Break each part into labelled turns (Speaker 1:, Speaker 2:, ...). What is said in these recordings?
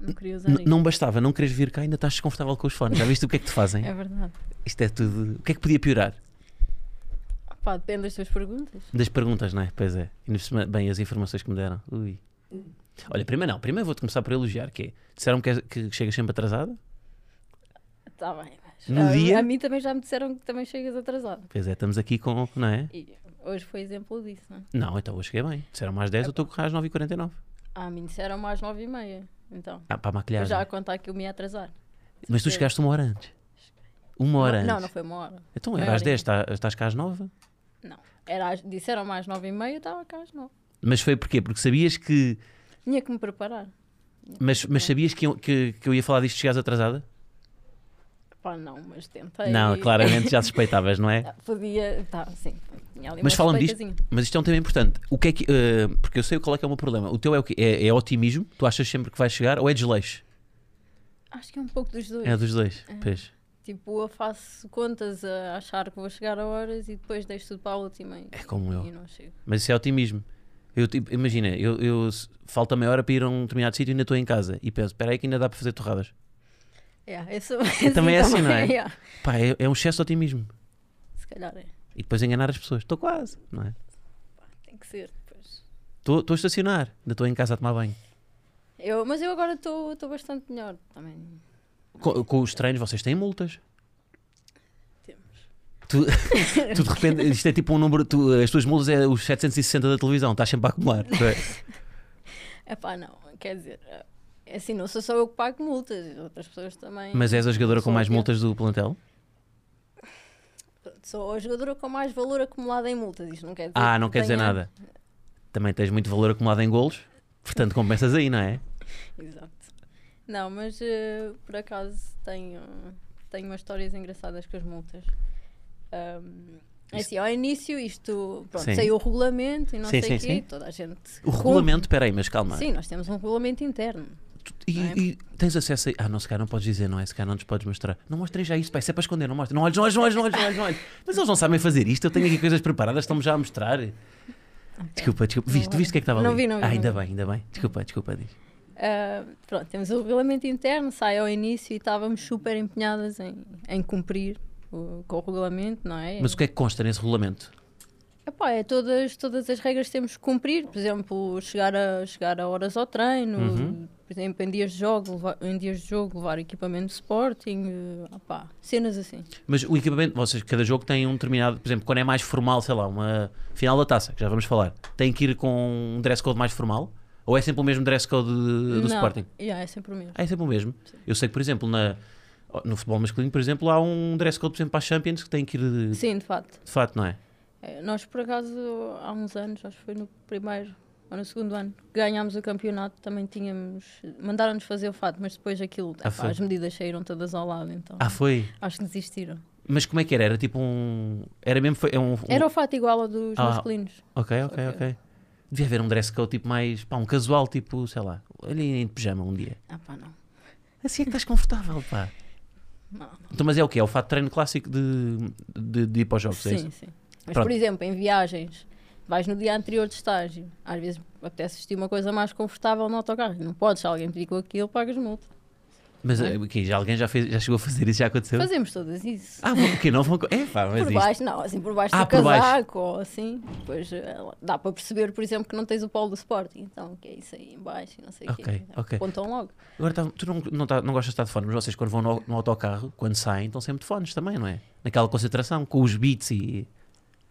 Speaker 1: eu queria usar
Speaker 2: N-
Speaker 1: isto.
Speaker 2: Não bastava não queres vir cá, ainda estás desconfortável com os fones. Já viste o que é que te fazem?
Speaker 1: É verdade.
Speaker 2: Isto é tudo. O que é que podia piorar?
Speaker 1: Ah, Pá, depende das tuas perguntas.
Speaker 2: Das perguntas, não é? Pois é. E, por cima, bem, as informações que me deram. Ui. Olha, primeiro não, primeiro vou-te começar por elogiar, que é, disseram que, é- que chegas sempre atrasada?
Speaker 1: Está Tá bem, mas.
Speaker 2: No
Speaker 1: a,
Speaker 2: dia?
Speaker 1: a mim também já me disseram que também chegas atrasado.
Speaker 2: Pois é, estamos aqui com, não é?
Speaker 1: E hoje foi exemplo disso, não é?
Speaker 2: Não, então eu cheguei bem. Disseram mais 10, eu estou com às 9h49.
Speaker 1: Ah, a mim disseram às nove e meia. Então,
Speaker 2: Ah, para a
Speaker 1: eu
Speaker 2: maquilhagem.
Speaker 1: já a contar que eu me ia atrasar.
Speaker 2: Mas tu chegaste uma hora antes. Uma hora antes.
Speaker 1: Não, não foi uma hora.
Speaker 2: Então
Speaker 1: Meia
Speaker 2: era às
Speaker 1: horinha.
Speaker 2: 10, tá- estás cá às 9?
Speaker 1: Não. Era às, disseram às nove e meia, eu estava cá às nove.
Speaker 2: Mas foi porquê? Porque sabias que.
Speaker 1: Tinha que me preparar.
Speaker 2: Mas, mas sabias que eu, que, que eu ia falar disto se chegares atrasada?
Speaker 1: Pá, não, mas tentei.
Speaker 2: Não, claramente já suspeitavas, não é?
Speaker 1: Ah, Podia, tá, sim. Tinha ali
Speaker 2: Mas
Speaker 1: uma
Speaker 2: fala-me disto.
Speaker 1: suspeitazinha.
Speaker 2: Mas isto é um tema importante. O que é que. eh, porque eu sei qual é que é o meu problema. O teu é o quê? É, é otimismo? Tu achas sempre que vais chegar? Ou é desleixo?
Speaker 1: Acho que é um pouco dos dois.
Speaker 2: É dos dois. Pois.
Speaker 1: Tipo, eu faço contas a achar que vou chegar a horas e depois deixo tudo para a última e,
Speaker 2: É como
Speaker 1: e
Speaker 2: eu.
Speaker 1: não chego.
Speaker 2: Mas isso é otimismo. Eu, tipo, imagina, eu, eu s- falta meia hora para ir a um determinado sítio e ainda estou em casa. E penso, espera aí que ainda dá para fazer torradas.
Speaker 1: Yeah, eu sou
Speaker 2: também é assim, não é?
Speaker 1: Yeah.
Speaker 2: Pá, é, é um excesso de otimismo.
Speaker 1: Se calhar é.
Speaker 2: E depois enganar as pessoas. Estou quase, não é?
Speaker 1: Tem que ser depois.
Speaker 2: Estou estou a estacionar. Ainda estou em casa a tomar banho.
Speaker 1: Eu, mas eu agora estou estou bastante melhor também.
Speaker 2: Com, com os treinos, vocês têm multas?
Speaker 1: Temos.
Speaker 2: Tu, tu de repente, isto é tipo um número, tu- as tuas multas é os 760 da televisão, estás sempre a acumular. Tu é-
Speaker 1: É pá, não. Quer dizer, é assim, não sou só eu que pago multas, outras pessoas também.
Speaker 2: Mas és a jogadora com
Speaker 1: Sou
Speaker 2: mais
Speaker 1: eu.
Speaker 2: multas do plantel?
Speaker 1: Sou a jogadora com mais valor acumulado em multas. Isto não quer dizer.
Speaker 2: Ah,
Speaker 1: que
Speaker 2: não quer dizer
Speaker 1: tenha-
Speaker 2: nada. Também tens muito valor acumulado em golos, portanto compensas aí, não é?
Speaker 1: Exato. Não, mas eh, por acaso tenho, tenho umas histórias engraçadas com as multas. Ahm, é
Speaker 2: Isto-
Speaker 1: assim, ao início isto pronto,
Speaker 2: Sim.
Speaker 1: saiu o regulamento e não
Speaker 2: Sim,
Speaker 1: sei o
Speaker 2: sim,
Speaker 1: quê,
Speaker 2: sim.
Speaker 1: toda a gente.
Speaker 2: O
Speaker 1: cumpre.
Speaker 2: regulamento, é? peraí, mas calma.
Speaker 1: Sim, nós temos um regulamento interno.
Speaker 2: Tu- e,
Speaker 1: não é?
Speaker 2: e tens acesso a. Ah, não, se calhar não podes dizer, não é? Se calhar não nos podes mostrar. Não mostrem já isso, pai, isso é para esconder, não mostra. Não olhes, não olhes, não olhes, não olhes, não olhes, não olhes. Mas eles não sabem fazer isto, eu tenho aqui coisas preparadas, estão-me já a mostrar. Desculpa, desculpa.
Speaker 1: Não
Speaker 2: Viste,
Speaker 1: olha.
Speaker 2: viste o que é que estava ali?
Speaker 1: Não vi, não vi,
Speaker 2: Ah,
Speaker 1: não
Speaker 2: ainda
Speaker 1: vi.
Speaker 2: bem, ainda bem. Desculpa, desculpa, diz.
Speaker 1: Ah, pronto, temos o regulamento interno, sai ao início e estávamos super empenhadas em, em cumprir o, com o regulamento, não é?
Speaker 2: Mas o que é que consta nesse regulamento?
Speaker 1: Epá, é todas, todas as regras que temos que cumprir, por exemplo, chegar a, chegar a horas ao treino,
Speaker 2: Uhum.
Speaker 1: por exemplo, em dias de jogo, levar, em dias de jogo, levar equipamento de Sporting, eh, opá, cenas assim.
Speaker 2: Mas o equipamento, vocês, cada jogo tem um determinado, por exemplo, quando é mais formal, sei lá, uma final da taça, que já vamos falar, tem que ir com um dress code mais formal? Ou é sempre o mesmo dress code de- do
Speaker 1: Não,
Speaker 2: Sporting?
Speaker 1: yeah, é sempre o mesmo.
Speaker 2: Ah, é sempre o mesmo. Eu sei que, por exemplo, na, no futebol masculino, por exemplo, há um dress code, por exemplo, para a Champions que tem que ir de, de
Speaker 1: Sim, de facto.
Speaker 2: fato, não é?
Speaker 1: Eh, Nós, por acaso, há uns anos, acho que foi no primeiro ou no segundo ano, que ganhámos o campeonato, também tínhamos, mandaram-nos fazer o fato, mas depois aquilo,
Speaker 2: Ah,
Speaker 1: epá,
Speaker 2: foi?
Speaker 1: as medidas saíram todas ao lado, então
Speaker 2: Ah, foi.
Speaker 1: acho que desistiram.
Speaker 2: Mas como é que era? Era tipo um. Era mesmo. Foi, é um, um-
Speaker 1: Era o fato igual ao dos
Speaker 2: Ah.
Speaker 1: masculinos.
Speaker 2: Ok, ok, ok. Devia haver um dress code tipo mais. pá, um casual, tipo, sei lá, ali em pijama um dia.
Speaker 1: Ah pá, não.
Speaker 2: Assim é que estás confortável, pá.
Speaker 1: Não, não.
Speaker 2: Então, mas é o quê? É o fato de treino clássico de, de, de ir para os jogos, é isso?
Speaker 1: Sim, sim. Mas,
Speaker 2: Pronto.
Speaker 1: por exemplo, em viagens, vais no dia anterior de estágio. Às vezes até assistir uma coisa mais confortável no autocarro. Não podes, se alguém pedir com aquilo, pagas multa.
Speaker 2: Mas eh, o quê? já alguém já, fez, já chegou a fazer isso? Já aconteceu?
Speaker 1: Fazemos todas isso.
Speaker 2: Ah, vão- o quê? Não vão. co- É, pá,
Speaker 1: por
Speaker 2: mas isto-
Speaker 1: baixo, não, assim por baixo
Speaker 2: Ah,
Speaker 1: do
Speaker 2: por baixo.
Speaker 1: casaco ou assim. Depois eh, dá para perceber, por exemplo, que não tens o polo do Sporting. Então, que é isso aí em baixo e não sei o
Speaker 2: Ok,
Speaker 1: quê. Então,
Speaker 2: ok.
Speaker 1: Apontam logo.
Speaker 2: Agora, tá- tu não, não, tá- não gostas de estar de fone, mas vocês quando vão no, no autocarro, quando saem, estão sempre de fones também, não é? Naquela concentração, com os beats e.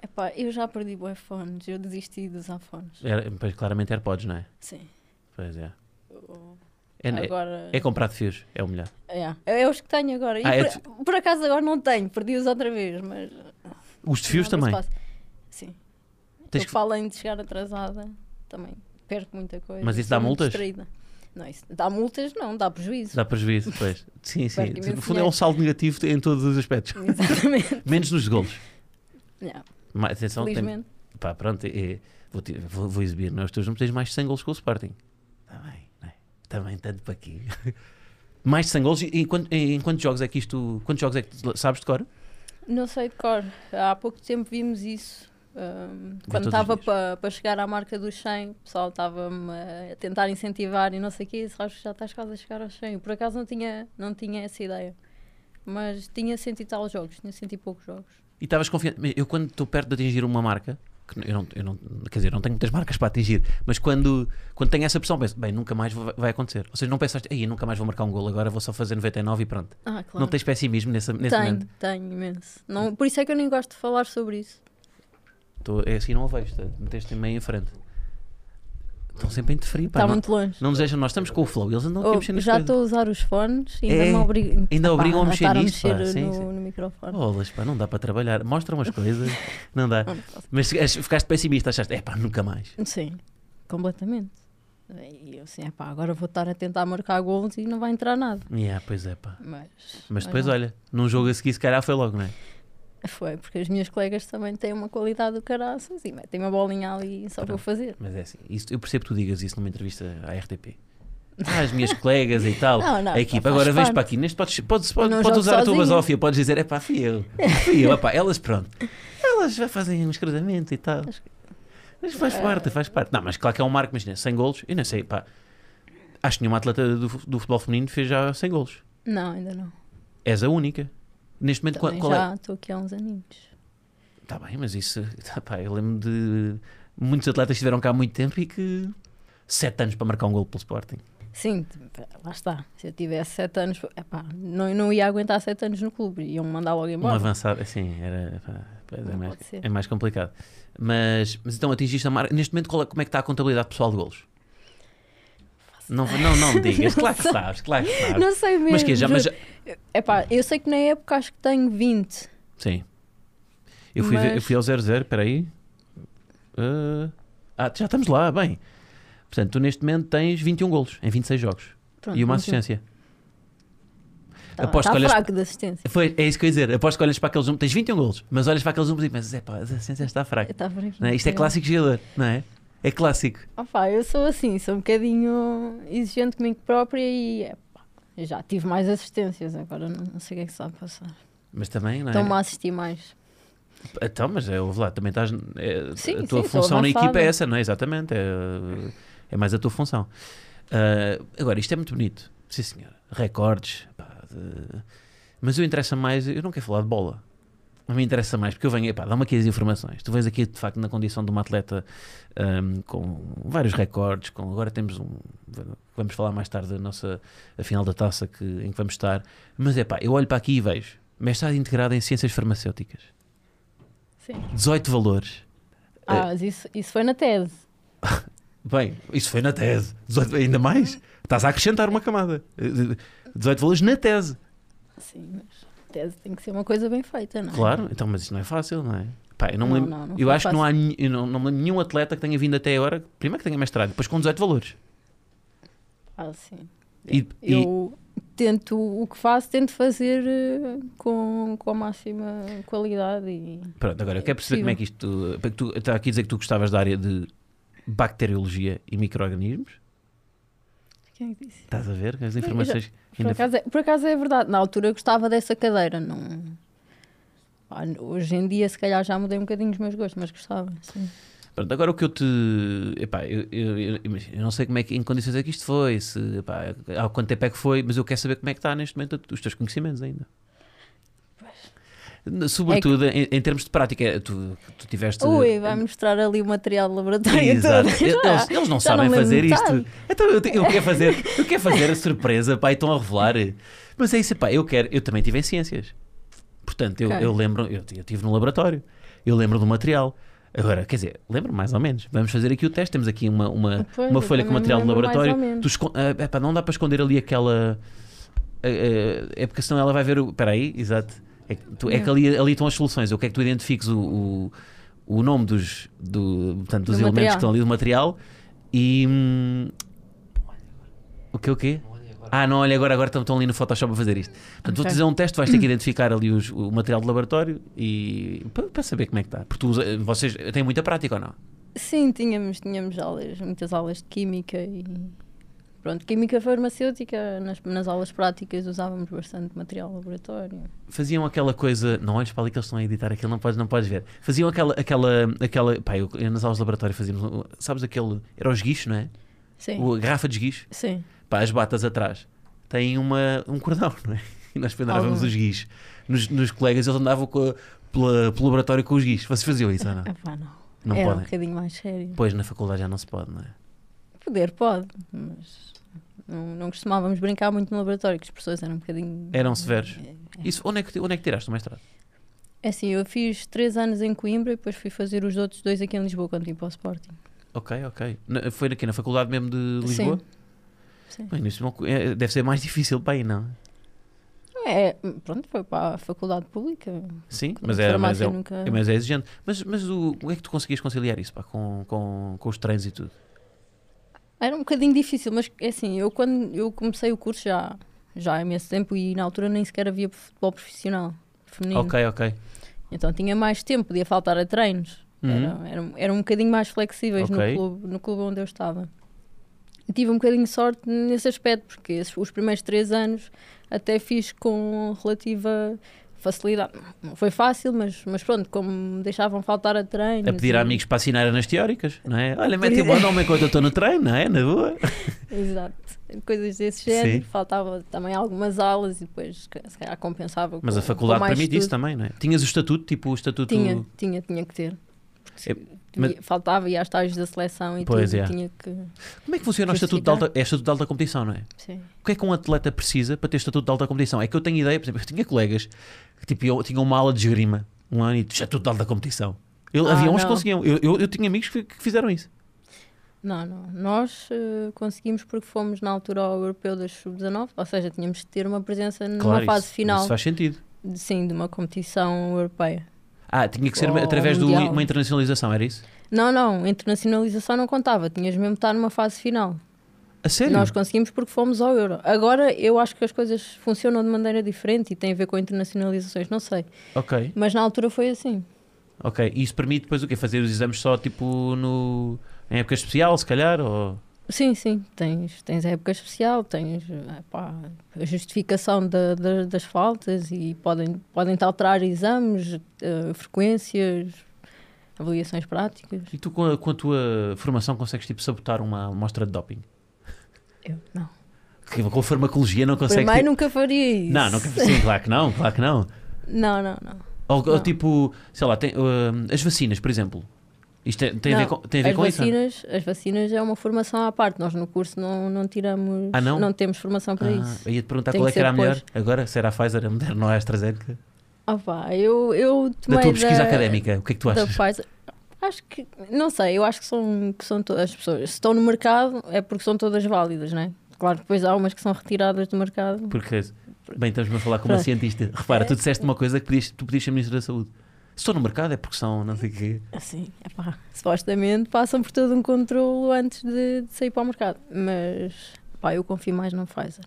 Speaker 1: Epá, eu já perdi o iPhones, eu desisti dos iPhones.
Speaker 2: era- pois, claramente AirPods, não é?
Speaker 1: Sim.
Speaker 2: Pois é.
Speaker 1: Eu-
Speaker 2: É, é-
Speaker 1: agora...
Speaker 2: é comprar de fios, é o melhor.
Speaker 1: É, é os que tenho agora. E
Speaker 2: Ah, é
Speaker 1: por, por acaso agora não tenho, perdi-os outra vez, mas.
Speaker 2: Os de fios
Speaker 1: não abre
Speaker 2: também.
Speaker 1: espaço. Sim.
Speaker 2: Tens
Speaker 1: eu
Speaker 2: que-
Speaker 1: falo em de chegar atrasada, também perco muita coisa.
Speaker 2: Mas isso
Speaker 1: sou
Speaker 2: dá
Speaker 1: muito
Speaker 2: multas?
Speaker 1: distraída. Não, isso dá multas, não, dá prejuízo.
Speaker 2: Dá prejuízo, pois. Sim, sim.
Speaker 1: Perto imenso
Speaker 2: No fundo é
Speaker 1: dinheiro.
Speaker 2: um saldo negativo em todos os aspectos.
Speaker 1: Exatamente.
Speaker 2: Menos nos golos.
Speaker 1: Yeah,
Speaker 2: Mas, atenção, tem-
Speaker 1: felizmente.
Speaker 2: pá, pronto, é- é- vou, te- vou- vou exibir nos teus números, tens mais de 100 gols que o Sporting. Está bem, não é? Também tanto para aqui. mais de 100 gols, e em, quant- em quantos jogos é que isto, quantos jogos é que tu sabes de cor?
Speaker 1: Não sei de cor. Há pouco tempo vimos isso. Um,
Speaker 2: De todos
Speaker 1: quando
Speaker 2: os
Speaker 1: estava
Speaker 2: dias.
Speaker 1: para chegar à marca dos 100, o pessoal estava-me a tentar incentivar e não sei o quê, sabes que já estás quase a chegar aos 100. Eu, Por acaso não tinha, não tinha essa ideia. Mas tinha cento e tal jogos, tinha cento e poucos jogos.
Speaker 2: E estavas confiante. Mas Eu, quando estou perto de atingir uma marca, que eu não, eu não, quer dizer, não tenho muitas marcas para atingir, mas quando, quando tenho essa pressão, penso, bem, nunca mais vou- vai acontecer. Ou seja, não pensaste, aí nunca mais vou marcar um gol agora, vou só fazer 99 e pronto.
Speaker 1: Ah, claro.
Speaker 2: Não tens pessimismo nesse, nesse
Speaker 1: tenho,
Speaker 2: momento.
Speaker 1: tenho imenso. Não, por isso é que eu nem gosto de falar sobre isso.
Speaker 2: Tô, é assim, não a vejo, tá? meteste-me meio em frente. Estão sempre a interferir, pá.
Speaker 1: Está
Speaker 2: não,
Speaker 1: muito longe.
Speaker 2: não nos deixam, nós estamos com o flow, eles andam aqui a
Speaker 1: Oh,
Speaker 2: mexer nas
Speaker 1: já
Speaker 2: coisas.
Speaker 1: estou a usar os fones e ainda
Speaker 2: É,
Speaker 1: me obrigam,
Speaker 2: ainda
Speaker 1: Epá,
Speaker 2: obrigam a mexer
Speaker 1: estar
Speaker 2: nisto, pá,
Speaker 1: mexer
Speaker 2: sim,
Speaker 1: no,
Speaker 2: sim.
Speaker 1: no microfone.
Speaker 2: Bolas, pá, não dá para trabalhar. Mostram as coisas, não dá. Mas se- as- ficaste pessimista, achaste, é pá, nunca mais.
Speaker 1: Sim, completamente. E eu assim, epá, agora vou estar a tentar marcar gols e não vai entrar nada.
Speaker 2: Yeah, pois é, pá.
Speaker 1: Mas,
Speaker 2: Mas
Speaker 1: mas
Speaker 2: depois,
Speaker 1: não.
Speaker 2: olha, num jogo a seguir, se calhar foi logo, não é?
Speaker 1: Foi, porque as minhas colegas também têm uma qualidade do caraças e metem uma bolinha ali e só vou
Speaker 2: Pronto.
Speaker 1: fazer.
Speaker 2: Mas é assim, isso, eu percebo que tu digas isso numa entrevista à RTP. Ah, as minhas colegas e tal,
Speaker 1: Não, não,
Speaker 2: a equipa.
Speaker 1: faz
Speaker 2: Agora vens
Speaker 1: parte.
Speaker 2: para aqui, neste podes, podes, podes,
Speaker 1: Não
Speaker 2: podes
Speaker 1: jogo
Speaker 2: usar a tua
Speaker 1: sozinha.
Speaker 2: basófia, podes dizer, é pá, fui eu, fui eu, epá, elas pronto, elas já fazem uns cruzamentos e tal.
Speaker 1: Acho É.
Speaker 2: Mas faz parte, faz parte. Não, mas claro que é um marco, imagina, 100 golos, eu não sei, pá, acho que nenhuma atleta do, fu- do futebol feminino fez já 100 golos.
Speaker 1: Não, ainda não.
Speaker 2: És a única. Neste momento, qual,
Speaker 1: Também
Speaker 2: qual é?
Speaker 1: já estou aqui há uns aninhos.
Speaker 2: Está bem, mas isso, tá, pá, eu lembro de muitos atletas que estiveram cá há muito tempo e que 7 anos para marcar um gol pelo Sporting.
Speaker 1: Sim, tipo, lá está. Se eu tivesse sete anos, epá, não, não ia aguentar sete anos no clube. Iam me mandar logo
Speaker 2: Um
Speaker 1: embora.
Speaker 2: avançado, assim, era, pá, pois é,
Speaker 1: Não
Speaker 2: mais,
Speaker 1: pode ser.
Speaker 2: é mais complicado. Mas, mas então atingiste a marca. Neste momento, qual é- como é que está a contabilidade pessoal de golos? Não, não, não digas, claro que sabes, claro que sabes.
Speaker 1: Não sei mesmo.
Speaker 2: mas que é, já, mas
Speaker 1: juro.
Speaker 2: já-
Speaker 1: Epá, eu sei que na época acho que tenho 20.
Speaker 2: Sim. Eu fui, ver-
Speaker 1: Mas-
Speaker 2: eu fui ao 00, espera aí. Ah, ah, já estamos lá, bem. Portanto, tu neste momento tens 21 golos em 26 jogos
Speaker 1: Pronto,
Speaker 2: e uma
Speaker 1: mas é. eu-
Speaker 2: assistência.
Speaker 1: Tá,
Speaker 2: Aposto
Speaker 1: tá
Speaker 2: que olhas-
Speaker 1: fraco de assistência.
Speaker 2: Foi, é isso que eu ia dizer. Aposto que olhas para aqueles números, tens 21 golos, mas olhas para aqueles números e pensas, é pá, a assistência está fraca.
Speaker 1: Eu tava por aqui.
Speaker 2: Não é? Isto é clássico jogador, não é? É clássico.
Speaker 1: Opá, eu sou assim, sou um bocadinho exigente comigo própria e epá, eu já tive mais assistências, agora não, não sei o que é que sabe passar.
Speaker 2: Mas também, não é?
Speaker 1: Estão-me a assistir mais.
Speaker 2: Então, mas é, ouve lá, também estás. é,
Speaker 1: Sim,
Speaker 2: a
Speaker 1: sim,
Speaker 2: tua
Speaker 1: sou
Speaker 2: função na
Speaker 1: avançada.
Speaker 2: equipa é essa, não é? Exatamente. É, é mais a tua função. Ah, agora, isto é muito bonito. Sim, senhora. Recordes. pá, de- Mas eu interessa mais. Eu não quero falar de bola. A mim interessa mais, porque eu venho. Pá, dá-me aqui as informações. Tu vens aqui, de facto, na condição de uma atleta ahm, com vários recordes. Com, agora temos um. Vamos falar mais tarde da nossa a final da taça que, em que vamos estar. Mas é pá, eu olho para aqui e vejo. Mestrado integrado em Ciências Farmacêuticas.
Speaker 1: Sim.
Speaker 2: 18 valores.
Speaker 1: Ah, mas isso, isso foi na TED.
Speaker 2: Bem, isso foi na tese. 18, ainda mais? Estás a acrescentar uma camada. Eh, 18 valores na tese.
Speaker 1: Sim, mas a TED tem que ser uma coisa bem feita, não é?
Speaker 2: Claro, então, mas isto não é fácil, não é? Pá, eu não, me
Speaker 1: Não,
Speaker 2: lembro-
Speaker 1: não, não
Speaker 2: eu
Speaker 1: foi
Speaker 2: acho que não há nenhum, eu não, não me lembro nenhum atleta que tenha vindo até agora, primeiro que tenha mestrado, depois com 18 valores.
Speaker 1: Ah, sim.
Speaker 2: E, e-
Speaker 1: Eu tento, o que faço, tento fazer eh, com, com a máxima qualidade e
Speaker 2: pronto, agora eu quero perceber
Speaker 1: Sim.
Speaker 2: como é que isto. porque Tu, está aqui a dizer que tu gostavas da área de bacteriologia e micro-organismos.
Speaker 1: quem é que disse?
Speaker 2: Estás a ver? As informações.
Speaker 1: Por
Speaker 2: ainda-
Speaker 1: acaso, é, por acaso é verdade. Na altura eu gostava dessa cadeira. Não... Pá, hoje em dia, se calhar, já mudei um bocadinho os meus gostos, mas gostava. Sim.
Speaker 2: Pronto, agora o que eu te. Epá, eu, eu, eu- imagina, eu não sei como é que, em que condições é que isto foi, se, epá, há quanto tempo é que foi, mas eu quero saber como é que está neste momento os teus conhecimentos ainda. Sobretudo em, em termos de prática, tu, tu tiveste.
Speaker 1: Ui, vai mostrar ali o material de laboratório
Speaker 2: Exato.
Speaker 1: todo.
Speaker 2: Eles,
Speaker 1: Já-
Speaker 2: eles não
Speaker 1: já
Speaker 2: sabem
Speaker 1: lembro
Speaker 2: fazer
Speaker 1: metade.
Speaker 2: isto. Então eu, te- eu quero fazer, eu quero fazer a surpresa, pá, e estão a revelar. Mas é isso, pá, eu quero, eu também tive em ciências. Portanto, eu,
Speaker 1: Ok.
Speaker 2: eu lembro, eu, eu tive no laboratório, eu lembro do material. Agora, quer dizer, lembro mais ou menos. Vamos fazer aqui o teste. Temos aqui uma, uma,
Speaker 1: Ah, Pois,
Speaker 2: uma
Speaker 1: eu
Speaker 2: folha com
Speaker 1: também me
Speaker 2: material do
Speaker 1: lembro mais
Speaker 2: laboratório.
Speaker 1: ou menos.
Speaker 2: Tu escon- ah, epá, não dá para esconder ali aquela. ah, ah, é porque senão ela vai ver o. Espera aí, exato. É que, tu- é
Speaker 1: Hum.
Speaker 2: que ali, ali estão as soluções. Eu quero que tu identifiques o, o, o nome dos, do, portanto, dos
Speaker 1: Do
Speaker 2: elementos
Speaker 1: material.
Speaker 2: que estão ali do material e. hum, o que o quê? Ah, não, olha, agora, agora estão, estão ali no Photoshop a fazer isto. Portanto, vou
Speaker 1: Ok.
Speaker 2: fazer um teste, vais ter que identificar ali os- o material do laboratório e pa- para, saber como é que está. Porque tu usa- vocês têm muita prática ou não?
Speaker 1: Sim, tínhamos, tínhamos aulas, muitas aulas de química e Pronto, química farmacêutica, nas, nas aulas práticas usávamos bastante material laboratório.
Speaker 2: faziam aquela coisa. Não olhes para ali que eles estão a editar aquilo, não podes, não podes ver. Faziam aquela. aquela, aquela pá, eu, eu nas aulas de laboratório fazíamos. um- Sabes aquele. Era o esguicho, não é?
Speaker 1: Sim.
Speaker 2: O, a garrafa de esguicho.
Speaker 1: Sim.
Speaker 2: Pá, as batas atrás têm uma, um cordão, não é? E nós pendurávamos
Speaker 1: Algum.
Speaker 2: os guis. Nos, nos colegas eles andavam com a- pela- pelo laboratório com os guis. Vocês faziam isso ou não?
Speaker 1: Ah, pá, não.
Speaker 2: Não
Speaker 1: Era um
Speaker 2: podem.
Speaker 1: bocadinho mais sério.
Speaker 2: Pois na faculdade já não se pode, não é?
Speaker 1: Poder pode, mas não, não costumávamos brincar muito no laboratório, que os professores eram um bocadinho.
Speaker 2: Eram severos.
Speaker 1: É,
Speaker 2: Isso, onde é que, onde é que tiraste o mestrado?
Speaker 1: é. assim, eu fiz três anos em Coimbra e depois fui fazer os outros dois aqui em Lisboa quando vim para o Sporting.
Speaker 2: Ok, ok. Na- foi aqui na faculdade mesmo de Lisboa?
Speaker 1: Sim.
Speaker 2: Bem, isso não- é- deve ser mais difícil para aí, não?
Speaker 1: É, pronto, foi para a faculdade pública.
Speaker 2: Sim,
Speaker 1: que
Speaker 2: mas
Speaker 1: a
Speaker 2: é, mas
Speaker 1: farmácia
Speaker 2: é,
Speaker 1: nunca...
Speaker 2: é- mas é exigente. Mas, mas o, como é que tu conseguias conciliar isso pá, com, com, com os trens e tudo?
Speaker 1: Era um bocadinho difícil, mas é assim, eu quando eu comecei o curso já, já há imenso tempo e na altura nem sequer havia futebol profissional feminino.
Speaker 2: Ok, ok.
Speaker 1: Então tinha mais tempo, podia faltar a treinos.
Speaker 2: Uhum.
Speaker 1: Era, era, era um bocadinho mais flexíveis
Speaker 2: Ok.
Speaker 1: no, clube, no clube onde eu estava. E tive um bocadinho de sorte nesse aspecto, porque esses- os primeiros três anos até fiz com relativa facilidade. Não foi fácil, mas, mas pronto, como me deixavam faltar a treinos.
Speaker 2: A pedir
Speaker 1: e-
Speaker 2: a amigos para assinarem nas teóricas, não é? Olha, mete o nome enquanto eu estou no treino, não é? Na boa.
Speaker 1: Exato, coisas desse
Speaker 2: Sim.
Speaker 1: género. Faltava também algumas aulas e depois se calhar compensava.
Speaker 2: Mas
Speaker 1: com-
Speaker 2: a faculdade
Speaker 1: com mais
Speaker 2: permite isso
Speaker 1: estudo.
Speaker 2: também, não é? Tinhas o estatuto, tipo o estatuto.
Speaker 1: Tinha, tinha, tinha que ter. Porque
Speaker 2: É,
Speaker 1: devia- Faltava e às estágios da seleção e
Speaker 2: Pois
Speaker 1: tudo,
Speaker 2: é.
Speaker 1: tinha que.
Speaker 2: Como é que funciona o estatuto de
Speaker 1: Justificar.
Speaker 2: alta, é estatuto de alta competição, não é?
Speaker 1: Sim.
Speaker 2: O que é que um atleta precisa para ter estatuto de alta competição? É que eu tenho ideia, por exemplo, eu tinha colegas que tipo, eu, tinham uma aula de esgrima, um ano e estatuto de alta competição. Eu,
Speaker 1: Ah,
Speaker 2: havia uns que
Speaker 1: não.
Speaker 2: conseguiam. Eu, eu, eu tinha amigos que, que fizeram isso.
Speaker 1: Não, não. Nós eh, conseguimos porque fomos na altura ao europeu das sub-19, ou seja, tínhamos de ter uma presença numa
Speaker 2: Claro,
Speaker 1: fase
Speaker 2: isso,
Speaker 1: final,
Speaker 2: Isso faz sentido.
Speaker 1: de- sim, de uma competição europeia.
Speaker 2: Ah, tinha que ser
Speaker 1: Ou
Speaker 2: através de
Speaker 1: mundial.
Speaker 2: uma internacionalização, era isso?
Speaker 1: Não, não, internacionalização não contava, tinhas mesmo de estar numa fase final.
Speaker 2: A sério?
Speaker 1: Nós conseguimos porque fomos ao euro. Agora eu acho que as coisas funcionam de maneira diferente e tem a ver com internacionalizações, não sei.
Speaker 2: Ok,
Speaker 1: Mas na altura foi assim.
Speaker 2: ok. E isso permite depois o quê? Fazer os exames só tipo no. em época especial, se calhar? Ou...
Speaker 1: Sim, sim, tens, tens a época especial, tens eh, pá, a justificação da- da- das faltas e podem, podem te alterar exames, eh, frequências, avaliações práticas.
Speaker 2: E tu com a, com a tua formação consegues tipo sabotar uma amostra de doping?
Speaker 1: Eu não.
Speaker 2: Que com a farmacologia não consegues.
Speaker 1: Primeiro
Speaker 2: tipo-
Speaker 1: nunca faria isso.
Speaker 2: Não, nunca sim, claro que não, claro que não.
Speaker 1: Não, não, não.
Speaker 2: Ou, ou
Speaker 1: Não.
Speaker 2: tipo, sei lá, tem, hum, as vacinas, por exemplo. Isto tem, tem a ver
Speaker 1: Não,
Speaker 2: com, tem a ver
Speaker 1: as
Speaker 2: com isso? é?
Speaker 1: vacinas, As vacinas é uma formação à parte. Nós no curso não, não tiramos,
Speaker 2: Ah, não?
Speaker 1: temos formação para isso.
Speaker 2: Ah, eu ia te perguntar
Speaker 1: Tem
Speaker 2: qual
Speaker 1: que
Speaker 2: é que era a
Speaker 1: ser
Speaker 2: melhor.
Speaker 1: depois.
Speaker 2: Agora, se era a Pfizer, a Moderna ou a AstraZeneca?
Speaker 1: Ah, pá, eu, eu tomei
Speaker 2: da tua pesquisa académica, o que é que tu
Speaker 1: ah, da
Speaker 2: achas?
Speaker 1: Pfizer. Acho que, não sei, eu acho que são, que são todas as pessoas. Se estão no mercado é porque são todas válidas, não é? Claro que depois há umas que são retiradas do mercado.
Speaker 2: Porque, bem, estamos-me a falar com uma
Speaker 1: Pronto. É.
Speaker 2: cientista. Repara, tu disseste uma coisa que podias, tu podias ser Ministro da Saúde. Se estou no mercado é porque são, não sei o quê.
Speaker 1: Assim, epá, supostamente passam por todo um controlo antes de, de sair para o mercado. Mas, pá, eu confio mais no Pfizer.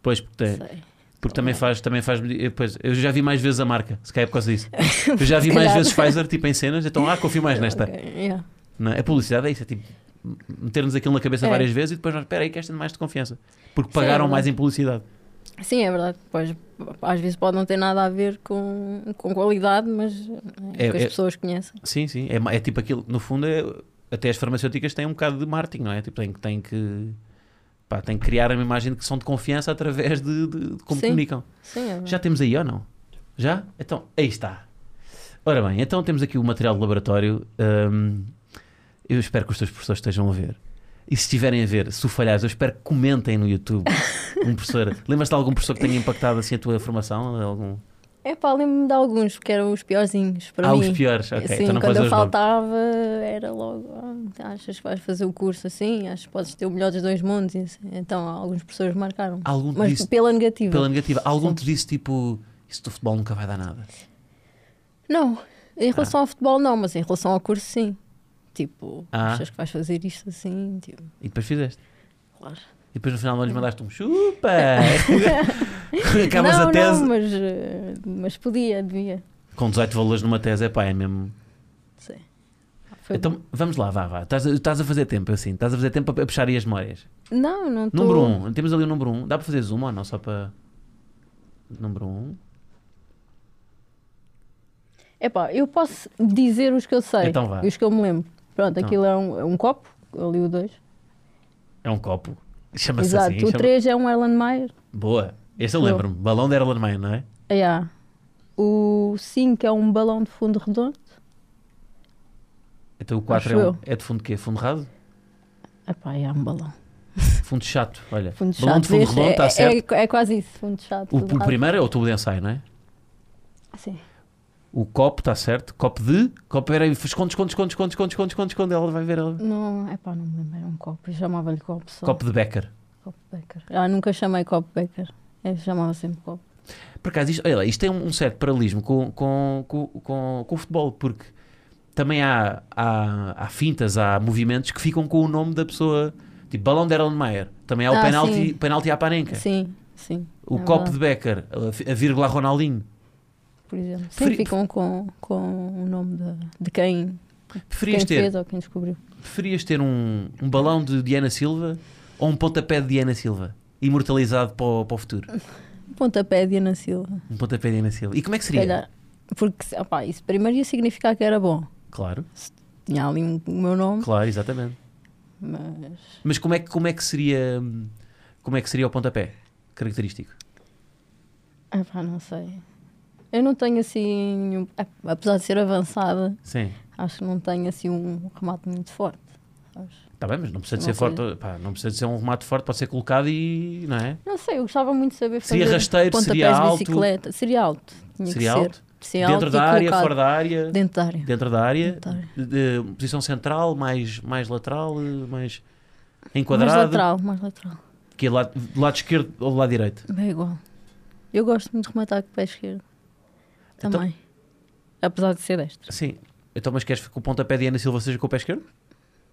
Speaker 2: Pois, porque, tem-
Speaker 1: Sei.
Speaker 2: porque também faz, também faz. eh, Pois, eu já vi mais vezes a marca, se calhar é por causa disso. Eu já vi mais
Speaker 1: calhar.
Speaker 2: vezes Pfizer, tipo em cenas, então, ah, confio mais nesta.
Speaker 1: Ok, yeah.
Speaker 2: Não é? A publicidade é isso, é tipo m- meter-nos aquilo na cabeça
Speaker 1: É.
Speaker 2: várias vezes e depois nós, espera aí, que esta é mais de confiança. Porque
Speaker 1: Sim, é
Speaker 2: pagaram
Speaker 1: verdade.
Speaker 2: mais em publicidade.
Speaker 1: Sim, é verdade. Pois, às vezes pode não ter nada a ver com, com qualidade, mas é,
Speaker 2: É-
Speaker 1: o que as
Speaker 2: é-
Speaker 1: pessoas conhecem.
Speaker 2: Sim, sim. É, ma- é tipo aquilo, no fundo, é, até as farmacêuticas têm um bocado de marketing, não é? Tipo, têm, que- têm que. Pá, têm que criar uma imagem de que são de confiança através de, de- de como
Speaker 1: Sim.
Speaker 2: comunicam.
Speaker 1: Sim, é verdade.
Speaker 2: Já temos aí ou não? Já? Então, aí está. Ora bem, então temos aqui o material de laboratório. Hum, eu espero que os teus professores estejam a ver. E se estiverem a ver, se o falhares, eu espero que comentem no YouTube. Um professor. Lembras-te de algum professor que tenha impactado assim a tua formação? Algum...
Speaker 1: É pá, lembro-me de alguns, porque eram os piorzinhos para
Speaker 2: ah,
Speaker 1: mim.
Speaker 2: os piores. Ok,
Speaker 1: Sim,
Speaker 2: então não
Speaker 1: quando
Speaker 2: podes
Speaker 1: eu tá
Speaker 2: dar os nomes.
Speaker 1: faltava era logo, "Ah, achas que vais fazer o curso assim, achas que podes ter o melhor dos dois mundos. E assim, Então alguns professores marcaram.
Speaker 2: Algum te
Speaker 1: Mas
Speaker 2: disse,
Speaker 1: pela negativa.
Speaker 2: pela negativa, algum te disse tipo: Isso do futebol nunca vai dar nada.
Speaker 1: Não, em relação ao futebol não, mas em relação ao curso sim. Tipo,
Speaker 2: Ah.
Speaker 1: achas que vais fazer isto assim? Tipo,
Speaker 2: E depois fizeste.
Speaker 1: claro.
Speaker 2: E depois no final não lhes mandaste um chupa! Acabas
Speaker 1: não,
Speaker 2: a tese.
Speaker 1: não, mas, eh, mas podia, devia.
Speaker 2: Com 18 valores numa tese, é pá, é mesmo.
Speaker 1: Sim. Foi
Speaker 2: então
Speaker 1: bom.
Speaker 2: vamos lá, vá, vá. Estás, a- estás a fazer tempo, assim. Estás a fazer tempo a, a puxar aí as memórias.
Speaker 1: Não, não estou.
Speaker 2: Número 1, um, temos ali o número 1. Um. Dá para fazer zoom ou não? Só para. Número 1. Um.
Speaker 1: Epá, eu posso dizer os que eu sei
Speaker 2: Então vá.
Speaker 1: e os que eu me lembro. Pronto,
Speaker 2: Então.
Speaker 1: aquilo é um, é um copo, ali o 2.
Speaker 2: É um copo. Chama-se
Speaker 1: Exato.
Speaker 2: assim.
Speaker 1: o
Speaker 2: chama-
Speaker 1: 3 é um Ellen Mayer.
Speaker 2: Boa. Esse eu lembro-me. Balão de Erlen Mayer, não é?
Speaker 1: Yeah. O 5 é um balão de fundo redondo.
Speaker 2: Então o 4 é,
Speaker 1: Acho
Speaker 2: um- é de fundo o quê? Fundo rado?
Speaker 1: Epá, é um balão.
Speaker 2: Fundo chato, olha.
Speaker 1: Fundo
Speaker 2: balão
Speaker 1: chato.
Speaker 2: de fundo
Speaker 1: Este
Speaker 2: redondo, está
Speaker 1: é,
Speaker 2: certo.
Speaker 1: é- é quase isso, fundo chato.
Speaker 2: O,
Speaker 1: tudo
Speaker 2: o
Speaker 1: raso.
Speaker 2: primeiro é o tubo de ensaio, não é?
Speaker 1: Sim.
Speaker 2: O copo, está certo. Copo de. Copo, peraí, esconde, esconde, esconde, esconde, esconde, esconde, esconde, esconde. Ela vai ver. Ela...
Speaker 1: Não, epá, não me lembro, era um copo. Eu chamava-lhe copo só.
Speaker 2: Copo de Becker.
Speaker 1: Copo Becker. Ah, nunca chamei copo Becker. Eu chamava sempre copo.
Speaker 2: Por acaso, isto, olha lá, isto tem um um certo paralelismo com, com, com, com, com o futebol, porque também há, há, há fintas, há movimentos que ficam com o nome da pessoa. Tipo, balão de Erlenmeyer. Também há o
Speaker 1: Ah,
Speaker 2: penalti,
Speaker 1: sim.
Speaker 2: penalti à Panenka.
Speaker 1: Sim, sim.
Speaker 2: O
Speaker 1: é
Speaker 2: copo
Speaker 1: verdade,
Speaker 2: de Becker, a fi- a vírgula a Ronaldinho.
Speaker 1: Por exemplo. Sim,
Speaker 2: Preferi-
Speaker 1: ficam com, com o nome de, de quem, quem
Speaker 2: Preferias ter,
Speaker 1: fez ou quem descobriu.
Speaker 2: preferias ter um, um balão de Diana Silva ou um pontapé de Diana Silva? Imortalizado para o, para o futuro.
Speaker 1: Pontapé de Ana Silva.
Speaker 2: Um pontapé de Diana Silva. E como é que
Speaker 1: se
Speaker 2: seria?
Speaker 1: calhar. Porque, se- opá, isso primeiro ia significar que era bom.
Speaker 2: Claro,
Speaker 1: Tinha ali um- o meu nome,
Speaker 2: claro, exatamente.
Speaker 1: mas
Speaker 2: Mas como é, que- como é que seria hum, como é que seria o pontapé característico?
Speaker 1: Epá, não sei. Eu não tenho assim. nenhum- ap- Apesar de ser avançada,
Speaker 2: Sim.
Speaker 1: acho que não tenho assim um remate muito forte. sabes?
Speaker 2: Está Tá bem, mas não precisa de
Speaker 1: Uma
Speaker 2: ser forte, pá, não precisa de ser um remate forte, pode ser colocado e não é?
Speaker 1: Não sei, eu gostava muito de saber fazer.
Speaker 2: Seria rasteiro,
Speaker 1: pontapés
Speaker 2: seria
Speaker 1: de
Speaker 2: alto?
Speaker 1: bicicleta. Seria alto. Tinha
Speaker 2: Seria
Speaker 1: que ser.
Speaker 2: alto?
Speaker 1: Seria
Speaker 2: dentro
Speaker 1: alto
Speaker 2: da
Speaker 1: e
Speaker 2: área,
Speaker 1: É colocado.
Speaker 2: fora da área,
Speaker 1: Dentro da área.
Speaker 2: dentro da área,
Speaker 1: Dentro da área.
Speaker 2: de- de posição central, mais mais lateral, eh, mais
Speaker 1: Mais
Speaker 2: enquadrada,
Speaker 1: lateral, mais lateral.
Speaker 2: que é lado, do lado esquerdo ou do lado direito.
Speaker 1: É igual. Eu gosto muito de rematar com o pé esquerdo.
Speaker 2: Então-
Speaker 1: Também. Apesar de ser destro.
Speaker 2: Sim. Então, mas queres que o pontapé de Ana Silva seja com o pé esquerdo?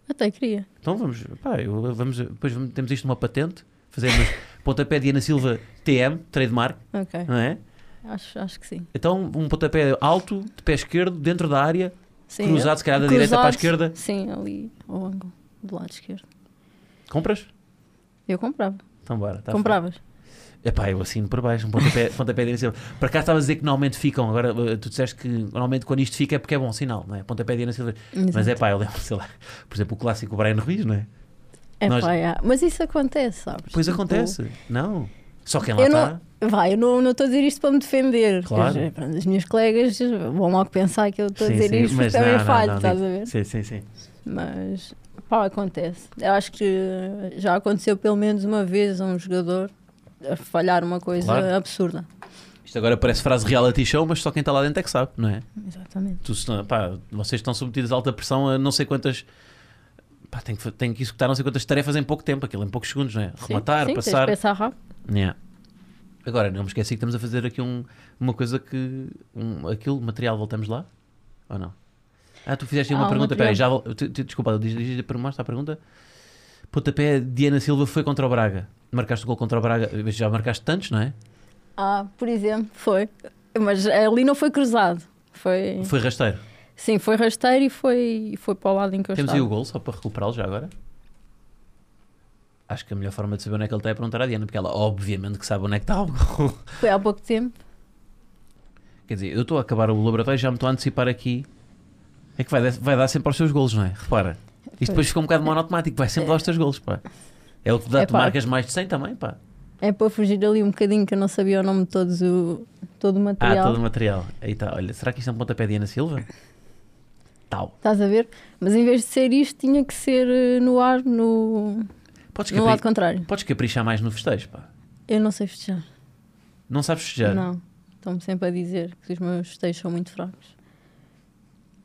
Speaker 1: Até queria.
Speaker 2: Então vamos, pá, eu- vamos, depois vamos- temos isto numa patente, fazemos pontapé de Ana Silva TM, trademark,
Speaker 1: Ok.
Speaker 2: não é?
Speaker 1: Acho, acho que sim.
Speaker 2: Então, um pontapé alto, de pé esquerdo, dentro da área,
Speaker 1: Sim,
Speaker 2: cruzado, se calhar da direita para a esquerda.
Speaker 1: Sim, ali ao ângulo do lado esquerdo.
Speaker 2: Compras?
Speaker 1: Eu comprava.
Speaker 2: Então bora. Tá
Speaker 1: Compravas?
Speaker 2: É pá, eu assino por baixo, um pontapé, pontapé de Ana Silva. Para cá estava a dizer que normalmente ficam, agora eh, tu disseste que normalmente quando isto fica é porque é bom sinal, não é? Pontapé de Ana Silva. Mas é pá, eu lembro, sei lá, por exemplo, o clássico Brian Ruiz, não é?
Speaker 1: É
Speaker 2: nós-
Speaker 1: pá, é. Mas isso acontece, sabes?
Speaker 2: Pois
Speaker 1: Tipo,
Speaker 2: acontece, não? Só quem lá tá.
Speaker 1: eu
Speaker 2: está.
Speaker 1: não- Vai, eu não não estou a dizer isto para me defender.
Speaker 2: Claro.
Speaker 1: Mas, pronto, As minhas colegas vão logo pensar que eu estou a
Speaker 2: Sim,
Speaker 1: dizer
Speaker 2: sim,
Speaker 1: isto porque
Speaker 2: mas
Speaker 1: também é
Speaker 2: não, não,
Speaker 1: falho,
Speaker 2: não,
Speaker 1: estás a
Speaker 2: digo-
Speaker 1: ver?
Speaker 2: Sim, sim, sim.
Speaker 1: Mas pá, acontece. Eu acho que já aconteceu pelo menos uma vez a um jogador a falhar uma coisa
Speaker 2: Claro.
Speaker 1: absurda.
Speaker 2: Isto agora parece frase reality show, mas só quem está lá dentro é que sabe, não é?
Speaker 1: Exatamente.
Speaker 2: Tu, se não- pá, vocês estão submetidos a alta pressão a não sei quantas. Pá, tem que, fa- tem que executar não sei quantas tarefas em pouco tempo, aquilo em poucos segundos, não é? Rematar,
Speaker 1: sim, Tens de
Speaker 2: passar.
Speaker 1: pensar rápido.
Speaker 2: Yeah. Agora, não me esqueci que estamos a fazer aqui um- uma coisa que. Um, aquilo, material, voltamos lá? Ou não? Ah, tu fizeste uma
Speaker 1: Ah, o
Speaker 2: pergunta,
Speaker 1: material.
Speaker 2: peraí, já. vol- tu- tu- Desculpa, diz, diz, diz- mostra a pergunta. Pontapé, Diana Silva foi contra o Braga. Marcaste o gol contra o Braga, mas já marcaste tantos, não é?
Speaker 1: Ah, por exemplo, foi. Mas ali não foi cruzado. Foi.
Speaker 2: Foi rasteiro.
Speaker 1: Sim, foi rasteiro e foi, e foi para o lado em que eu
Speaker 2: Temos aí
Speaker 1: estava.
Speaker 2: o gol, só para recuperá-lo já agora. Acho que a melhor forma de saber onde é que ele está é perguntar à Diana, porque ela obviamente que sabe onde é que está o gol.
Speaker 1: Foi há pouco tempo.
Speaker 2: Quer dizer, eu estou a acabar o laboratório e já me estou a antecipar aqui. É que vai, dar- vai dar sempre aos teus golos, não é? Repara. Isto depois fica um bocado monotemático, vai sempre aos teus golos, pá. É o que dá,
Speaker 1: É
Speaker 2: tu
Speaker 1: pá.
Speaker 2: marcas mais de 100 também, pá.
Speaker 1: É para fugir ali um bocadinho que eu não sabia o nome de todos o, todo o
Speaker 2: Ah,
Speaker 1: material.
Speaker 2: todo o material. Aí está, olha, será que isto é um pontapé de Ana Silva? Tal.
Speaker 1: Estás a ver? Mas em vez de ser isto, tinha que ser eh, no ar, no,
Speaker 2: Podes,
Speaker 1: no lado
Speaker 2: capri...
Speaker 1: contrário.
Speaker 2: Podes caprichar mais no festejo, pá.
Speaker 1: Eu não sei festejar.
Speaker 2: Não sabes festejar?
Speaker 1: Não. Estão-me sempre a dizer que os meus festejos são muito fracos.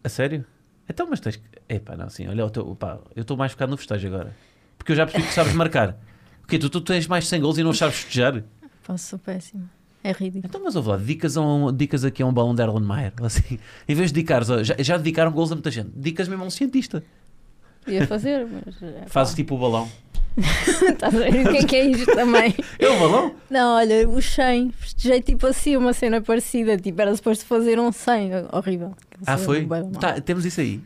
Speaker 2: A sério? Então, mas tens que. Epá, não, sim, olha, o teu- pá, eu estou mais focado no festejo agora. Porque eu já percebi que sabes marcar. O quê? Tu, tu tens mais de 100 gols e não sabes festejar?
Speaker 1: Faço sou péssima. É ridículo.
Speaker 2: Então, mas ouve lá, dicas, a um, dicas aqui a um balão de Erlenmeyer. Assim, em vez de dedicares, a- já, já dedicaram gols a muita gente, dicas mesmo a um cientista.
Speaker 1: Ia fazer, mas. eh,
Speaker 2: Fazes tipo o balão.
Speaker 1: pá. Estás a ver o que é que é isto também?
Speaker 2: É o balão?
Speaker 1: Não, olha, o 100, festejei tipo assim, uma cena parecida. Tipo, era suposto fazer um 100. Horrível.
Speaker 2: Ah,
Speaker 1: Aquilo
Speaker 2: foi?
Speaker 1: bué da mal.
Speaker 2: Tá, temos isso aí.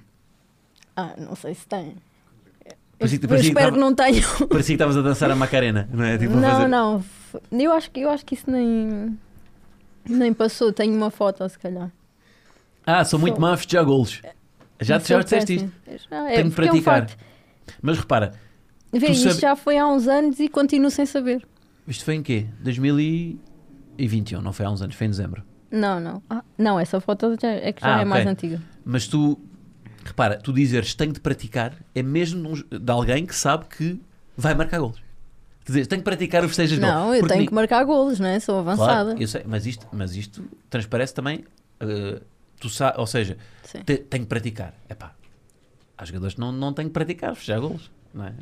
Speaker 1: Ah, não sei se tem. Eu,
Speaker 2: Parecia que-
Speaker 1: eu
Speaker 2: parecia que
Speaker 1: espero que,
Speaker 2: tava-
Speaker 1: não tenham.
Speaker 2: Parecia que estavas a dançar a Macarena, não é? Tipo, a
Speaker 1: Não,
Speaker 2: fazer-
Speaker 1: não. f- Eu acho, que- eu acho que isso nem. Nem passou. Tenho uma foto, se calhar.
Speaker 2: Ah, sou muito
Speaker 1: Sou.
Speaker 2: má a festejar golos. Já,
Speaker 1: Mas sou
Speaker 2: já disseste isto.
Speaker 1: péssima. Já, é,
Speaker 2: Tenho de
Speaker 1: porque é um
Speaker 2: praticar.
Speaker 1: facto.
Speaker 2: Mas repara,
Speaker 1: Vê,
Speaker 2: Tu
Speaker 1: isto
Speaker 2: sabe-
Speaker 1: já foi há uns anos e continuo sem saber.
Speaker 2: isto foi em quê? 2021, não foi há uns anos, foi em dezembro.
Speaker 1: Não, não. Ah, não, essa foto já- é que já
Speaker 2: Ah,
Speaker 1: é mais
Speaker 2: ok.
Speaker 1: antiga.
Speaker 2: Mas tu, repara, tu dizeres tenho de praticar é mesmo de, um- de alguém que sabe que vai marcar golos. Tu dizes tenho de praticar o festejas golos.
Speaker 1: Não, eu
Speaker 2: Porque
Speaker 1: tenho
Speaker 2: ni-
Speaker 1: que marcar golos, né? Sou avançada.
Speaker 2: Claro, eu sei, mas isto, mas isto transparece também. eh, tu sa ou seja,
Speaker 1: Sim.
Speaker 2: te- tenho que praticar. Epá, há jogadores que não, não têm que praticar, fechar golos. Não é?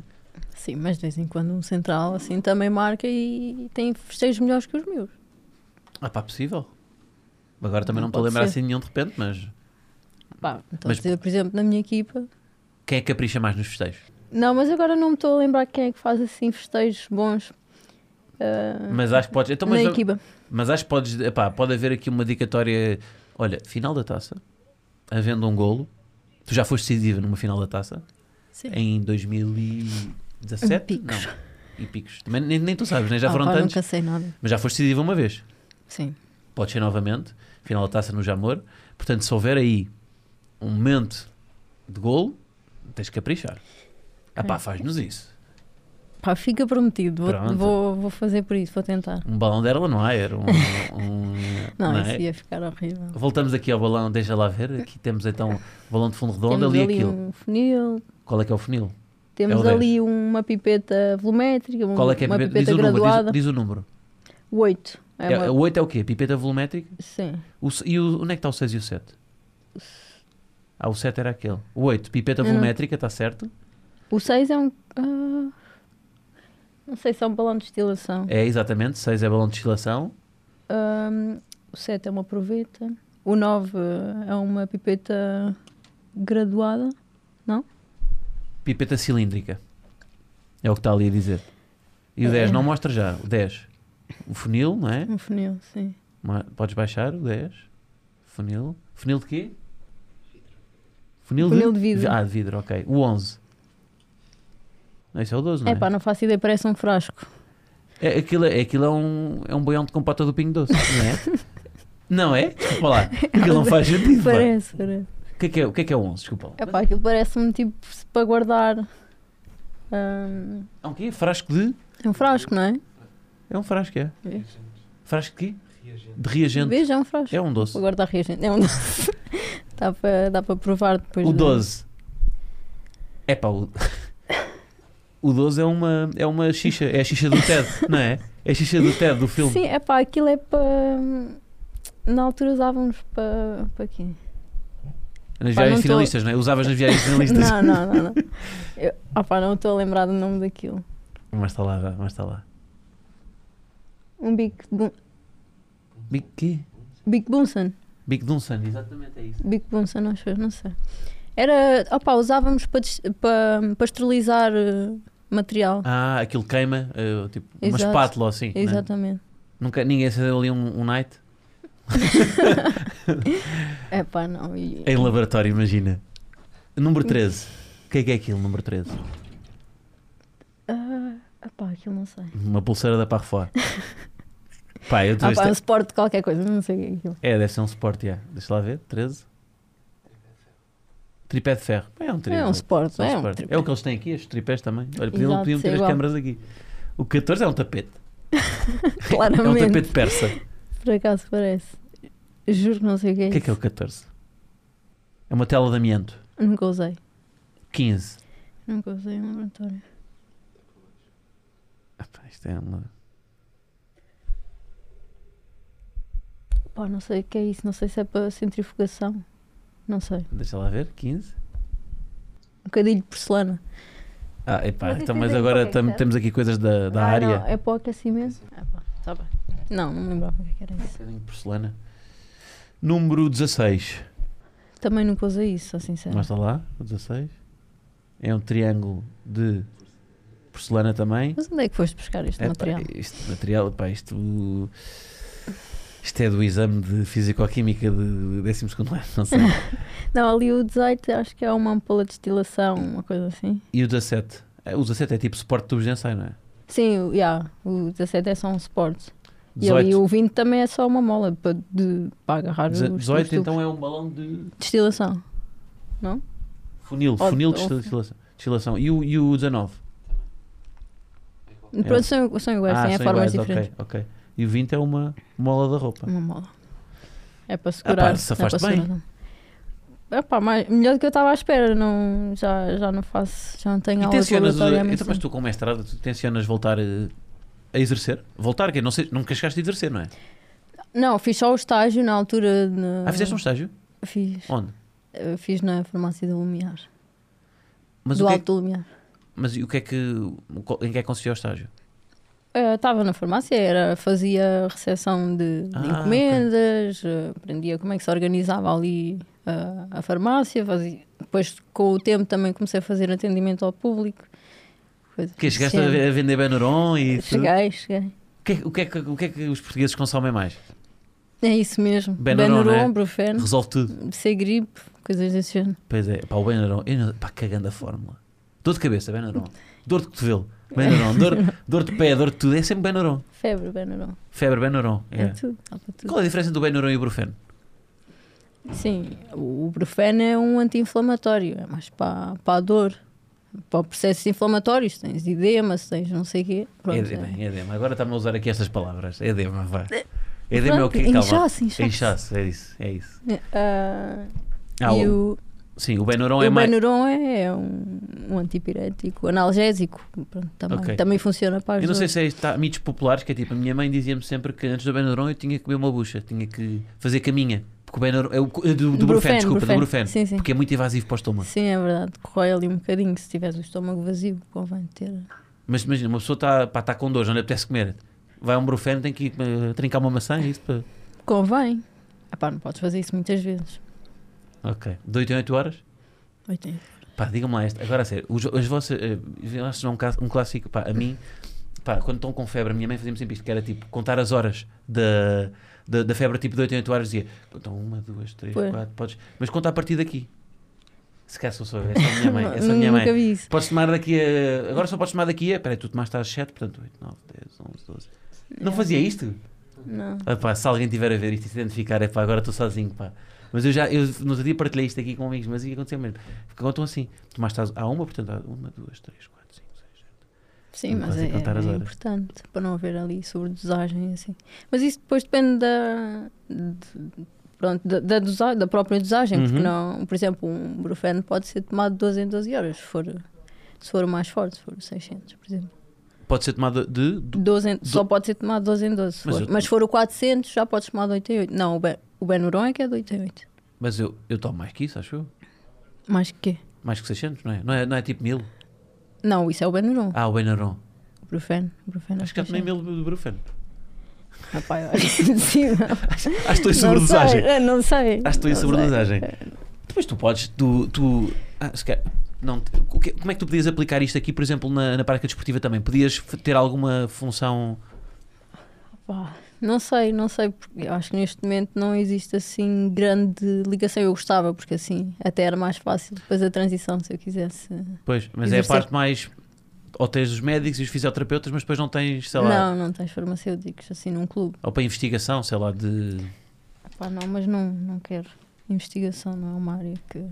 Speaker 1: Sim, mas de vez em quando um central assim também marca e tem festejos melhores que os meus.
Speaker 2: Ah, pá, possível. Agora também não
Speaker 1: Não
Speaker 2: estou a
Speaker 1: pode
Speaker 2: lembrar
Speaker 1: ser.
Speaker 2: assim de nenhum de repente, mas
Speaker 1: Pá, então,
Speaker 2: Mas-
Speaker 1: dizer, por exemplo, na minha equipa.
Speaker 2: quem é que capricha mais nos festejos?
Speaker 1: Não, mas agora não me estou a lembrar quem é que faz assim festejos bons. ah,
Speaker 2: Mas acho que podes. Então, mas,
Speaker 1: na equipa.
Speaker 2: mas acho que podes. Epá, pode haver aqui uma dicatória. Olha, final da taça, havendo um golo, tu já foste decisiva numa final da taça
Speaker 1: Sim.
Speaker 2: em 2017?
Speaker 1: Em picos.
Speaker 2: Não. Em picos. Também nem, nem tu sabes, nem já
Speaker 1: Ah,
Speaker 2: foram
Speaker 1: pá,
Speaker 2: tantos.
Speaker 1: nunca sei nada.
Speaker 2: Mas já foste decisiva uma vez.
Speaker 1: Sim.
Speaker 2: Pode ser novamente. Final da taça no Jamor. Portanto, se houver aí um momento de golo, tens que caprichar. Ah
Speaker 1: É.
Speaker 2: pá, faz-nos isso.
Speaker 1: Pá, fica prometido. Vou,
Speaker 2: Pronto.
Speaker 1: vou, vou fazer por isso, vou tentar.
Speaker 2: Um balão dela não há, era um. um-
Speaker 1: Não,
Speaker 2: não
Speaker 1: isso
Speaker 2: é?
Speaker 1: ia ficar horrível.
Speaker 2: Voltamos aqui ao balão, deixa lá ver. Aqui temos então o balão de fundo redondo,
Speaker 1: temos
Speaker 2: ali
Speaker 1: ali
Speaker 2: aquilo.
Speaker 1: um funil,
Speaker 2: Qual é que é o funil? É o
Speaker 1: temos
Speaker 2: 10.
Speaker 1: ali uma pipeta volumétrica, um-
Speaker 2: Qual é que é a
Speaker 1: uma
Speaker 2: pipeta?
Speaker 1: pipeta,
Speaker 2: Diz o, número, diz,
Speaker 1: graduada.
Speaker 2: diz o número.
Speaker 1: Oito. É
Speaker 2: É,
Speaker 1: uma-
Speaker 2: O 8 é o quê? Pipeta volumétrica?
Speaker 1: Sim.
Speaker 2: O se- e o, onde é que está o 6 e o 7? Ah, o 7 era aquele. O 8, pipeta
Speaker 1: Eu não-
Speaker 2: volumétrica, está certo?
Speaker 1: O 6 é um. ah, não sei se é um balão de destilação.
Speaker 2: É exatamente, 6 é balão de destilação.
Speaker 1: Ahm, o 7 é uma proveta. O 9 é uma pipeta graduada.
Speaker 2: Pipeta cilíndrica. É o que está ali a dizer. E o
Speaker 1: É.
Speaker 2: 10, não mostra já. O 10. O funil, não é?
Speaker 1: Um funil, sim.
Speaker 2: Ma- Podes baixar o 10. Funil. Funil de quê? Funil,
Speaker 1: Funil de vidro.
Speaker 2: Ah, de vidro, ok. O 11. Não, esse é o 12, não é?
Speaker 1: É pá, não faço ideia, parece um frasco.
Speaker 2: É, aquilo é, aquilo é um, é um boião de compota do Pingo Doce, não é? não é? Desculpa lá. Aquilo não faz sentido. pá.
Speaker 1: Parece, parece.
Speaker 2: O que é que é, o que é que é o 11? Desculpa lá.
Speaker 1: É pá, aquilo parece-me tipo se- para guardar. ahm,
Speaker 2: É um quê? Frasco de.
Speaker 1: é um frasco, não é?
Speaker 2: É um frasco, é.
Speaker 1: Vês?
Speaker 2: Frasco de quê? De reagente.
Speaker 1: Vês? É um frasco.
Speaker 2: É um doce.
Speaker 1: Para guardar reagente. É um doce. dá, para, dá para provar depois.
Speaker 2: O
Speaker 1: de-
Speaker 2: 12. É pá, o... o 12 é uma, é uma xixa. É a xixa do Ted, não é? É a xixa do Ted do filme.
Speaker 1: Sim, é pá, aquilo é para. Na altura usávamos para. para quê?
Speaker 2: Nas
Speaker 1: Pá,
Speaker 2: viagens
Speaker 1: não tô-
Speaker 2: finalistas, não é? Usavas nas viagens finalistas.
Speaker 1: Não, não, não. não. Eu, ah pá, não estou a lembrar do nome daquilo.
Speaker 2: Mas está lá, vá, mas está lá.
Speaker 1: Um Big, Bu-
Speaker 2: Big quê?
Speaker 1: Big Bunsen.
Speaker 2: Big Dunsan, exatamente é isso.
Speaker 1: Big Bunsen, acho eu, não sei. Era. Ah pá, usávamos para, des- para, para esterilizar eh, material.
Speaker 2: Ah, aquilo queima, eh, tipo, uma
Speaker 1: Exato.
Speaker 2: espátula ou assim. né?
Speaker 1: Exatamente.
Speaker 2: Nunca, ninguém acendeu ali um, um night.
Speaker 1: É pá, não. e-
Speaker 2: Em laboratório, imagina. Número 13. O que é que é aquilo, número 13?
Speaker 1: Ah, ah pá, aquilo não sei.
Speaker 2: Uma pulseira da Parfois. Pá, eu estou.
Speaker 1: Ah pá, um suporte de qualquer coisa, não sei o que é aquilo.
Speaker 2: É, deve ser um suporte, yeah. deixa lá ver, 13. Tripé de ferro. É um tripé.
Speaker 1: É um suporte,
Speaker 2: É, um
Speaker 1: é um
Speaker 2: suporte.
Speaker 1: tripé.
Speaker 2: É o que eles têm aqui, estes tripés também. Olha, podiam,
Speaker 1: Exato,
Speaker 2: podiam ter
Speaker 1: é
Speaker 2: as
Speaker 1: igual.
Speaker 2: câmaras aqui. O 14 é um tapete. É um
Speaker 1: Claramente.
Speaker 2: tapete persa.
Speaker 1: Por acaso parece. Juro que não sei o que é
Speaker 2: O que é que é o
Speaker 1: isso.
Speaker 2: 14? É uma tela de amianto.
Speaker 1: Nunca usei.
Speaker 2: 15.
Speaker 1: Nunca usei um laboratório.
Speaker 2: Epá, isto é uma...
Speaker 1: Pá, não sei o que é isso. Não sei se é para centrifugação. Não sei.
Speaker 2: Deixa lá ver, 15.
Speaker 1: Um bocadinho de porcelana.
Speaker 2: Ah, epá,
Speaker 3: Mas
Speaker 2: então,
Speaker 3: isso
Speaker 2: mas
Speaker 3: é
Speaker 2: agora
Speaker 3: qualquer
Speaker 2: tam-
Speaker 3: coisa.
Speaker 2: temos aqui coisas da, da
Speaker 1: Ah,
Speaker 2: área.
Speaker 1: Não, é para o aquecimento? Ah, pá, tá bem. Não, não me lembrava o que é que era
Speaker 2: Um
Speaker 1: isso.
Speaker 2: bocadinho de porcelana. Número 16.
Speaker 1: Também nunca usei isso, sou sincero.
Speaker 2: Mas está lá, o 16. É um triângulo de porcelana também.
Speaker 1: Mas onde é que foste buscar este
Speaker 2: Epá,
Speaker 1: material?
Speaker 2: Este material, epá, isto. Isto é do exame de Físico-Química de 12 ano, não sei.
Speaker 1: Não, ali o 18 acho que é uma ampola de destilação, uma coisa assim.
Speaker 2: E o 17? É, O 17 é tipo suporte de tubos de ensaio, não é?
Speaker 1: Sim, o- yeah, o 17 é só um suporte. E
Speaker 2: 18,
Speaker 1: ali o 20 também é só uma mola para, de, para agarrar os
Speaker 2: Deze-
Speaker 1: tubos
Speaker 2: 18
Speaker 1: de
Speaker 2: então é um balão de
Speaker 1: destilação.
Speaker 2: funil,
Speaker 1: Ou-
Speaker 2: funil de
Speaker 1: ou-
Speaker 2: destilação. destilação. E, o, e o 19?
Speaker 1: Pronto, são, são iguais, têm
Speaker 2: É. Ah, são
Speaker 1: é formas
Speaker 2: iguais,
Speaker 1: diferentes.
Speaker 2: Ok, ok. E o 20 é uma mola da roupa.
Speaker 1: Uma mola. É
Speaker 2: Ah,
Speaker 1: para segurar.
Speaker 2: se
Speaker 1: é para
Speaker 2: afaste bem.
Speaker 1: segurar. Epá, mais, melhor do que eu estava à espera. Não, já, já não faço, já não tenho
Speaker 2: E
Speaker 1: aulas
Speaker 2: tencionas, o-
Speaker 1: obrigatoriamente.
Speaker 2: então, mas tu com mestrado, tu tencionas voltar eh, a exercer? Voltar, que não sei, nunca chegaste a exercer, não é?
Speaker 1: Não, fiz só o estágio na altura. Na,
Speaker 2: Ah, fizeste um estágio?
Speaker 1: Fiz,
Speaker 2: Onde?
Speaker 1: eh, fiz na farmácia do Lumiar.
Speaker 2: Mas,
Speaker 1: do
Speaker 2: o que é,
Speaker 1: Alto do Lumiar.
Speaker 2: mas e o que é que, qual- em que é que consistia o estágio?
Speaker 1: Eh, Estava na farmácia, era, fazia recepção de, de
Speaker 2: Ah, ok.
Speaker 1: encomendas, eh, aprendia como é que se organizava ali eh, a farmácia. Fazia, depois, com o tempo, também comecei a fazer atendimento ao público. Coisas
Speaker 2: Que
Speaker 1: assim.
Speaker 2: chegaste a, a vender Benuron e tudo?
Speaker 1: Cheguei, cheguei.
Speaker 2: O que, é, o, que é que, o que é que os portugueses consomem mais?
Speaker 1: É isso mesmo.
Speaker 2: Benuron,
Speaker 1: Benuron,
Speaker 2: né?
Speaker 1: Brufen,
Speaker 2: Resolve tudo.
Speaker 1: ser gripe, coisas desse género.
Speaker 2: Pois é, pá, o Benuron, eu não- pá, cagando a fórmula. Dor de cabeça, Benuron. Dor de cotovelo, Benuron. Dor, dor de pé, dor de tudo, é sempre Benuron.
Speaker 1: Febre, Benuron.
Speaker 2: Febre, Benuron.
Speaker 1: É,
Speaker 2: é.
Speaker 1: tudo. dá para tudo.
Speaker 2: Qual é a diferença do Benuron e o Brufen?
Speaker 1: Sim, o Brufen é um anti-inflamatório, é mais para, para a dor. Para processos inflamatórios, se tens edema, se tens não sei o quê. Pronto,
Speaker 2: Edema,
Speaker 1: é.
Speaker 2: edema. Agora está-me a usar aqui estas palavras. Edema, vá. Edema é o
Speaker 1: Pronto,
Speaker 2: que calma.
Speaker 1: Inchaço, inchaço.
Speaker 2: Inchaço, é isso, é isso.
Speaker 1: Ah,
Speaker 2: Ah,
Speaker 1: e
Speaker 2: o,
Speaker 1: o,
Speaker 2: sim, o Benuron é
Speaker 1: o
Speaker 2: mais.
Speaker 1: Benuron é, é um, um antipirético, analgésico. Pronto, também,
Speaker 2: Ok.
Speaker 1: também funciona para as
Speaker 2: Eu não sei
Speaker 1: dores.
Speaker 2: se é isto, tá, mitos populares, que é tipo, a minha mãe dizia-me sempre que antes do Benuron eu tinha que comer uma bucha, tinha que fazer caminha. Porque o Benuron, é o, co- do, do Brufen, desculpa, do Brufen.
Speaker 1: Sim, sim.
Speaker 2: Porque é muito invasivo para o estômago.
Speaker 1: Sim, é verdade. Corrói ali um bocadinho. Se tiveres o estômago vazio, convém ter.
Speaker 2: Mas imagina, uma pessoa está pá, tá com dor, já não lhe apetece comer. Vai a um Brufen, tem que ir, eh, trincar uma maçã e isso para...
Speaker 1: Convém. Ah pá, não podes fazer isso muitas vezes.
Speaker 2: Ok. De 8 em 8 horas?
Speaker 1: Oitenta.
Speaker 2: Pá, digam-me lá esta. Agora a sério, os, as vossas. eh, eu acho que não é um, ca- um clássico, pá, a mim, pá, quando estão com febre, a minha mãe fazia sempre isto, que era tipo contar as horas da, da, da febre, tipo de 8 em 8 horas, dizia, então uma, duas, três,
Speaker 1: Pois.
Speaker 2: quatro, podes. Mas conta a partir daqui. Se calhar sou só eu, essa é a minha mãe. Essa é a minha
Speaker 1: Nunca
Speaker 2: mãe.
Speaker 1: vi isso.
Speaker 2: Podes tomar daqui a. Agora só podes tomar daqui a. Peraí, tu tomaste às 7, portanto 8, 9, 10, 11, 12.
Speaker 1: É.
Speaker 2: Não fazia isto?
Speaker 1: Não.
Speaker 2: Ah, pá, se alguém tiver a ver isto e se identificar, é pá, agora estou sozinho, pá. Mas eu já, eu no outro dia partilhei isto aqui com amigos, mas e aconteceu mesmo. Contam assim, tomaste às- há uma, portanto, há uma, duas, três, quatro, cinco, seis, sete.
Speaker 1: Sim,
Speaker 2: Não
Speaker 1: mas
Speaker 2: podes
Speaker 1: é,
Speaker 2: contar as
Speaker 1: é
Speaker 2: horas.
Speaker 1: importante para não haver ali sobredosagem e assim. Mas isso depois depende da. de- pronto, da, da, dosa- da própria dosagem, porque
Speaker 2: Uhum.
Speaker 1: não. Por exemplo, um brufeno pode ser tomado de 12 em 12 horas, se for, se for mais forte, se for 600, por exemplo.
Speaker 2: Pode ser tomada de. de-
Speaker 1: 12 em- Só pode ser tomado de 12 em 12. Se
Speaker 2: Mas
Speaker 1: for.
Speaker 2: eu-
Speaker 1: Mas se for o 400, já podes tomar de 8 em 8. Não, o, ben, o Benuron é que é de 8 em 8.
Speaker 2: mas eu, eu tomo mais que isso, acho eu.
Speaker 1: Mais que quê?
Speaker 2: Mais que 600, não é? Não é, não é tipo mil?
Speaker 1: Não, isso é o Benuron.
Speaker 2: Ah, o Benaron.
Speaker 1: O Brufen. O Brufen
Speaker 2: Acho que já tomei mil de Brufen.
Speaker 1: é assim. Rapaz, eu acho que sim.
Speaker 2: Acho acho que estou
Speaker 1: Não
Speaker 2: em
Speaker 1: sei,
Speaker 2: sobredosagem.
Speaker 1: é, não sei.
Speaker 2: Acho que estou em
Speaker 1: Não sei.
Speaker 2: sobredosagem. Depois tu podes, tu. tu ah, se calhar- não, o que- como é que tu podias aplicar isto aqui, por exemplo, na, na prática desportiva também? Podias f- ter alguma função
Speaker 1: Pá, não sei, não sei, porque eu acho que neste momento não existe assim grande ligação. Eu gostava, porque assim até era mais fácil depois da transição, se eu quisesse.
Speaker 2: Pois, mas é a
Speaker 1: Exercer.
Speaker 2: parte mais. Ou tens os médicos e os fisioterapeutas, mas depois não tens, sei lá,
Speaker 1: Não, não tens farmacêuticos assim num clube.
Speaker 2: ou para investigação, sei lá, de.
Speaker 1: Pá, não, mas não, não quero. Investigação não é uma área que.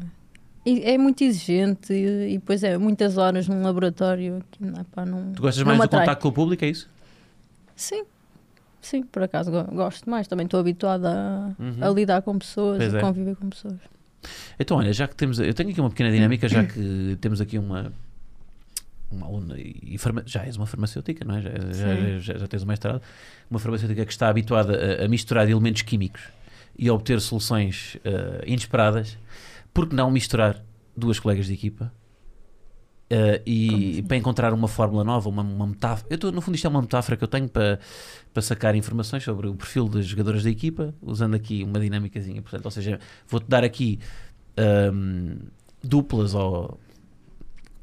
Speaker 1: e é muito exigente e, e depois é muitas horas num laboratório que não, é, pá, não.
Speaker 2: Tu gostas
Speaker 1: Não
Speaker 2: mais
Speaker 1: me
Speaker 2: do
Speaker 1: atrai.
Speaker 2: contacto com o público, é isso?
Speaker 1: Sim, sim, por acaso go- gosto mais. Também estou habituada a,
Speaker 2: Uhum.
Speaker 1: a lidar com pessoas,
Speaker 2: Pois
Speaker 1: a
Speaker 2: é.
Speaker 1: conviver com pessoas.
Speaker 2: Então, olha, já que temos. Eu tenho aqui uma pequena dinâmica,
Speaker 1: Hum.
Speaker 2: já que temos aqui uma. Uma aluna e farma- já és uma farmacêutica, não é? Já, já,
Speaker 1: Sim.
Speaker 2: já, já tens o mestrado. Uma farmacêutica que está habituada a, a misturar elementos químicos e a obter soluções eh, inesperadas. Por que não misturar duas colegas de equipa eh,
Speaker 1: Como
Speaker 2: e
Speaker 1: assim?
Speaker 2: para encontrar uma fórmula nova, uma, uma metáfora? Eu estou no fundo, isto é uma metáfora que eu tenho para, para sacar informações sobre o perfil das jogadoras da equipa, usando aqui uma dinâmicazinha. Portanto, ou seja, vou-te dar aqui ahm, duplas ou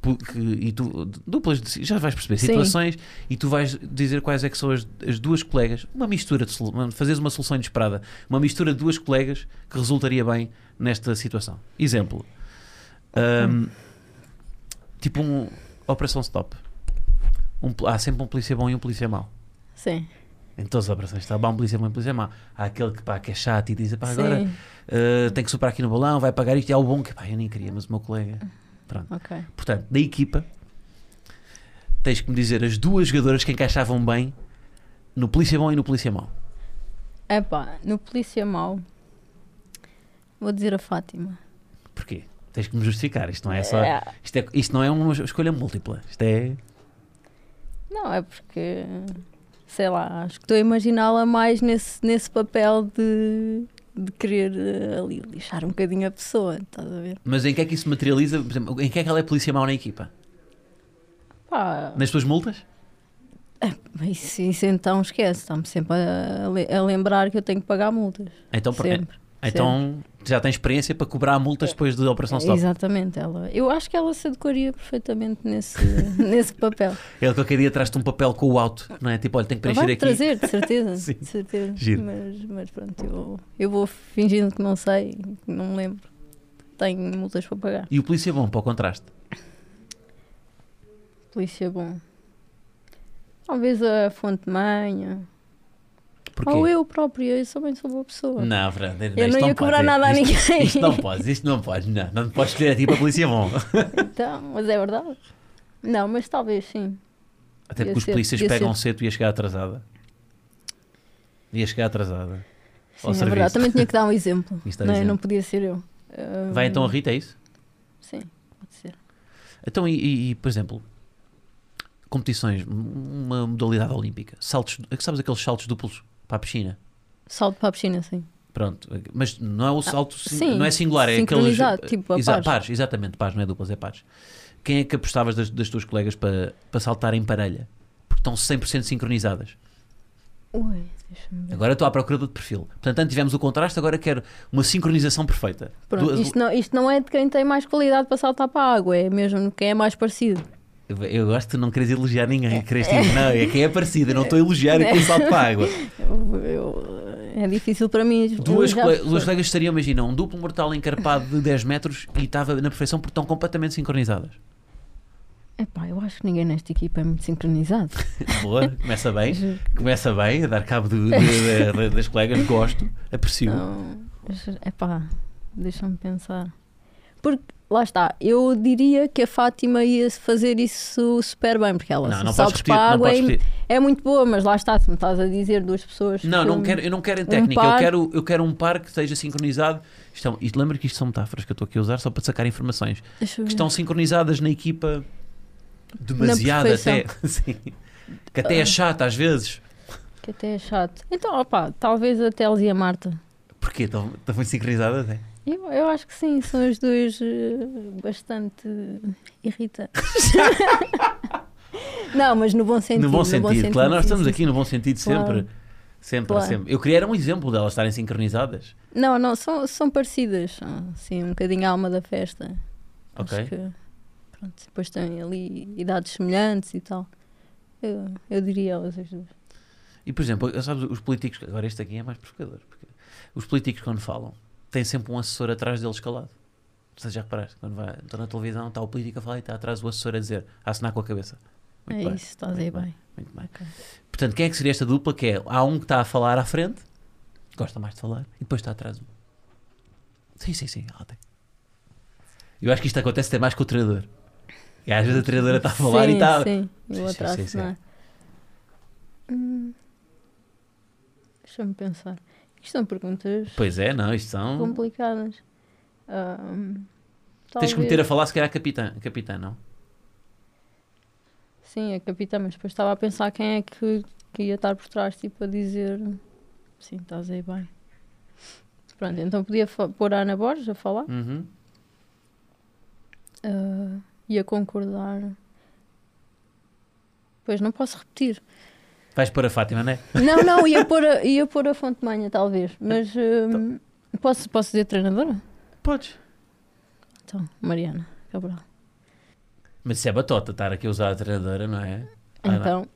Speaker 2: pu- que- e tu, duplas, de- já vais perceber
Speaker 1: Sim.
Speaker 2: situações e tu vais dizer quais é que são as, as duas colegas, uma mistura de solu- fazeres uma solução inesperada, uma mistura de duas colegas que resultaria bem nesta situação. Exemplo, Ahm, tipo um Operação Stop. Um pol- há sempre um polícia bom e um polícia mau.
Speaker 1: Sim.
Speaker 2: Em todas as operações está bom, um polícia bom e um polícia mau. Há aquele que, pá, que é chato e diz, pá,
Speaker 1: Sim.
Speaker 2: agora Uh, tem que superar aqui no balão, vai pagar isto. E há o bom que, pá, eu nem queria, mas o meu colega.
Speaker 1: Ok.
Speaker 2: Portanto, da equipa, tens que me dizer as duas jogadoras que encaixavam bem no polícia bom e no polícia mau.
Speaker 1: Epá, no Polícia Mau, vou dizer a Fátima.
Speaker 2: Porquê? Tens que me justificar. Isto não é só.
Speaker 1: É,
Speaker 2: Isto, é- isto não é uma escolha múltipla. Isto é.
Speaker 1: não, é porque, sei lá, acho que estou a imaginá-la mais nesse, nesse papel de, de querer eh, ali lixar um bocadinho a pessoa, estás a ver?
Speaker 2: Mas em que é que isso se materializa? Por exemplo, em que é que ela é polícia mau na equipa?
Speaker 1: Pá,
Speaker 2: Nas tuas multas?
Speaker 1: isso, isso então esquece, está-me sempre a, le- a lembrar que eu tenho que pagar multas.
Speaker 2: Então, por-
Speaker 1: sempre.
Speaker 2: então já tens experiência para cobrar multas depois da Operação
Speaker 1: É,
Speaker 2: Stop.
Speaker 1: Exatamente, ela. Eu acho que ela se adequaria perfeitamente nesse, nesse papel.
Speaker 2: Ele qualquer dia traz-te um papel com o out, não é? Tipo, olha, tenho que preencher
Speaker 1: Vai
Speaker 2: aqui.
Speaker 1: trazer, de certeza.
Speaker 2: Sim.
Speaker 1: De certeza.
Speaker 2: Giro.
Speaker 1: Mas, mas pronto, eu, eu vou fingindo que não sei, que não me lembro. Tenho multas para pagar.
Speaker 2: E o polícia bom, para o contraste.
Speaker 1: Polícia é bom. Talvez a fonte manha.
Speaker 2: Porquê?
Speaker 1: Ou eu própria, eu também sou boa pessoa.
Speaker 2: Não, Fernanda,
Speaker 1: Eu
Speaker 2: isto
Speaker 1: não ia
Speaker 2: pode,
Speaker 1: cobrar
Speaker 2: isto-
Speaker 1: nada a
Speaker 2: isto-
Speaker 1: ninguém.
Speaker 2: Isto não podes, isto não podes, não, não te podes escolher aqui para a polícia é bom.
Speaker 1: Então, mas é verdade. Não, mas talvez sim.
Speaker 2: Até
Speaker 1: Ia
Speaker 2: porque os
Speaker 1: ser-
Speaker 2: polícias
Speaker 1: ia
Speaker 2: pegam cedo e ia chegar atrasada. Ia chegar atrasada.
Speaker 1: Sim,
Speaker 2: Ao
Speaker 1: é verdade.
Speaker 2: serviço.
Speaker 1: Também tinha que dar um exemplo.
Speaker 2: Isto é
Speaker 1: não, é?
Speaker 2: exemplo.
Speaker 1: não podia ser eu. Ah,
Speaker 2: Vai então a Rita, é isso?
Speaker 1: Sim, pode ser.
Speaker 2: Então, e, e- e, por exemplo, competições, um- uma modalidade olímpica, saltos, é que sabes aqueles saltos duplos para a piscina?
Speaker 1: Salto para a piscina, sim.
Speaker 2: Pronto, mas não é o salto, sing-
Speaker 1: sim,
Speaker 2: não é singular, é aqueles.
Speaker 1: sincronizado, tipo, a
Speaker 2: Exa-
Speaker 1: pares.
Speaker 2: pares, exatamente, pares, não é duplas, é pares. Quem é que apostavas das, das tuas colegas para, para saltar em parelha? Porque estão 100% sincronizadas.
Speaker 1: Ui, deixa-me ver.
Speaker 2: Agora estou à procura do perfil. Portanto, antes tivemos o contraste, agora quero uma sincronização perfeita.
Speaker 1: Pronto,
Speaker 2: Duas-
Speaker 1: isto, não, isto não é de quem tem mais qualidade para saltar para a água, é mesmo quem é mais parecido.
Speaker 2: Eu- Eu gosto de não queres elogiar ninguém. Queres dizer, não, é quem é parecido, eu não estou a elogiar e com salto para a água.
Speaker 1: Eu- eu- é difícil para mim.
Speaker 2: Duas,
Speaker 1: já-
Speaker 2: cole- duas colegas estariam, imagina, um duplo mortal encarpado de 10 metros e estava na perfeição porque estão completamente sincronizadas.
Speaker 1: Epá, eu acho que ninguém nesta equipa é muito sincronizado.
Speaker 2: Boa, começa bem, começa bem a dar cabo do- de- de- de- das colegas, gosto, aprecio.
Speaker 1: Não, epá, deixa-me pensar. Porque, lá está, eu diria que a Fátima ia fazer isso super bem, porque ela, se
Speaker 2: podes
Speaker 1: saltos para
Speaker 2: repetir,
Speaker 1: a
Speaker 2: não
Speaker 1: água,
Speaker 2: podes
Speaker 1: é,
Speaker 2: repetir.
Speaker 1: é muito boa, mas lá está, se me estás a dizer duas pessoas.
Speaker 2: Não,
Speaker 1: que
Speaker 2: não
Speaker 1: eu-
Speaker 2: quero, eu não quero em
Speaker 1: um
Speaker 2: técnica, eu,
Speaker 1: par.
Speaker 2: quero, eu quero um par que esteja sincronizado. Estão, isto, lembra que isto são metáforas que eu estou aqui a usar só para sacar informações.
Speaker 1: Deixa eu
Speaker 2: Que
Speaker 1: ver.
Speaker 2: estão sincronizadas na equipa demasiado até. Sim. Que até
Speaker 1: Ah.
Speaker 2: é chata às vezes.
Speaker 1: Que até é chato. Então, opá, talvez a Teles e a Marta.
Speaker 2: Porquê? Estão, estão muito sincronizadas? É?
Speaker 1: Eu, eu acho que sim, são as duas eh, bastante irritantes. não, mas no bom sentido.
Speaker 2: no bom sentido, claro. Nós
Speaker 1: sim,
Speaker 2: estamos
Speaker 1: sim,
Speaker 2: aqui no bom sentido
Speaker 1: Claro.
Speaker 2: sempre. Sempre,
Speaker 1: Claro.
Speaker 2: sempre. Eu queria era um exemplo delas estarem sincronizadas.
Speaker 1: sim. Não, não, são, são parecidas. São, sim, um bocadinho a alma da festa. Acho
Speaker 2: Ok.
Speaker 1: que, pronto, depois têm ali idades semelhantes e tal. Eu, eu diria elas as duas.
Speaker 2: E, por exemplo, eu- sabes, os políticos. Agora, este aqui é mais provocador. Porque os políticos, quando falam, têm sempre um assessor atrás deles calado. Vocês já reparaste? Quando vai, estão na televisão, está o político a falar e está atrás o assessor a dizer, a assinar com a cabeça. Muito
Speaker 1: é
Speaker 2: bem,
Speaker 1: isso, estás aí
Speaker 2: muito
Speaker 1: bem.
Speaker 2: muito bem.
Speaker 1: Ok.
Speaker 2: Portanto, quem é que seria esta dupla? Que é, há um que está a falar à frente, gosta mais de falar, e depois está atrás um. Sim, sim, sim, ela tem. Eu acho que isto acontece até mais com o treinador. E às vezes a treinadora está a falar
Speaker 1: sim,
Speaker 2: e está.
Speaker 1: Sim, e
Speaker 2: Sim,
Speaker 1: o outro
Speaker 2: sim, sim, sim.
Speaker 1: assinar. Hum, Deixa-me pensar. Isto são perguntas
Speaker 2: Pois é, não, isto são.
Speaker 1: complicadas. Ahm,
Speaker 2: Tens que
Speaker 1: talvez-
Speaker 2: meter a falar se calhar a capitã, capitã não?
Speaker 1: Sim, a capitã, mas depois estava a pensar quem é que, que ia estar por trás, tipo, a dizer sim, estás aí bem. Pronto, então podia fa- pôr a Ana Borges a falar
Speaker 2: Uhum.
Speaker 1: ah, e a concordar. Pois não posso repetir.
Speaker 2: Vais pôr a Fátima, não é?
Speaker 1: Não, não, ia pôr a, ia pôr a fonte manha, talvez. Mas hum,
Speaker 2: Então.
Speaker 1: posso, posso dizer treinadora?
Speaker 2: Podes.
Speaker 1: Então, Mariana Cabral.
Speaker 2: Mas isso é batota estar aqui a usar a treinadora, não é? Ah, não.
Speaker 1: Então.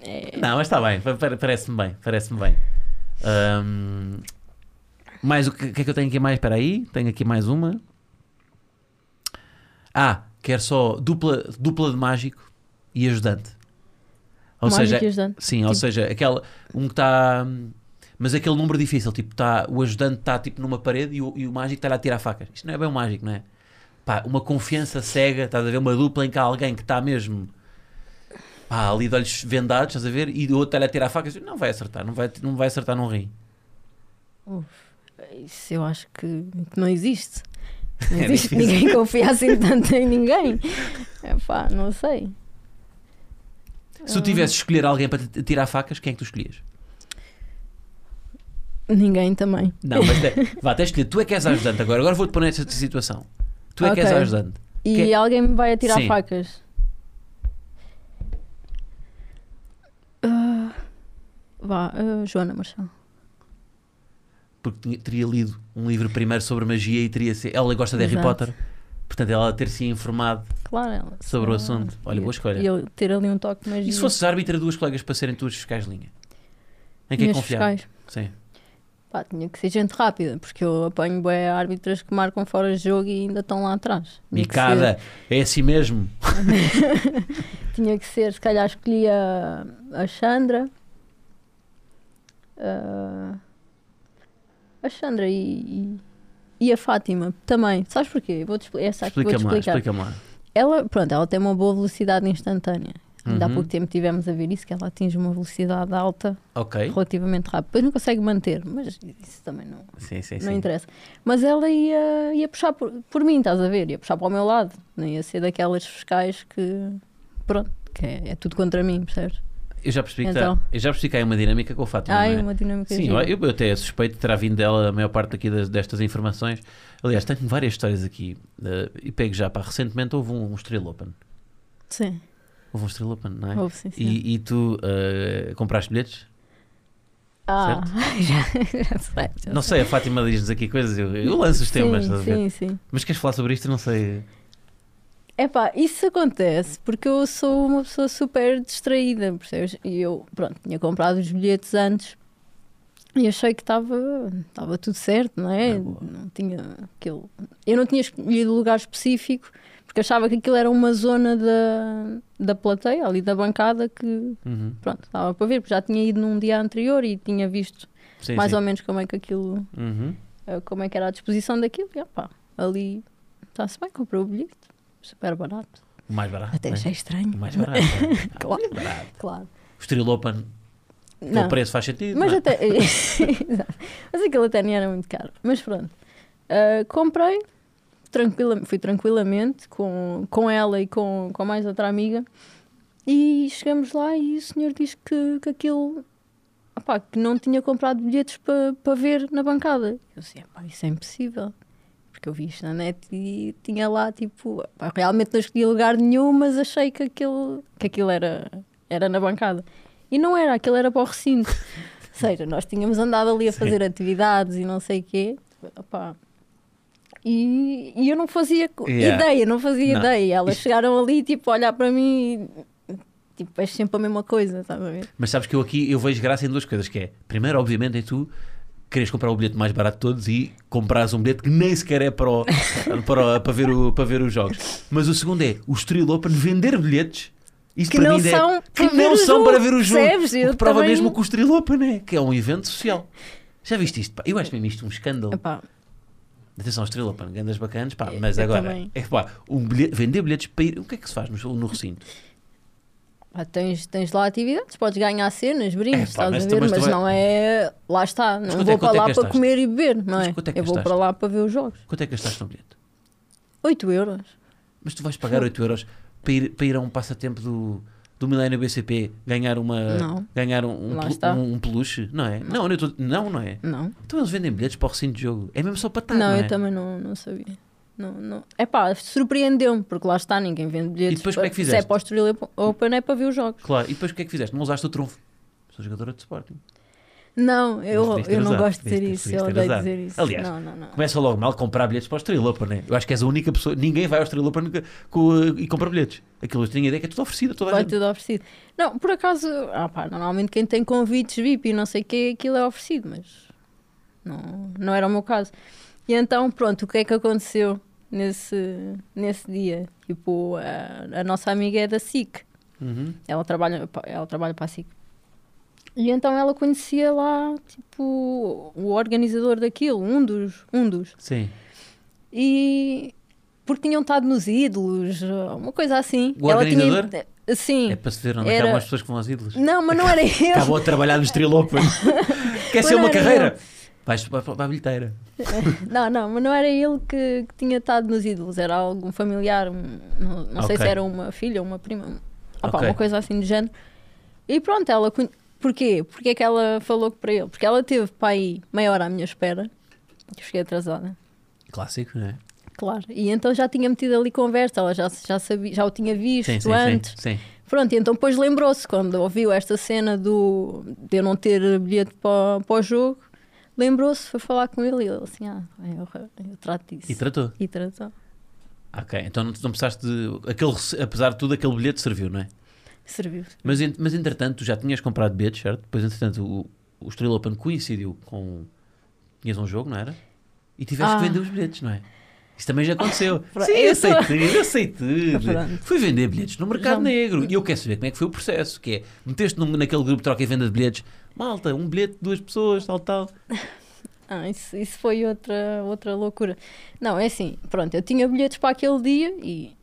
Speaker 1: é-
Speaker 2: Não, mas está bem, pa- pa- parece-me bem, parece-me bem. Ahm, mais o que, o que é que eu tenho aqui mais? Espera aí, tenho aqui mais uma. Ah, quero só dupla, dupla de mágico e ajudante. Ou
Speaker 1: mágico
Speaker 2: seja,
Speaker 1: e ajudante.
Speaker 2: sim, ou
Speaker 1: Tipo-
Speaker 2: seja, aquela, um que está. Mas aquele número difícil, tipo, tá, o ajudante está tipo numa parede e o, e o mágico está lá a tirar facas. Isto não é bem um mágico, não é? Pá, uma confiança cega, estás a ver? Uma dupla em que há alguém que está mesmo pá, ali de olhos vendados, estás a ver? E o outro está-lhe a tirar facas. Não vai acertar, não vai, não vai acertar num rim.
Speaker 1: Isso eu acho que, que não existe. Não
Speaker 2: É
Speaker 1: existe.
Speaker 2: difícil.
Speaker 1: ninguém confia assim tanto em ninguém. Epá, não sei. Ah.
Speaker 2: Se tu tivesses de escolher alguém para te tirar facas, quem é que tu escolhias?
Speaker 1: Ninguém também.
Speaker 2: Não, mas te- vá, tens de escolher. Tu é que és a ajudante agora. Agora vou-te pôr nesta situação. Tu é que és a
Speaker 1: Ok.
Speaker 2: ajudante.
Speaker 1: E
Speaker 2: Que-
Speaker 1: alguém me vai atirar
Speaker 2: Sim.
Speaker 1: facas. Ah, vá, ah, Joana Marchal.
Speaker 2: Porque tinha- teria lido um livro primeiro sobre magia e teria sido. Ela gosta de Harry
Speaker 1: Exato.
Speaker 2: Potter. Portanto, ela ter se informado
Speaker 1: Claro, ela.
Speaker 2: sobre o
Speaker 1: Ah,
Speaker 2: assunto. Olha,
Speaker 1: e-
Speaker 2: boa escolha.
Speaker 1: E eu ter ali um toque mais.
Speaker 2: E se fosses árbitra duas colegas para serem tuas fiscais de linha? Em é quem confiar? Sim.
Speaker 1: Pá, tinha que ser gente rápida, porque eu apanho bué árbitras que marcam fora de jogo e ainda estão lá atrás. Tinha que ser-
Speaker 2: Micada, é assim mesmo.
Speaker 1: Tinha que ser, se calhar escolhi a, a Xandra. Ah, a Xandra e, e- e a Fátima também. Sabes porquê? Vou-te expli- essa aqui vou-te
Speaker 2: Explica-me lá,
Speaker 1: explicar.
Speaker 2: explica-me lá.
Speaker 1: Ela, pronto, ela tem uma boa velocidade instantânea. Ainda há
Speaker 2: Uhum.
Speaker 1: pouco tempo tivemos a ver isso, que ela atinge uma velocidade alta
Speaker 2: Ok.
Speaker 1: relativamente rápido. Depois não consegue manter, mas isso também não,
Speaker 2: Sim, sim,
Speaker 1: não
Speaker 2: sim.
Speaker 1: interessa. Mas ela ia, ia puxar por, por mim, estás a ver? Ia puxar para o meu lado. Não ia ser daquelas fiscais que. Pronto, que é, é tudo contra mim, percebes?
Speaker 2: Eu já percebi que tá-
Speaker 1: Então.
Speaker 2: eu já percebi que há aí uma dinâmica com o Fátima.
Speaker 1: Ai,
Speaker 2: não é?
Speaker 1: uma dinâmica
Speaker 2: Sim, eu,
Speaker 1: gira.
Speaker 2: eu até suspeito que terá vindo dela a maior parte aqui das- destas informações. Aliás, tenho várias histórias aqui eh, e pego já. Pá, recentemente houve um, um Estrela Open.
Speaker 1: Sim,
Speaker 2: Houve um Estrela Open, não é?
Speaker 1: houve sim, sim.
Speaker 2: E, e tu eh, compraste bilhetes?
Speaker 1: ah, já, já sei. já
Speaker 2: Não sei, a Fátima diz-nos aqui coisas, eu, eu lanço os
Speaker 1: sei.
Speaker 2: temas, estás a ver?
Speaker 1: Sim, sim, sim.
Speaker 2: Mas queres falar sobre isto? Eu Não sei.
Speaker 1: Epá, isso acontece porque eu sou uma pessoa super distraída, percebes? E eu, pronto, tinha comprado os bilhetes antes e achei que estava estava tudo certo, não é?
Speaker 2: Na boa.
Speaker 1: Não tinha aquilo. Eu não tinha escolhido um lugar específico porque achava que aquilo era uma zona da, da plateia, ali da bancada, que,
Speaker 2: Uhum.
Speaker 1: pronto, estava para ver, porque já tinha ido num dia anterior e tinha visto
Speaker 2: Sim,
Speaker 1: mais
Speaker 2: sim.
Speaker 1: ou menos como é que aquilo,
Speaker 2: Uhum.
Speaker 1: eh, como é que era a disposição daquilo. E, opá, ali está-se bem, comprei o bilhete, super barato.
Speaker 2: O mais barato.
Speaker 1: Até
Speaker 2: né?
Speaker 1: achei estranho.
Speaker 2: O mais barato. né? Ah,
Speaker 1: Claro.
Speaker 2: muito barato.
Speaker 1: Claro.
Speaker 2: O Estrela Open,
Speaker 1: Não.
Speaker 2: o preço faz sentido.
Speaker 1: Mas
Speaker 2: não é?
Speaker 1: até. Exato. Mas aquilo até nem era muito caro. Mas pronto. Ah, comprei, tranquila, fui tranquilamente com, com ela e com, com mais outra amiga. E chegamos lá e o senhor diz que, que aquilo. opá, que não tinha comprado bilhetes para pa ver na bancada. Eu disse, "Epá, isso é impossível. Porque eu vi isto na net e tinha lá, tipo, "Epá, realmente não escolhi lugar nenhum, mas achei que aquilo, que aquilo era, era na bancada. E não era, aquilo era para o recinto. Ou seja, nós tínhamos andado ali a
Speaker 2: Sim.
Speaker 1: fazer atividades e não sei o quê. Epá. E, e eu não fazia co-
Speaker 2: Yeah.
Speaker 1: ideia, não fazia
Speaker 2: Não.
Speaker 1: ideia. E Elas
Speaker 2: Isto-
Speaker 1: chegaram ali, tipo, a olhar para mim e. Tipo, és sempre a mesma coisa, estás a ver?
Speaker 2: Mas sabes que eu aqui eu vejo graça em duas coisas, que é, primeiro, obviamente, é tu queres comprar o bilhete mais barato de todos e comprares um bilhete que nem sequer é para, o- para, o- para ver, o, para ver os jogos. Mas o segundo é, o Estoril Open vender bilhetes, isso
Speaker 1: Que
Speaker 2: para
Speaker 1: não
Speaker 2: mim ainda
Speaker 1: são
Speaker 2: é,
Speaker 1: para
Speaker 2: que
Speaker 1: ver
Speaker 2: não
Speaker 1: o
Speaker 2: são
Speaker 1: jogo,
Speaker 2: para ver o jogo.
Speaker 1: percebes?
Speaker 2: O
Speaker 1: Eu
Speaker 2: que prova
Speaker 1: também-
Speaker 2: mesmo que o Estoril Open é, que é um evento social. Já viste isto? pá? Eu acho mesmo isto um escândalo.
Speaker 1: Epá,
Speaker 2: Atenção, Estrela Pan, grandes bacanas, pá,
Speaker 1: Eu-
Speaker 2: mas
Speaker 1: eu
Speaker 2: agora,
Speaker 1: também.
Speaker 2: é, pá, um bilhete- vender bilhetes para ir, o que é que se faz no, no recinto?
Speaker 1: pá, tens, tens lá atividades, podes ganhar cenas, brincos,
Speaker 2: Epá,
Speaker 1: estás
Speaker 2: mas
Speaker 1: a
Speaker 2: tu-
Speaker 1: ver?
Speaker 2: mas
Speaker 1: Mas,
Speaker 2: tu vai-
Speaker 1: não é. Lá está,
Speaker 2: Mas
Speaker 1: não
Speaker 2: quanto
Speaker 1: vou
Speaker 2: é- quanto é
Speaker 1: para
Speaker 2: que
Speaker 1: lá para
Speaker 2: gastaste?
Speaker 1: comer e beber, não
Speaker 2: Mas
Speaker 1: é?
Speaker 2: quanto é que
Speaker 1: eu vou
Speaker 2: gastaste?
Speaker 1: para lá para ver os jogos.
Speaker 2: Quanto é que gastaste no bilhete?
Speaker 1: 8 euros.
Speaker 2: Mas tu vais pagar 8 euros para ir, para ir a um passatempo do, do Milênio BCP ganhar uma.
Speaker 1: Não.
Speaker 2: Ganhar um, um,
Speaker 1: Lá
Speaker 2: pelu-
Speaker 1: está.
Speaker 2: um- um peluche, não é? Não, não, eu tô- não, não é?
Speaker 1: Não.
Speaker 2: Então eles vendem bilhetes para o recinto de jogo. É mesmo só para estar, não,
Speaker 1: não,
Speaker 2: é?
Speaker 1: eu também não, não sabia. Não, não. Epá, surpreendeu-me, porque lá está, ninguém vende bilhetes.
Speaker 2: depois como é que
Speaker 1: para- Se
Speaker 2: fizeste?
Speaker 1: é para o Estoril Open, é para ver os jogos.
Speaker 2: Claro, e depois o que é que fizeste? Não usaste o trunfo. Sou jogadora de Sporting.
Speaker 1: Não, eu,
Speaker 2: Devias ter
Speaker 1: eu não
Speaker 2: usado,
Speaker 1: gosto de dizer
Speaker 2: devias ter-
Speaker 1: isso.
Speaker 2: devias
Speaker 1: Eu
Speaker 2: ter
Speaker 1: odeio
Speaker 2: usado.
Speaker 1: dizer isso.
Speaker 2: Aliás,
Speaker 1: não, não, não.
Speaker 2: Começa logo mal comprar bilhetes para o Striloper, né? Eu acho que és a única pessoa. Ninguém vai ao Striloper nunca co- e compra bilhetes. Aquilo eu tinha ideia que é tudo oferecido a toda a
Speaker 1: Vai
Speaker 2: gente.
Speaker 1: tudo oferecido. Não, por acaso, ah pá, normalmente quem tem convites VIP e não sei o que, aquilo é oferecido, mas não, não era o meu caso. E então, pronto, o que é que aconteceu nesse, nesse dia? Tipo, a, a nossa amiga é da SIC,
Speaker 2: Uhum.
Speaker 1: ela trabalha, pa- ela trabalha para a SIC. E então ela conhecia lá, tipo, o organizador daquilo, um dos, um dos.
Speaker 2: Sim.
Speaker 1: E porque tinham estado nos ídolos, uma coisa assim.
Speaker 2: O organizador?
Speaker 1: Tinha, sim.
Speaker 2: É para se ver onde
Speaker 1: Era-
Speaker 2: acabam as pessoas que vão aos ídolos.
Speaker 1: Não, mas não era eu.
Speaker 2: Acabou de trabalhar no Striloper. Quer
Speaker 1: Mas
Speaker 2: ser uma
Speaker 1: não era
Speaker 2: carreira? Vais para para a bilheteira.
Speaker 1: Não, não, mas não era ele que, que tinha estado nos ídolos, era algum familiar, um- não, não sei
Speaker 2: Ok.
Speaker 1: se era uma filha, uma prima, um- opá,
Speaker 2: Ok.
Speaker 1: uma coisa assim do género. E pronto, ela. conhe- Porquê? Porquê é que ela falou para ele? Porque ela teve para aí meia hora à minha espera, eu cheguei atrasada,
Speaker 2: Clássico, não é?
Speaker 1: claro. E então já tinha metido ali conversa, ela já, já, sabia, já o tinha visto
Speaker 2: Sim, sim,
Speaker 1: antes.
Speaker 2: sim. sim.
Speaker 1: Pronto, e então depois lembrou-se quando ouviu esta cena do, de eu não ter bilhete para, para o jogo, lembrou-se, foi falar com ele e ele assim, ah, eu, eu trato disso.
Speaker 2: E tratou.
Speaker 1: E tratou.
Speaker 2: Ok, então não, não precisaste de. Aquele, rece- apesar de tudo, aquele bilhete serviu, não é?
Speaker 1: Serviu.
Speaker 2: Mas, ent- mas entretanto, tu já tinhas comprado bilhetes, certo? Depois, entretanto, o, o Estrela Open coincidiu com. Tinhas um jogo, não era? E tiveste
Speaker 1: Ah.
Speaker 2: que vender os bilhetes, não é? Isso também já aconteceu.
Speaker 1: Pronto.
Speaker 2: Sim, eu
Speaker 1: Eu
Speaker 2: sei
Speaker 1: sou-
Speaker 2: tudo, eu sei tudo.
Speaker 1: Pronto.
Speaker 2: Fui vender bilhetes no mercado
Speaker 1: Já me-
Speaker 2: negro. E eu quero saber como é que foi o processo, que é, meteste num- naquele grupo de troca e venda de bilhetes, malta, um bilhete, duas pessoas, tal, tal.
Speaker 1: Ah, isso, isso foi outra, outra loucura. Não, é assim, pronto, eu tinha bilhetes para aquele dia e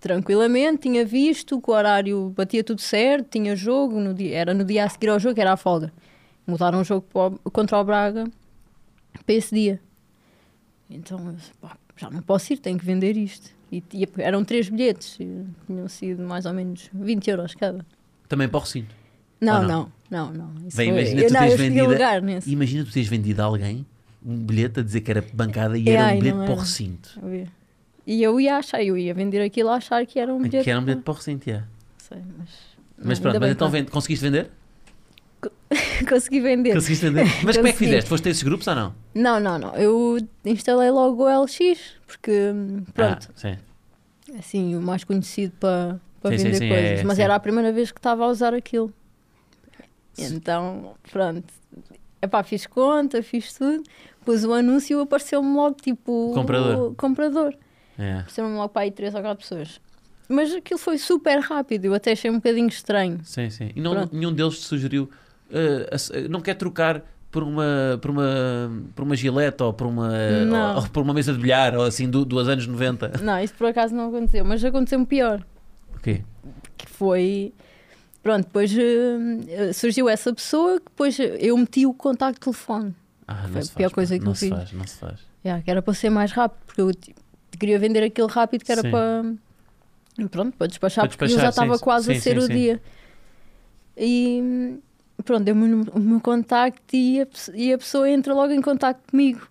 Speaker 1: tranquilamente tinha visto que o horário batia tudo certo, tinha jogo, no dia, era no dia a seguir ao jogo, era a folga. Mudaram o jogo para o- contra o Braga para esse dia. Então eu disse, pá, já não posso ir, tenho que vender isto. E, tinha- eram três bilhetes, e tinham sido mais ou menos 20 euros cada.
Speaker 2: Também para o recinto.
Speaker 1: Não,
Speaker 2: Ou
Speaker 1: não, não, não. Isso
Speaker 2: Ah, Bem,
Speaker 1: foi-
Speaker 2: imagina
Speaker 1: eu,
Speaker 2: tu
Speaker 1: não,
Speaker 2: teres
Speaker 1: eu escolhi
Speaker 2: vendido-
Speaker 1: lugar nesse.
Speaker 2: Imagina tu teres vendido a alguém um bilhete a dizer que era bancada e
Speaker 1: É,
Speaker 2: era
Speaker 1: ai,
Speaker 2: um bilhete
Speaker 1: não
Speaker 2: para o
Speaker 1: era.
Speaker 2: recinto.
Speaker 1: Eu ia. E eu ia achar, eu ia vender aquilo a achar que era um bilhete.
Speaker 2: Que era um bilhete para o recinto, é.
Speaker 1: Não sei, mas.
Speaker 2: Mas
Speaker 1: não,
Speaker 2: pronto,
Speaker 1: ainda
Speaker 2: mas
Speaker 1: bem
Speaker 2: então
Speaker 1: que
Speaker 2: vende, conseguiste vender?
Speaker 1: não Consegui vender.
Speaker 2: Conseguiste entender? Mas como é que
Speaker 1: Consegui.
Speaker 2: fizeste? Foste a esses grupos ou não?
Speaker 1: Não, não, não. Eu instalei logo o LX, porque hum, pronto,
Speaker 2: Ah, sim.
Speaker 1: assim, o mais conhecido para para
Speaker 2: Sim, sim,
Speaker 1: vender
Speaker 2: sim,
Speaker 1: coisas.
Speaker 2: é,
Speaker 1: mas
Speaker 2: sim.
Speaker 1: era a primeira vez que estava a usar aquilo.
Speaker 2: Se-
Speaker 1: Então, pronto. Epá, fiz conta, fiz tudo, pus o anúncio e apareceu-me logo tipo.
Speaker 2: Comprador.
Speaker 1: o comprador.
Speaker 2: É.
Speaker 1: Apareceu-me logo para aí 3 ou 4 pessoas. Mas aquilo foi super rápido, eu até achei um bocadinho estranho.
Speaker 2: Sim, sim. E não-
Speaker 1: Pronto.
Speaker 2: nenhum deles te sugeriu. eh, ass- eh, não quer trocar por uma, por uma, por uma gilete ou por uma,
Speaker 1: Não.
Speaker 2: ou- ou por uma mesa de bilhar ou assim do, dos anos 90.
Speaker 1: Não, isso por acaso não aconteceu, mas aconteceu-me pior,
Speaker 2: Ok.
Speaker 1: que foi. Pronto, depois hum, surgiu essa pessoa que depois eu meti o contacto de telefone.
Speaker 2: Ah, não
Speaker 1: Foi a
Speaker 2: se faz,
Speaker 1: pior
Speaker 2: pá.
Speaker 1: coisa que
Speaker 2: não
Speaker 1: eu
Speaker 2: se
Speaker 1: fiz.
Speaker 2: faz, não se faz.
Speaker 1: Já, que era para ser mais rápido, porque eu ti- queria vender aquilo rápido que era
Speaker 2: Sim.
Speaker 1: para. Pronto, para despachar,
Speaker 2: Para
Speaker 1: porque eu
Speaker 2: despachar,
Speaker 1: já estava
Speaker 2: sim,
Speaker 1: quase
Speaker 2: sim,
Speaker 1: a ser
Speaker 2: sim,
Speaker 1: o
Speaker 2: sim.
Speaker 1: dia. E hum, pronto, deu-me o nú- o meu contacto e a, pe- e a pessoa entra logo em contacto comigo.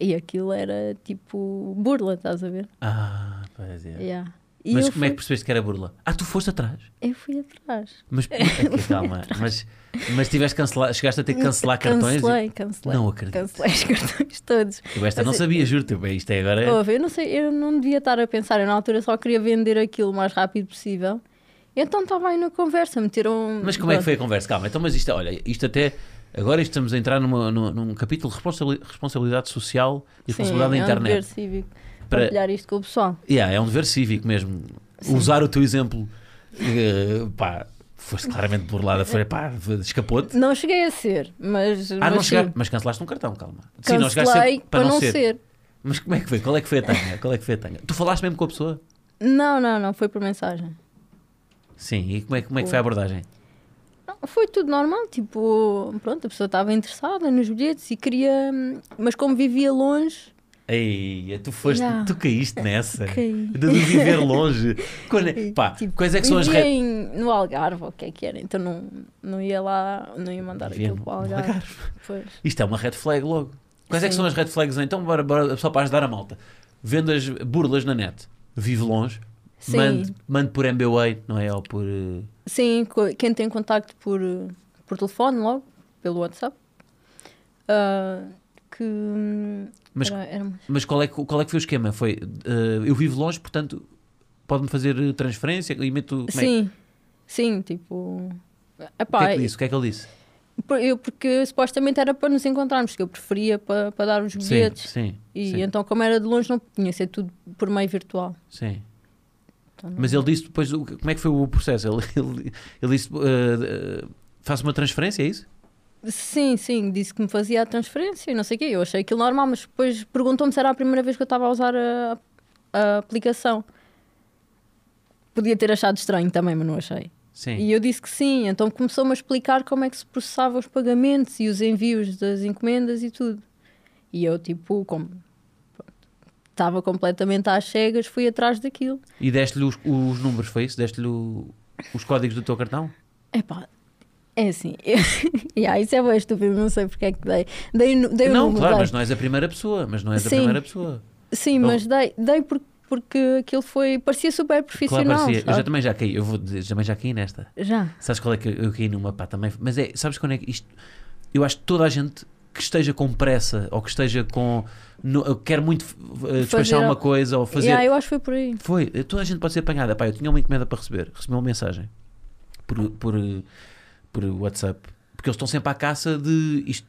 Speaker 1: E aquilo era tipo burla, estás a ver?
Speaker 2: Ah, pois é.
Speaker 1: Já. E
Speaker 2: Mas
Speaker 1: eu
Speaker 2: como é que
Speaker 1: fui-
Speaker 2: percebeste que era burla? Ah, tu foste atrás.
Speaker 1: Eu fui atrás.
Speaker 2: Mas aqui, calma. mas, mas tiveste cancelar, chegaste a ter que cancelar cartões. e-
Speaker 1: Cancelei, cancelei.
Speaker 2: Não acredito.
Speaker 1: Cancelei os cartões todos.
Speaker 2: Eu esta não
Speaker 1: Mas-
Speaker 2: sabia, juro-te. bem, Isto é agora.
Speaker 1: Ouve, eu não sei, eu não devia estar a pensar, eu na altura só queria vender aquilo o mais rápido possível. Então estava aí na conversa, meteram. um-
Speaker 2: Mas como é que foi a conversa? Calma, então, mas isto, olha, isto até. Agora estamos a entrar numa- num, num capítulo de responsabili- responsabilidade social e responsabilidade da
Speaker 1: É um dever
Speaker 2: internet.
Speaker 1: cívico
Speaker 2: Para-
Speaker 1: partilhar isto com o pessoal.
Speaker 2: Yeah, é um dever cívico mesmo. Usar o teu exemplo. eh, pá, foste claramente burlada. Foi, pá, escapou-te.
Speaker 1: Não cheguei a ser, mas.
Speaker 2: Ah,
Speaker 1: mas
Speaker 2: não
Speaker 1: sim,
Speaker 2: chegar, mas cancelaste um cartão, calma. Sim, não chegaste a-
Speaker 1: Cancelei para, não ser.
Speaker 2: Mas como é que foi? Qual é que foi a tanga? Qual é que foi a tanga? Tu falaste mesmo com a pessoa?
Speaker 1: Não, não, não, foi por mensagem.
Speaker 2: Sim, e como é, como é que foi a abordagem?
Speaker 1: Não, foi tudo normal, tipo, pronto, a pessoa estava interessada nos bilhetes e queria. hum, Mas como vivia longe,
Speaker 2: Ei, tu foste,
Speaker 1: Não.
Speaker 2: tu caíste nessa.
Speaker 1: Caí.
Speaker 2: De viver longe. Quando, é- pá,
Speaker 1: Tipo,
Speaker 2: quais é que são as
Speaker 1: vivia
Speaker 2: redes?
Speaker 1: em- no Algarve, ou o que é que era? Então não, não ia lá, não ia mandar
Speaker 2: Vivia
Speaker 1: aquilo
Speaker 2: no-
Speaker 1: para o
Speaker 2: no
Speaker 1: Algarve.
Speaker 2: Algarve.
Speaker 1: Pois.
Speaker 2: Isto é uma red flag logo. Quais é que
Speaker 1: Sim.
Speaker 2: são as red flags? Então, bora, bora, só para ajudar a malta. Vendas burlas na net. Vive longe.
Speaker 1: Sim,
Speaker 2: Mande, mande por MBWay, não é? Ou por. eh,
Speaker 1: sim, co- quem tem contacto por, eh, por telefone logo, pelo WhatsApp. ah, que hum,
Speaker 2: Mas-
Speaker 1: era, era uma-
Speaker 2: Mas qual é, que- qual é que foi o esquema? Foi, eh, eu vivo longe, portanto, pode-me fazer transferência e meto... como é-
Speaker 1: Sim, sim, tipo.
Speaker 2: O que
Speaker 1: Epá,
Speaker 2: é que disse? O que é que ele disse?
Speaker 1: por- eu porque supostamente era para nos encontrarmos, que eu preferia para, para dar os bilhetes.
Speaker 2: Sim, sim,
Speaker 1: E
Speaker 2: sim,
Speaker 1: então, como era de longe, não tinha ser tudo por meio virtual.
Speaker 2: sim.
Speaker 1: Então, não-
Speaker 2: Mas ele disse depois, o que- como é que foi o processo? Ele, ele, ele disse, eh, eh, faço uma transferência, é isso?
Speaker 1: Sim, sim, disse que me fazia a transferência e não sei o quê. Eu achei aquilo normal, mas depois perguntou-me se era a primeira vez que eu estava a usar a, a aplicação. Podia ter achado estranho também, mas não achei.
Speaker 2: Sim.
Speaker 1: E eu disse que sim, então começou-me a explicar como é que se processava os pagamentos e os envios das encomendas e tudo. E eu, tipo, como pronto, estava completamente às cegas, fui atrás daquilo.
Speaker 2: E deste-lhe os, os números, foi isso? Deste-lhe o- os códigos do teu cartão?
Speaker 1: Epá, é assim. yeah, isso é bem estúpido, não sei porque é que dei. Dei, nu- dei o
Speaker 2: não,
Speaker 1: número,
Speaker 2: claro,
Speaker 1: dei.
Speaker 2: mas não és a primeira pessoa. Mas não és
Speaker 1: Sim.
Speaker 2: a primeira pessoa.
Speaker 1: Sim,
Speaker 2: Não.
Speaker 1: mas dei, dei porque, porque aquilo foi. parecia super
Speaker 2: Claro,
Speaker 1: profissional.
Speaker 2: parecia. Eu já
Speaker 1: sabe?
Speaker 2: também já caí. Eu vou dizer, também já caí nesta.
Speaker 1: já.
Speaker 2: Sabes qual é que eu, eu caí numa pá também? Mas é, sabes quando é que isto. Eu acho que toda a gente que esteja com pressa ou que esteja com. No, eu quero muito eh, despachar
Speaker 1: Fazer
Speaker 2: uma
Speaker 1: al-
Speaker 2: coisa ou fazer.
Speaker 1: Yeah, eu acho que foi por aí.
Speaker 2: Foi, eh, toda a gente pode ser apanhada. Pá, eu tinha uma encomenda para receber, recebi uma mensagem por, por, eh, por WhatsApp, porque eles estão sempre à caça de isto.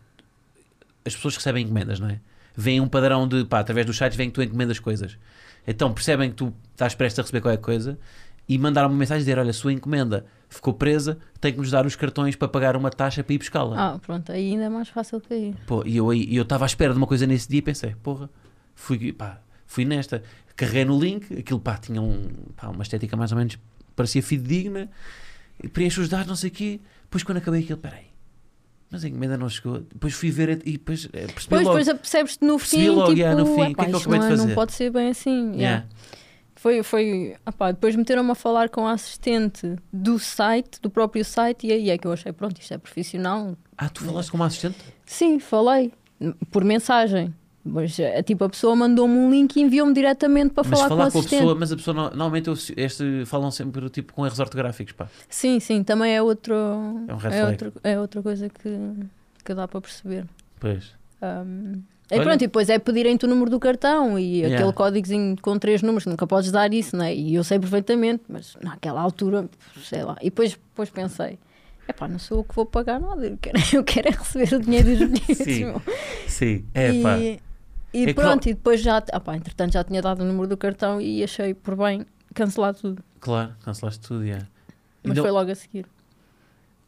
Speaker 2: As pessoas recebem encomendas, não é? Vêem um padrão de pá, através dos sites vêm que tu encomendas coisas. Então percebem que tu estás prestes a receber qualquer coisa e mandaram uma mensagem a dizer: Olha, a sua encomenda ficou presa, tem que nos dar os cartões para pagar uma taxa para ir buscá-la.
Speaker 1: Ah, pronto, aí ainda é mais fácil cair.
Speaker 2: Pô, e eu aí- e eu estava à espera de uma coisa nesse dia e pensei, porra, fui, pá, fui nesta. Carreguei no link, aquilo pá, tinha um, pá, uma estética mais ou menos, parecia fidedigna, e preencho os dados, não sei o quê. Depois quando acabei aquilo, peraí, mas a encomenda não chegou. Depois fui ver e depois eh, percebi
Speaker 1: Depois,
Speaker 2: logo.
Speaker 1: depois apercebes-te no fim,
Speaker 2: Percebi logo,
Speaker 1: tipo,
Speaker 2: yeah, no fim, o que
Speaker 1: epá,
Speaker 2: é que eu
Speaker 1: isto
Speaker 2: acabei de
Speaker 1: não, é- não
Speaker 2: fazer?
Speaker 1: pode ser bem assim. yeah.
Speaker 2: Yeah.
Speaker 1: Foi, foi, opá, depois meteram-me a falar com a assistente do site, do próprio site, e aí é que eu achei, pronto, isto é profissional.
Speaker 2: Ah, tu falaste com uma assistente?
Speaker 1: Sim, falei, por mensagem. Mas, eh, tipo, a pessoa mandou-me um link e enviou-me diretamente para
Speaker 2: mas
Speaker 1: falar, com a
Speaker 2: com a
Speaker 1: assistente.
Speaker 2: pessoa, mas a pessoa, não- normalmente eu- este, falam sempre tipo com erros ortográficos, pá.
Speaker 1: Sim, sim, também é outro.
Speaker 2: É um red
Speaker 1: é,
Speaker 2: flag.
Speaker 1: outro- é outra coisa que, que dá para perceber.
Speaker 2: Pois.
Speaker 1: Um, e
Speaker 2: Olha.
Speaker 1: pronto, e depois é pedirem-te o número do cartão e
Speaker 2: Yeah.
Speaker 1: aquele códigozinho com três números, nunca podes dar isso, né? E eu sei perfeitamente, mas naquela altura, sei lá. E depois, depois pensei: epá, não sou eu que vou pagar nada, eu quero, eu quero é receber o dinheiro dos bilhetes.
Speaker 2: Sim,
Speaker 1: meu."
Speaker 2: Sim, é
Speaker 1: e,
Speaker 2: pá.
Speaker 1: e
Speaker 2: É que
Speaker 1: pronto, e depois já, ah pá, entretanto já tinha dado o número do cartão e achei por bem cancelar tudo,
Speaker 2: Claro, cancelaste tudo, yeah.
Speaker 1: mas
Speaker 2: Então-
Speaker 1: foi logo a seguir.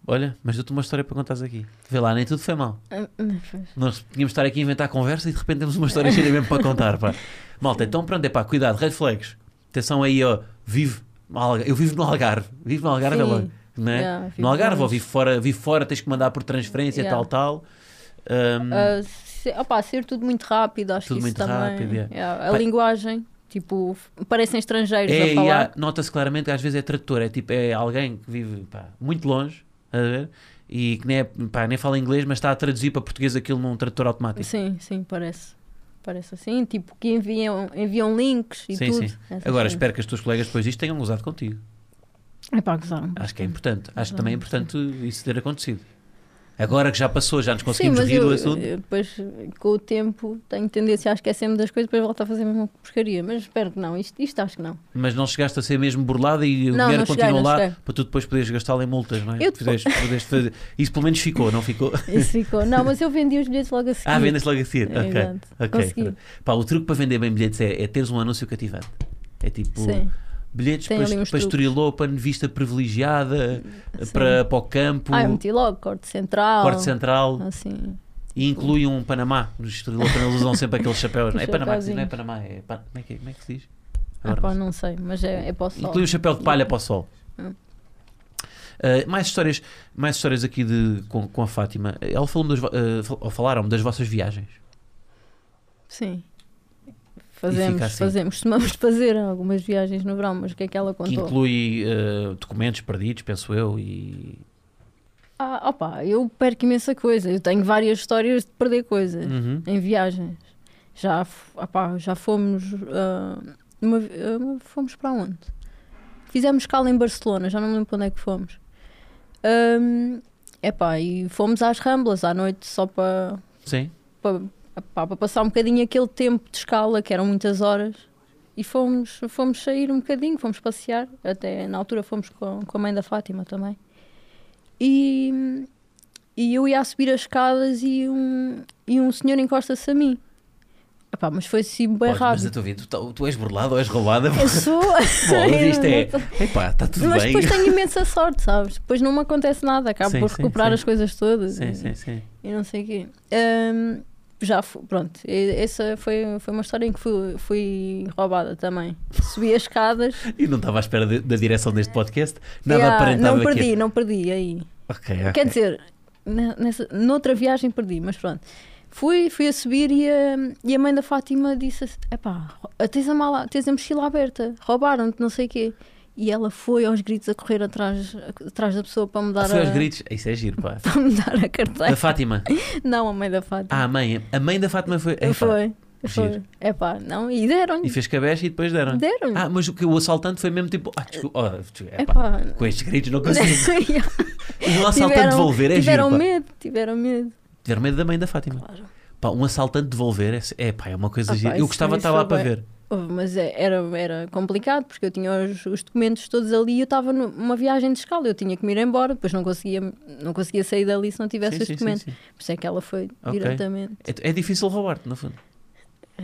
Speaker 2: Olha, mas dou-te uma história para contares aqui. Vê lá, nem tudo foi mal.
Speaker 1: Ah, mas foi-
Speaker 2: Nós tínhamos de estar aqui a inventar conversa e de repente temos uma história cheia mesmo para contar, pá. Malta, então pronto, é pá, cuidado, red flags. Atenção aí, ó, vivo. no Alga- Eu vivo no Algarve. Vivo no Algarve,
Speaker 1: Sim.
Speaker 2: ela, não é?
Speaker 1: Yeah, vivo
Speaker 2: no Algarve, ou
Speaker 1: longe.
Speaker 2: vivo fora, vivo fora, tens que mandar por transferência,
Speaker 1: Yeah.
Speaker 2: tal, tal. Ahm,
Speaker 1: Uh, se- opá, ser tudo muito rápido, acho
Speaker 2: Hum. Tudo
Speaker 1: que isso
Speaker 2: muito
Speaker 1: também.
Speaker 2: rápido, é.
Speaker 1: Yeah, a
Speaker 2: Pá.
Speaker 1: linguagem, tipo, f- parecem estrangeiros
Speaker 2: é,
Speaker 1: a
Speaker 2: e
Speaker 1: falar.
Speaker 2: há- nota-se claramente que às vezes é tradutor, é tipo, é alguém que vive pá, muito longe, a ver, e que nem, é- pá, nem fala inglês, mas está a traduzir para português aquilo num tradutor automático.
Speaker 1: Sim, sim, parece. Parece assim, tipo, que enviam, enviam links e
Speaker 2: Sim,
Speaker 1: tudo. É assim
Speaker 2: sim.
Speaker 1: Essas
Speaker 2: Agora
Speaker 1: coisas.
Speaker 2: espero que as tuas colegas depois disto tenham gozado contigo.
Speaker 1: É pá, gozaram.
Speaker 2: Acho que é importante. Acho que também é importante isso ter acontecido. Agora que já passou, já nos
Speaker 1: Sim,
Speaker 2: conseguimos
Speaker 1: mas
Speaker 2: rir
Speaker 1: eu,
Speaker 2: do assunto.
Speaker 1: eu depois, com o tempo, tenho tendência a esquecer-me das coisas, depois volto a fazer a mesma porcaria. Mas espero que não, isto, isto acho que não.
Speaker 2: Mas não chegaste a ser mesmo burlada e o
Speaker 1: Não,
Speaker 2: dinheiro
Speaker 1: não cheguei, não
Speaker 2: continuou lá
Speaker 1: cheguei.
Speaker 2: para tu depois poderes gastá-lo em multas, não é?
Speaker 1: Eu
Speaker 2: Poderes- poderes fazer- Isso pelo menos ficou, não ficou?
Speaker 1: Isso ficou. Não, mas eu vendi os bilhetes logo a seguir.
Speaker 2: Ah, vendas logo a seguir.
Speaker 1: É,
Speaker 2: Ok,
Speaker 1: exato.
Speaker 2: ok.
Speaker 1: Consegui.
Speaker 2: Pá, o truque para vender bem bilhetes é, é teres um anúncio cativante. É tipo
Speaker 1: Sim.
Speaker 2: bilhetes
Speaker 1: Tem
Speaker 2: para,
Speaker 1: ali uns
Speaker 2: para
Speaker 1: truques.
Speaker 2: Estoril-Open, vista privilegiada,
Speaker 1: Sim.
Speaker 2: para, para o campo,
Speaker 1: Ah, eu meti logo, corte central.
Speaker 2: corte central.
Speaker 1: Assim.
Speaker 2: E inclui um Panamá. Nos Estrela Panamá eles usam sempre aqueles chapéus. não é? É
Speaker 1: Os
Speaker 2: Panamá que se diz, não é
Speaker 1: chapéuzinhos.
Speaker 2: Panamá. É pa- Como, é que, como é que se diz?
Speaker 1: Um Ah,
Speaker 2: Agora
Speaker 1: pá,
Speaker 2: não
Speaker 1: não sei, mas é, é para o
Speaker 2: sei.
Speaker 1: sol.
Speaker 2: Inclui um chapéu de palha para o sol.
Speaker 1: Hum.
Speaker 2: Uh, mais, histórias, mais histórias aqui de, com, com a Fátima. Ela falou-me das, vo- uh, fal- ou falaram-me das vossas viagens.
Speaker 1: Sim.
Speaker 2: E
Speaker 1: Fazemos,
Speaker 2: fica assim.
Speaker 1: fazemos, costumamos fazer algumas viagens no verão, mas o que é que ela
Speaker 2: Que
Speaker 1: contou?
Speaker 2: inclui uh, documentos perdidos, penso eu. E...
Speaker 1: Ah, opa, eu perco imensa coisa. Eu tenho várias histórias de perder coisas
Speaker 2: Uhum.
Speaker 1: em viagens. Já, f- opá, já fomos. ah, uma- ah, fomos para onde? Fizemos escala em Barcelona, já não me lembro para onde é que fomos. Ahm, Epá, e fomos às Ramblas à noite só para
Speaker 2: Sim.
Speaker 1: para, pá, para passar um bocadinho aquele tempo de escala, que eram muitas horas, e fomos, fomos sair um bocadinho, fomos passear, até na altura fomos com, com a mãe da Fátima também. E, e eu ia a subir as escadas e um, e um senhor encosta-se a mim. Epá, mas foi assim bem
Speaker 2: Pois, mas a
Speaker 1: rápido.
Speaker 2: tua vida, tu, tá- tu és burlada ou és roubada?
Speaker 1: Eu sou.
Speaker 2: Bolas, isto é.
Speaker 1: Eu não tô-
Speaker 2: Epá, está tudo
Speaker 1: Mas
Speaker 2: bem.
Speaker 1: depois tenho imensa sorte, sabes? Depois não me acontece nada, acabo
Speaker 2: Sim,
Speaker 1: por
Speaker 2: sim,
Speaker 1: recuperar
Speaker 2: sim.
Speaker 1: as coisas todas.
Speaker 2: Sim, sim, sim.
Speaker 1: e não sei o quê. Ahm, já fui, pronto, e- essa foi, foi uma história em que fui, fui roubada também. Subi as escadas.
Speaker 2: E não estava à espera de- da direção deste podcast. Nada
Speaker 1: Yeah,
Speaker 2: aparentava
Speaker 1: não perdi,
Speaker 2: que. É,
Speaker 1: não perdi aí.
Speaker 2: Ok,
Speaker 1: Quer
Speaker 2: ok.
Speaker 1: dizer, ne- nessa, noutra viagem perdi, mas pronto. Fui, fui a subir e a, e a mãe da Fátima disse assim: Epá, tens a, mala, tens a mochila aberta, roubaram-te, não sei o quê. E ela foi aos gritos a correr atrás, atrás da pessoa para me dar,
Speaker 2: Foi aos
Speaker 1: a,
Speaker 2: gritos. Isso é giro, pá.
Speaker 1: para me dar a
Speaker 2: A
Speaker 1: carteira.
Speaker 2: Fátima.
Speaker 1: Não, a mãe da Fátima.
Speaker 2: Ah, a mãe. A mãe da Fátima foi. Epá.
Speaker 1: Foi. Foi.
Speaker 2: É, giro.
Speaker 1: É pá, não, e deram-lhe.
Speaker 2: E fez cabeça e depois deram.
Speaker 1: Deram-lhe.
Speaker 2: Ah, mas o, que- o assaltante foi mesmo tipo. Ah, desculpa. Oh, desculpa,
Speaker 1: é
Speaker 2: epá,
Speaker 1: pá.
Speaker 2: Com estes gritos não consigo.
Speaker 1: Tiveram,
Speaker 2: Um assaltante devolver é
Speaker 1: tiveram
Speaker 2: giro. pá.
Speaker 1: medo, tiveram medo.
Speaker 2: Tiveram medo da mãe da Fátima.
Speaker 1: Claro.
Speaker 2: Pá, um assaltante devolver é, é, pá, é uma coisa
Speaker 1: Ah, pá,
Speaker 2: gira. Eu
Speaker 1: isso-
Speaker 2: gostava de
Speaker 1: isso
Speaker 2: estar lá
Speaker 1: foi
Speaker 2: para
Speaker 1: bué.
Speaker 2: ver.
Speaker 1: Houve, Mas é- era, era complicado porque eu tinha os, os documentos todos ali e eu estava numa viagem de escala. Eu tinha que me ir embora, depois não conseguia, não conseguia sair dali se não tivesse
Speaker 2: Sim,
Speaker 1: os
Speaker 2: sim, sim,
Speaker 1: documentos.
Speaker 2: sim.
Speaker 1: Por isso é que ela foi
Speaker 2: Ok.
Speaker 1: diretamente.
Speaker 2: É, é difícil roubar-te, no fundo.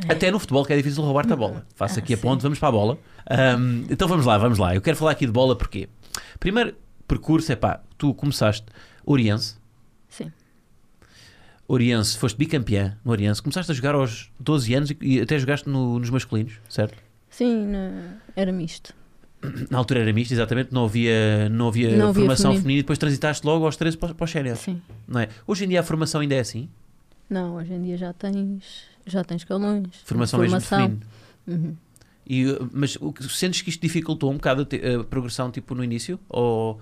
Speaker 2: Até no futebol que é difícil roubar-te a bola. Faço
Speaker 1: Ah,
Speaker 2: aqui a
Speaker 1: sim.
Speaker 2: ponte, vamos para a bola. Ahm, então vamos lá, vamos lá. Eu quero falar aqui de bola porque primeiro percurso é pá, tu começaste Oriense,
Speaker 1: Sim.
Speaker 2: Oriense, foste bicampeã no Oriense, começaste a jogar aos 12 anos e, e até jogaste no- nos masculinos, certo?
Speaker 1: Sim, na- era misto.
Speaker 2: Na altura era misto, exatamente, não havia, não havia
Speaker 1: Não havia
Speaker 2: formação
Speaker 1: feminino.
Speaker 2: feminina e depois transitaste logo aos 13 para, os- para os séniores,
Speaker 1: Sim.
Speaker 2: não é? Hoje em dia a formação ainda é assim?
Speaker 1: Não, hoje em dia já tens, já tens calões.
Speaker 2: Formação, mesmo de feminino?
Speaker 1: Uhum.
Speaker 2: E, uh, mas o que- sentes que isto dificultou um bocado a, te- a progressão tipo no início? Ou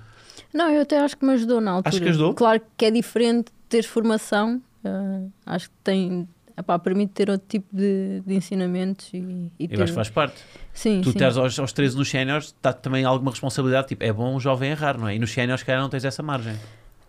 Speaker 1: Não, eu até acho que me ajudou na altura.
Speaker 2: que ajudou?
Speaker 1: Claro que é diferente ter formação, ah, acho que tem. Epá, permite ter outro tipo de, de ensinamentos e, e
Speaker 2: eu acho que faz parte.
Speaker 1: Sim,
Speaker 2: tu
Speaker 1: sim.
Speaker 2: teres aos, aos 13 nos séniores, dá também alguma responsabilidade, tipo, é bom um jovem errar, não é? E nos séniores, calhar, não tens essa margem.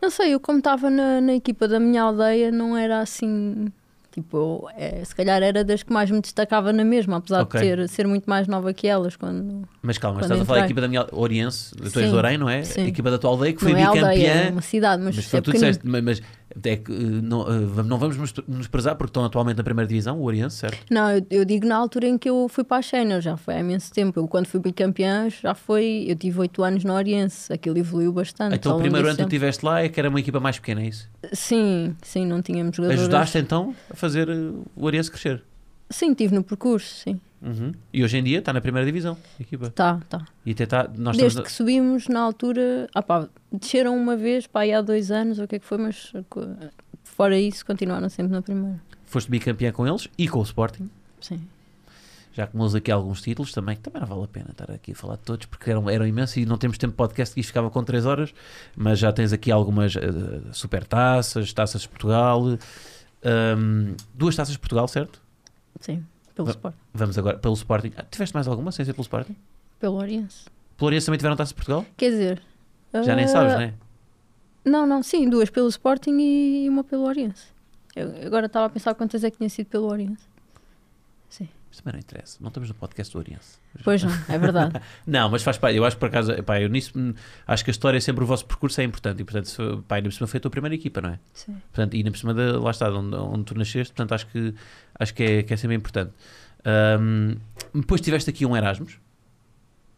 Speaker 1: Não sei, eu como estava na, na equipa da minha aldeia, não era assim. Tipo, eu, eh, se calhar era das que mais me destacava na mesma, apesar
Speaker 2: Ok.
Speaker 1: de ter, ser muito mais nova que elas. Quando,
Speaker 2: Mas calma,
Speaker 1: Quando
Speaker 2: estás a falar da
Speaker 1: entrei.
Speaker 2: equipa da minha Oriense, tu és
Speaker 1: Sim,
Speaker 2: de Orem, não é?
Speaker 1: sim.
Speaker 2: A equipa da tua aldeia que foi
Speaker 1: não é
Speaker 2: bicampeã.
Speaker 1: aldeia, é uma cidade, mas,
Speaker 2: mas
Speaker 1: é
Speaker 2: foi, tu
Speaker 1: pequenino.
Speaker 2: disseste, mas, mas é que, eh, não, eh, vamos- não vamos nos, nos prezar porque estão atualmente na primeira divisão, o Oriense, certo?
Speaker 1: Não, eu, eu digo na altura em que eu fui para a Sénior, já foi há imenso tempo. Eu, quando fui bicampeã, já foi. Eu tive oito anos na Oriense, aquilo evoluiu bastante.
Speaker 2: então
Speaker 1: ao
Speaker 2: o
Speaker 1: longo
Speaker 2: primeiro ano
Speaker 1: desse
Speaker 2: que tu estiveste lá é que era uma equipa mais pequena, é isso?
Speaker 1: tempo. Sim, sim, não tínhamos jogadores.
Speaker 2: Ajudaste então a fazer eh, o Oriense crescer.
Speaker 1: Sim, tive no percurso, sim.
Speaker 2: Uhum. E hoje em dia está na primeira divisão, a equipa.
Speaker 1: Tá, tá.
Speaker 2: E até está. Nós
Speaker 1: Desde
Speaker 2: estamos.
Speaker 1: que subimos na altura, ah pá, desceram uma vez, pá, aí há dois anos, ou o que é que foi, mas co- fora isso, continuaram sempre na primeira.
Speaker 2: Foste bicampeã com eles e com o Sporting.
Speaker 1: Sim.
Speaker 2: Já acumulamos aqui alguns títulos também, que também não vale a pena estar aqui a falar de todos, porque eram, eram imensos e não temos tempo de podcast, que isto ficava com 3 horas, mas já tens aqui algumas eh, super taças, taças de Portugal, hum, duas taças de Portugal, certo?
Speaker 1: Sim, pelo
Speaker 2: Ah.
Speaker 1: Sport,
Speaker 2: Vamos agora pelo Sporting. Ah, tiveste mais alguma sem ser pelo Sporting?
Speaker 1: pelo Oriense.
Speaker 2: Pelo Oriense também tiveram taça de Portugal?
Speaker 1: Quer dizer.
Speaker 2: Já nem
Speaker 1: ah,
Speaker 2: sabes, não é?
Speaker 1: Não, não, sim, duas pelo Sporting e uma pelo Oriense. Eu agora estava a pensar quantas é que tinha sido pelo Oriense.
Speaker 2: Isto também não interessa, não estamos no podcast do Oriense.
Speaker 1: Pois não, é verdade.
Speaker 2: Não, mas faz parte. Eu acho por acaso, pá, eu nisso hum, acho que a história é sempre o vosso percurso é importante e portanto, se, pá, ainda por cima foi a tua primeira equipa, não é?
Speaker 1: Sim.
Speaker 2: Portanto, e na por cima da, lá está, de onde, onde tu nasceste, portanto, acho que, acho que, é, que é sempre importante. Ahm, depois tiveste aqui um Erasmus,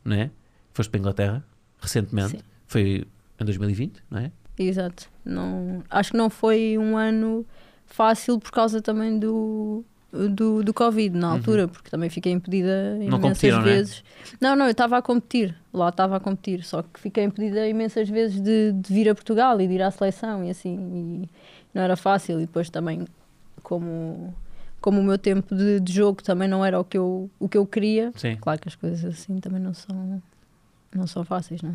Speaker 2: não é? Foste para a Inglaterra, recentemente,
Speaker 1: Sim.
Speaker 2: foi em 2020, não é?
Speaker 1: Exato. Não, acho que não foi um ano fácil por causa também do, do, do Covid na
Speaker 2: Uhum.
Speaker 1: altura, porque também fiquei impedida imensas
Speaker 2: competiram, não é?
Speaker 1: vezes. Não, não, eu estava a competir, lá estava a competir, só que fiquei impedida imensas vezes de, de vir a Portugal e de ir à seleção e assim, e não era fácil. E depois também, como, como o meu tempo de, de jogo também não era o que, eu, o que eu queria,
Speaker 2: Sim.
Speaker 1: claro que as coisas assim também não são, não são fáceis, não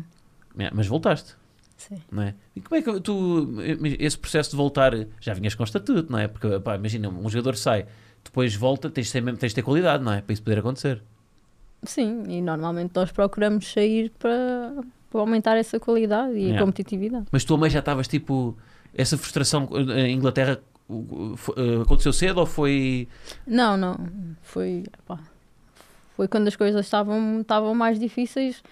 Speaker 1: é?
Speaker 2: É, mas voltaste,
Speaker 1: Sim.
Speaker 2: não é? E como é que tu, esse processo de voltar, já vinhas com estatuto, não é? Porque, pá, imagina, um jogador sai, depois volta, tens de, ter, mesmo- tens de ter qualidade, não é? Para isso poder acontecer.
Speaker 1: Sim, e normalmente nós procuramos sair para, para aumentar essa qualidade e
Speaker 2: Yeah.
Speaker 1: a competitividade.
Speaker 2: Mas tu a mãe já estavas tipo, Essa frustração eh, em Inglaterra uh, fo- eh, aconteceu cedo ou foi.
Speaker 1: Não, não. Foi, pá, foi quando as coisas estavam, estavam mais difíceis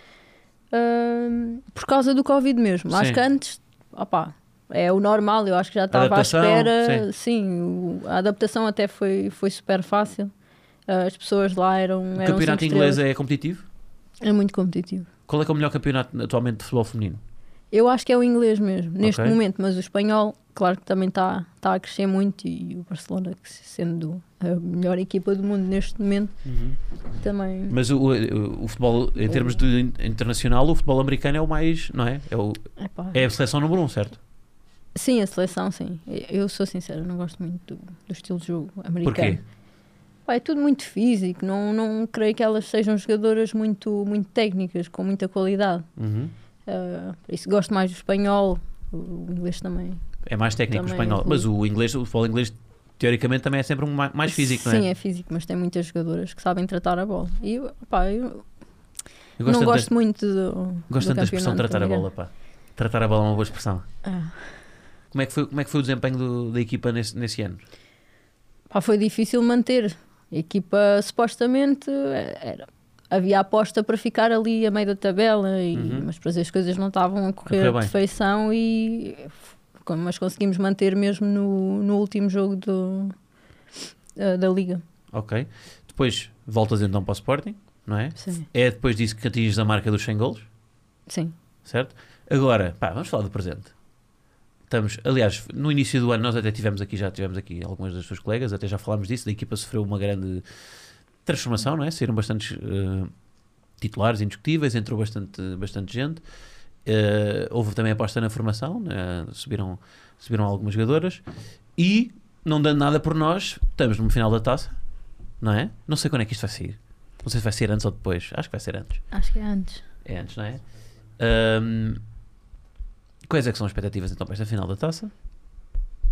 Speaker 1: ahm, por causa do Covid mesmo.
Speaker 2: Sim.
Speaker 1: Acho que antes, opá, é o normal, eu acho que já estava à
Speaker 2: Adaptação,
Speaker 1: espera. Sim, o- a adaptação até foi, foi super fácil. Ah, As pessoas lá eram.
Speaker 2: O
Speaker 1: eram
Speaker 2: campeonato
Speaker 1: cinco
Speaker 2: inglês
Speaker 1: estrelas.
Speaker 2: é competitivo?
Speaker 1: é... muito competitivo.
Speaker 2: Qual é, que é o melhor campeonato atualmente de futebol feminino?
Speaker 1: Eu acho que é o inglês mesmo, neste
Speaker 2: Ok.
Speaker 1: momento, mas o espanhol, claro que também está tá a crescer muito e o Barcelona, que sendo a melhor equipa do mundo neste momento, também.
Speaker 2: Mas o, eh, o- o futebol, em termos de in- internacional, o futebol americano é o mais. Não é? É, o-
Speaker 1: Epá.
Speaker 2: é a seleção número um, certo?
Speaker 1: Sim, a seleção, sim. Eu sou sincera, não gosto muito do, do estilo de jogo americano.
Speaker 2: Porquê?
Speaker 1: Pá, é tudo muito físico, não, não creio que elas sejam jogadoras muito, muito técnicas, com muita qualidade.
Speaker 2: Uhum.
Speaker 1: Ah, por isso gosto mais do espanhol, o o inglês também.
Speaker 2: É mais técnico o
Speaker 1: Também
Speaker 2: espanhol.
Speaker 1: ruim.
Speaker 2: Mas o inglês, o futebol inglês, teoricamente, também é sempre um ma- mais físico,
Speaker 1: sim,
Speaker 2: não é?
Speaker 1: é físico, mas tem muitas jogadoras que sabem tratar a bola. E eu, pá, eu
Speaker 2: Eu
Speaker 1: não
Speaker 2: tanto da-
Speaker 1: gosto muito do.
Speaker 2: Gosto
Speaker 1: do
Speaker 2: tanto da expressão
Speaker 1: campeonato tá
Speaker 2: tratar a bola,
Speaker 1: americano.
Speaker 2: pá. Tratar a bola é uma boa expressão.
Speaker 1: Ah,
Speaker 2: Como é que foi, como é que foi o desempenho do- da equipa nesse, nesse ano?
Speaker 1: pá, foi difícil manter. A equipa supostamente é, era- havia aposta para ficar ali a meio da tabela, e,
Speaker 2: Uhum.
Speaker 1: mas depois as coisas não estavam a correr
Speaker 2: correu
Speaker 1: à
Speaker 2: bem.
Speaker 1: perfeição e como- mas conseguimos manter mesmo no, no último jogo do, eh, da Liga.
Speaker 2: Ok. Depois voltas então para o Sporting, não é?
Speaker 1: Sim.
Speaker 2: É depois disso que atinges a marca dos 100 golos,
Speaker 1: Sim.
Speaker 2: certo? Agora, pá, vamos falar do presente. Estamos, aliás, no início do ano nós até tivemos aqui, já tivemos aqui algumas das suas colegas, até já falámos disso, da equipa sofreu uma grande transformação, não é? Saíram bastantes eh, titulares indiscutíveis, entrou bastante, bastante gente. Eh, houve também aposta na formação, né? subiram, subiram algumas jogadoras e, não dando nada por nós, estamos no final da taça, não é? Não sei quando é que isto vai sair. Não sei se vai ser antes ou depois. Acho que vai ser antes.
Speaker 1: Acho que é antes.
Speaker 2: É antes, não é? Ahm, quais é que são as expectativas então para esta final da taça?